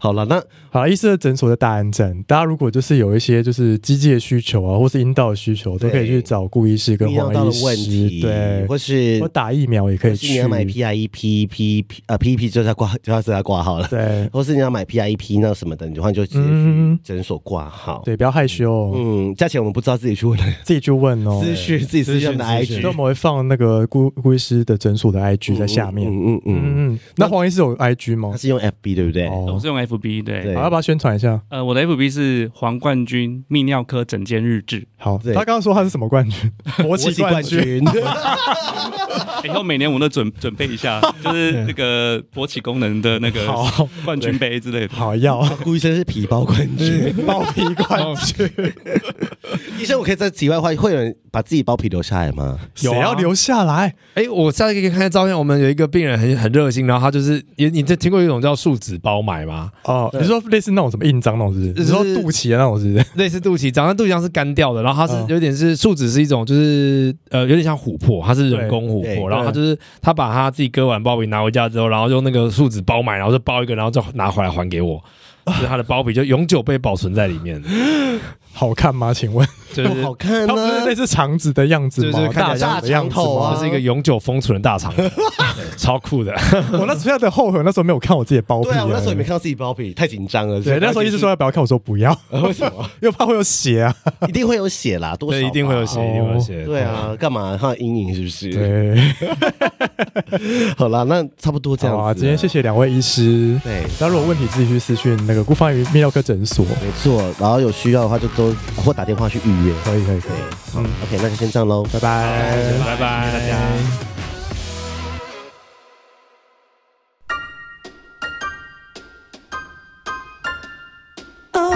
Speaker 1: 好了，那
Speaker 2: 好，医师的诊所在大安站，大家如果就是有一些就是机械需求啊，或是阴道的需求，都可以去找顾医师跟
Speaker 1: 泌尿
Speaker 2: 黄
Speaker 1: 道
Speaker 2: 医
Speaker 1: 的问
Speaker 2: 师，
Speaker 1: 题，
Speaker 2: 对，
Speaker 1: 或是
Speaker 2: 或打疫苗也可以
Speaker 1: 或是你
Speaker 2: 去
Speaker 1: 要。买 PIE P P P 啊 P P 就是要挂，就要是要挂号了。 [LAUGHS]
Speaker 2: 对
Speaker 1: 或是你要买 PIE P 那什么的，你的话你就直接去
Speaker 2: 嗯
Speaker 1: 诊所挂号。
Speaker 2: 对，不要害羞哦，
Speaker 1: 嗯，价钱我们不知道，自己去问
Speaker 2: 自己去问哦。
Speaker 1: 咨询，自己私下的
Speaker 2: 所以我
Speaker 1: IG
Speaker 2: 们会放那个顾顾医师的诊所的 IG 在下面。
Speaker 1: 嗯嗯嗯，
Speaker 2: 嗯嗯，那黄医师有 IG 吗
Speaker 1: 他？是用 FB 对不对？
Speaker 4: 我
Speaker 2: 哦，
Speaker 4: 是用 FB 对，
Speaker 1: 对
Speaker 2: 好，要不要宣传一下？
Speaker 4: 呃，我的 FB 是黄冠军泌尿科整间日志，
Speaker 2: 好，
Speaker 1: 对
Speaker 2: 他刚刚说他是什么冠
Speaker 1: [LAUGHS]
Speaker 2: 军？国
Speaker 1: 国
Speaker 2: 际
Speaker 1: 际
Speaker 2: 冠
Speaker 1: 冠
Speaker 2: 军。
Speaker 1: 军，
Speaker 4: 哎以后每年我都准准备一下，就是那个勃起功能的那个
Speaker 2: 好
Speaker 4: 冠军杯之类的。
Speaker 2: 好
Speaker 1: [LAUGHS]
Speaker 2: 要
Speaker 1: 顾医生是皮包冠军。
Speaker 2: 包皮冠军，
Speaker 1: [LAUGHS] 医生，我可以在题外话，会有人把自己包皮留下来吗？
Speaker 2: 谁
Speaker 3: 有啊
Speaker 2: 要留下来？
Speaker 3: 哎，我下次可以看照片，我们有一个病人很很热心，然后他就是也你这听过一种叫树脂包埋吗？
Speaker 2: 哦，你说类似那种什么印章那种是不是？你说
Speaker 3: 就是
Speaker 2: 肚脐的那种是不是？ [LAUGHS]
Speaker 3: 类似肚脐，长在肚脐上是干掉的，然后它
Speaker 2: 嗯
Speaker 3: 是有点是树脂是一种就是呃有点像琥珀，它是人工琥
Speaker 1: 对对
Speaker 3: 珀，然后它就是他把他自己割完包皮拿回家之后，然后用那个树脂包埋，然后就包一个，然后再拿回来还给我，就是他的包皮就永久被保存在里面，
Speaker 2: 好看吗？请问，
Speaker 3: 就是
Speaker 1: 哦好看啊
Speaker 2: 它不是
Speaker 1: 呢
Speaker 2: 类。似肠子的样子
Speaker 3: 就
Speaker 2: 吗
Speaker 3: 是？看
Speaker 2: 大
Speaker 3: 起来
Speaker 1: 像
Speaker 2: 肠的样子
Speaker 1: 大肠头
Speaker 2: 吗
Speaker 1: 啊？
Speaker 3: 这是一个永久封存的大肠，对超酷的。
Speaker 2: 我那时候的后悔，那时候没有看我自己的包
Speaker 1: 嗯
Speaker 2: 皮
Speaker 1: 对
Speaker 2: 啊。
Speaker 1: 啊，我那时候也没看到自己包皮，太紧张了。
Speaker 2: 对，那时候一直说要不要看，我说不要，
Speaker 1: 为什么？
Speaker 2: 因为怕会有血啊。
Speaker 1: 一定会有血啦，多少
Speaker 3: 对，一定会有血，
Speaker 1: 吧
Speaker 3: 一定会有血。
Speaker 1: 对，啊，干嘛？他有阴影是不是？
Speaker 2: 对，
Speaker 1: 好啦，那差不多这
Speaker 2: 好
Speaker 1: 样
Speaker 2: 啊，
Speaker 1: 子。
Speaker 2: 今天谢。谢两位医师。
Speaker 1: 对，
Speaker 2: 那如果有问题自己去私讯那个顾方宇泌尿科诊所，
Speaker 1: 没错。然后有需要的话就都或打电话去预约。
Speaker 2: 可以可以可
Speaker 1: 对
Speaker 2: 以，，
Speaker 1: 好，OK，那就先这样喽，拜
Speaker 2: 拜拜。
Speaker 3: 拜拜，大家。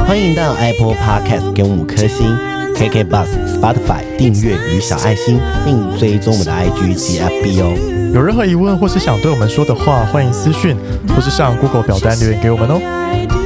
Speaker 1: 欢迎到 Apple Podcast 给我们五颗星，KK Bus、Spotify 订阅与小爱心，并追踪我们的 IG 及 FB 哦。
Speaker 2: 有任何疑问或是想对我们说的话，欢迎私讯或是上 Google 表单留言给我们哦。
Speaker 6: I do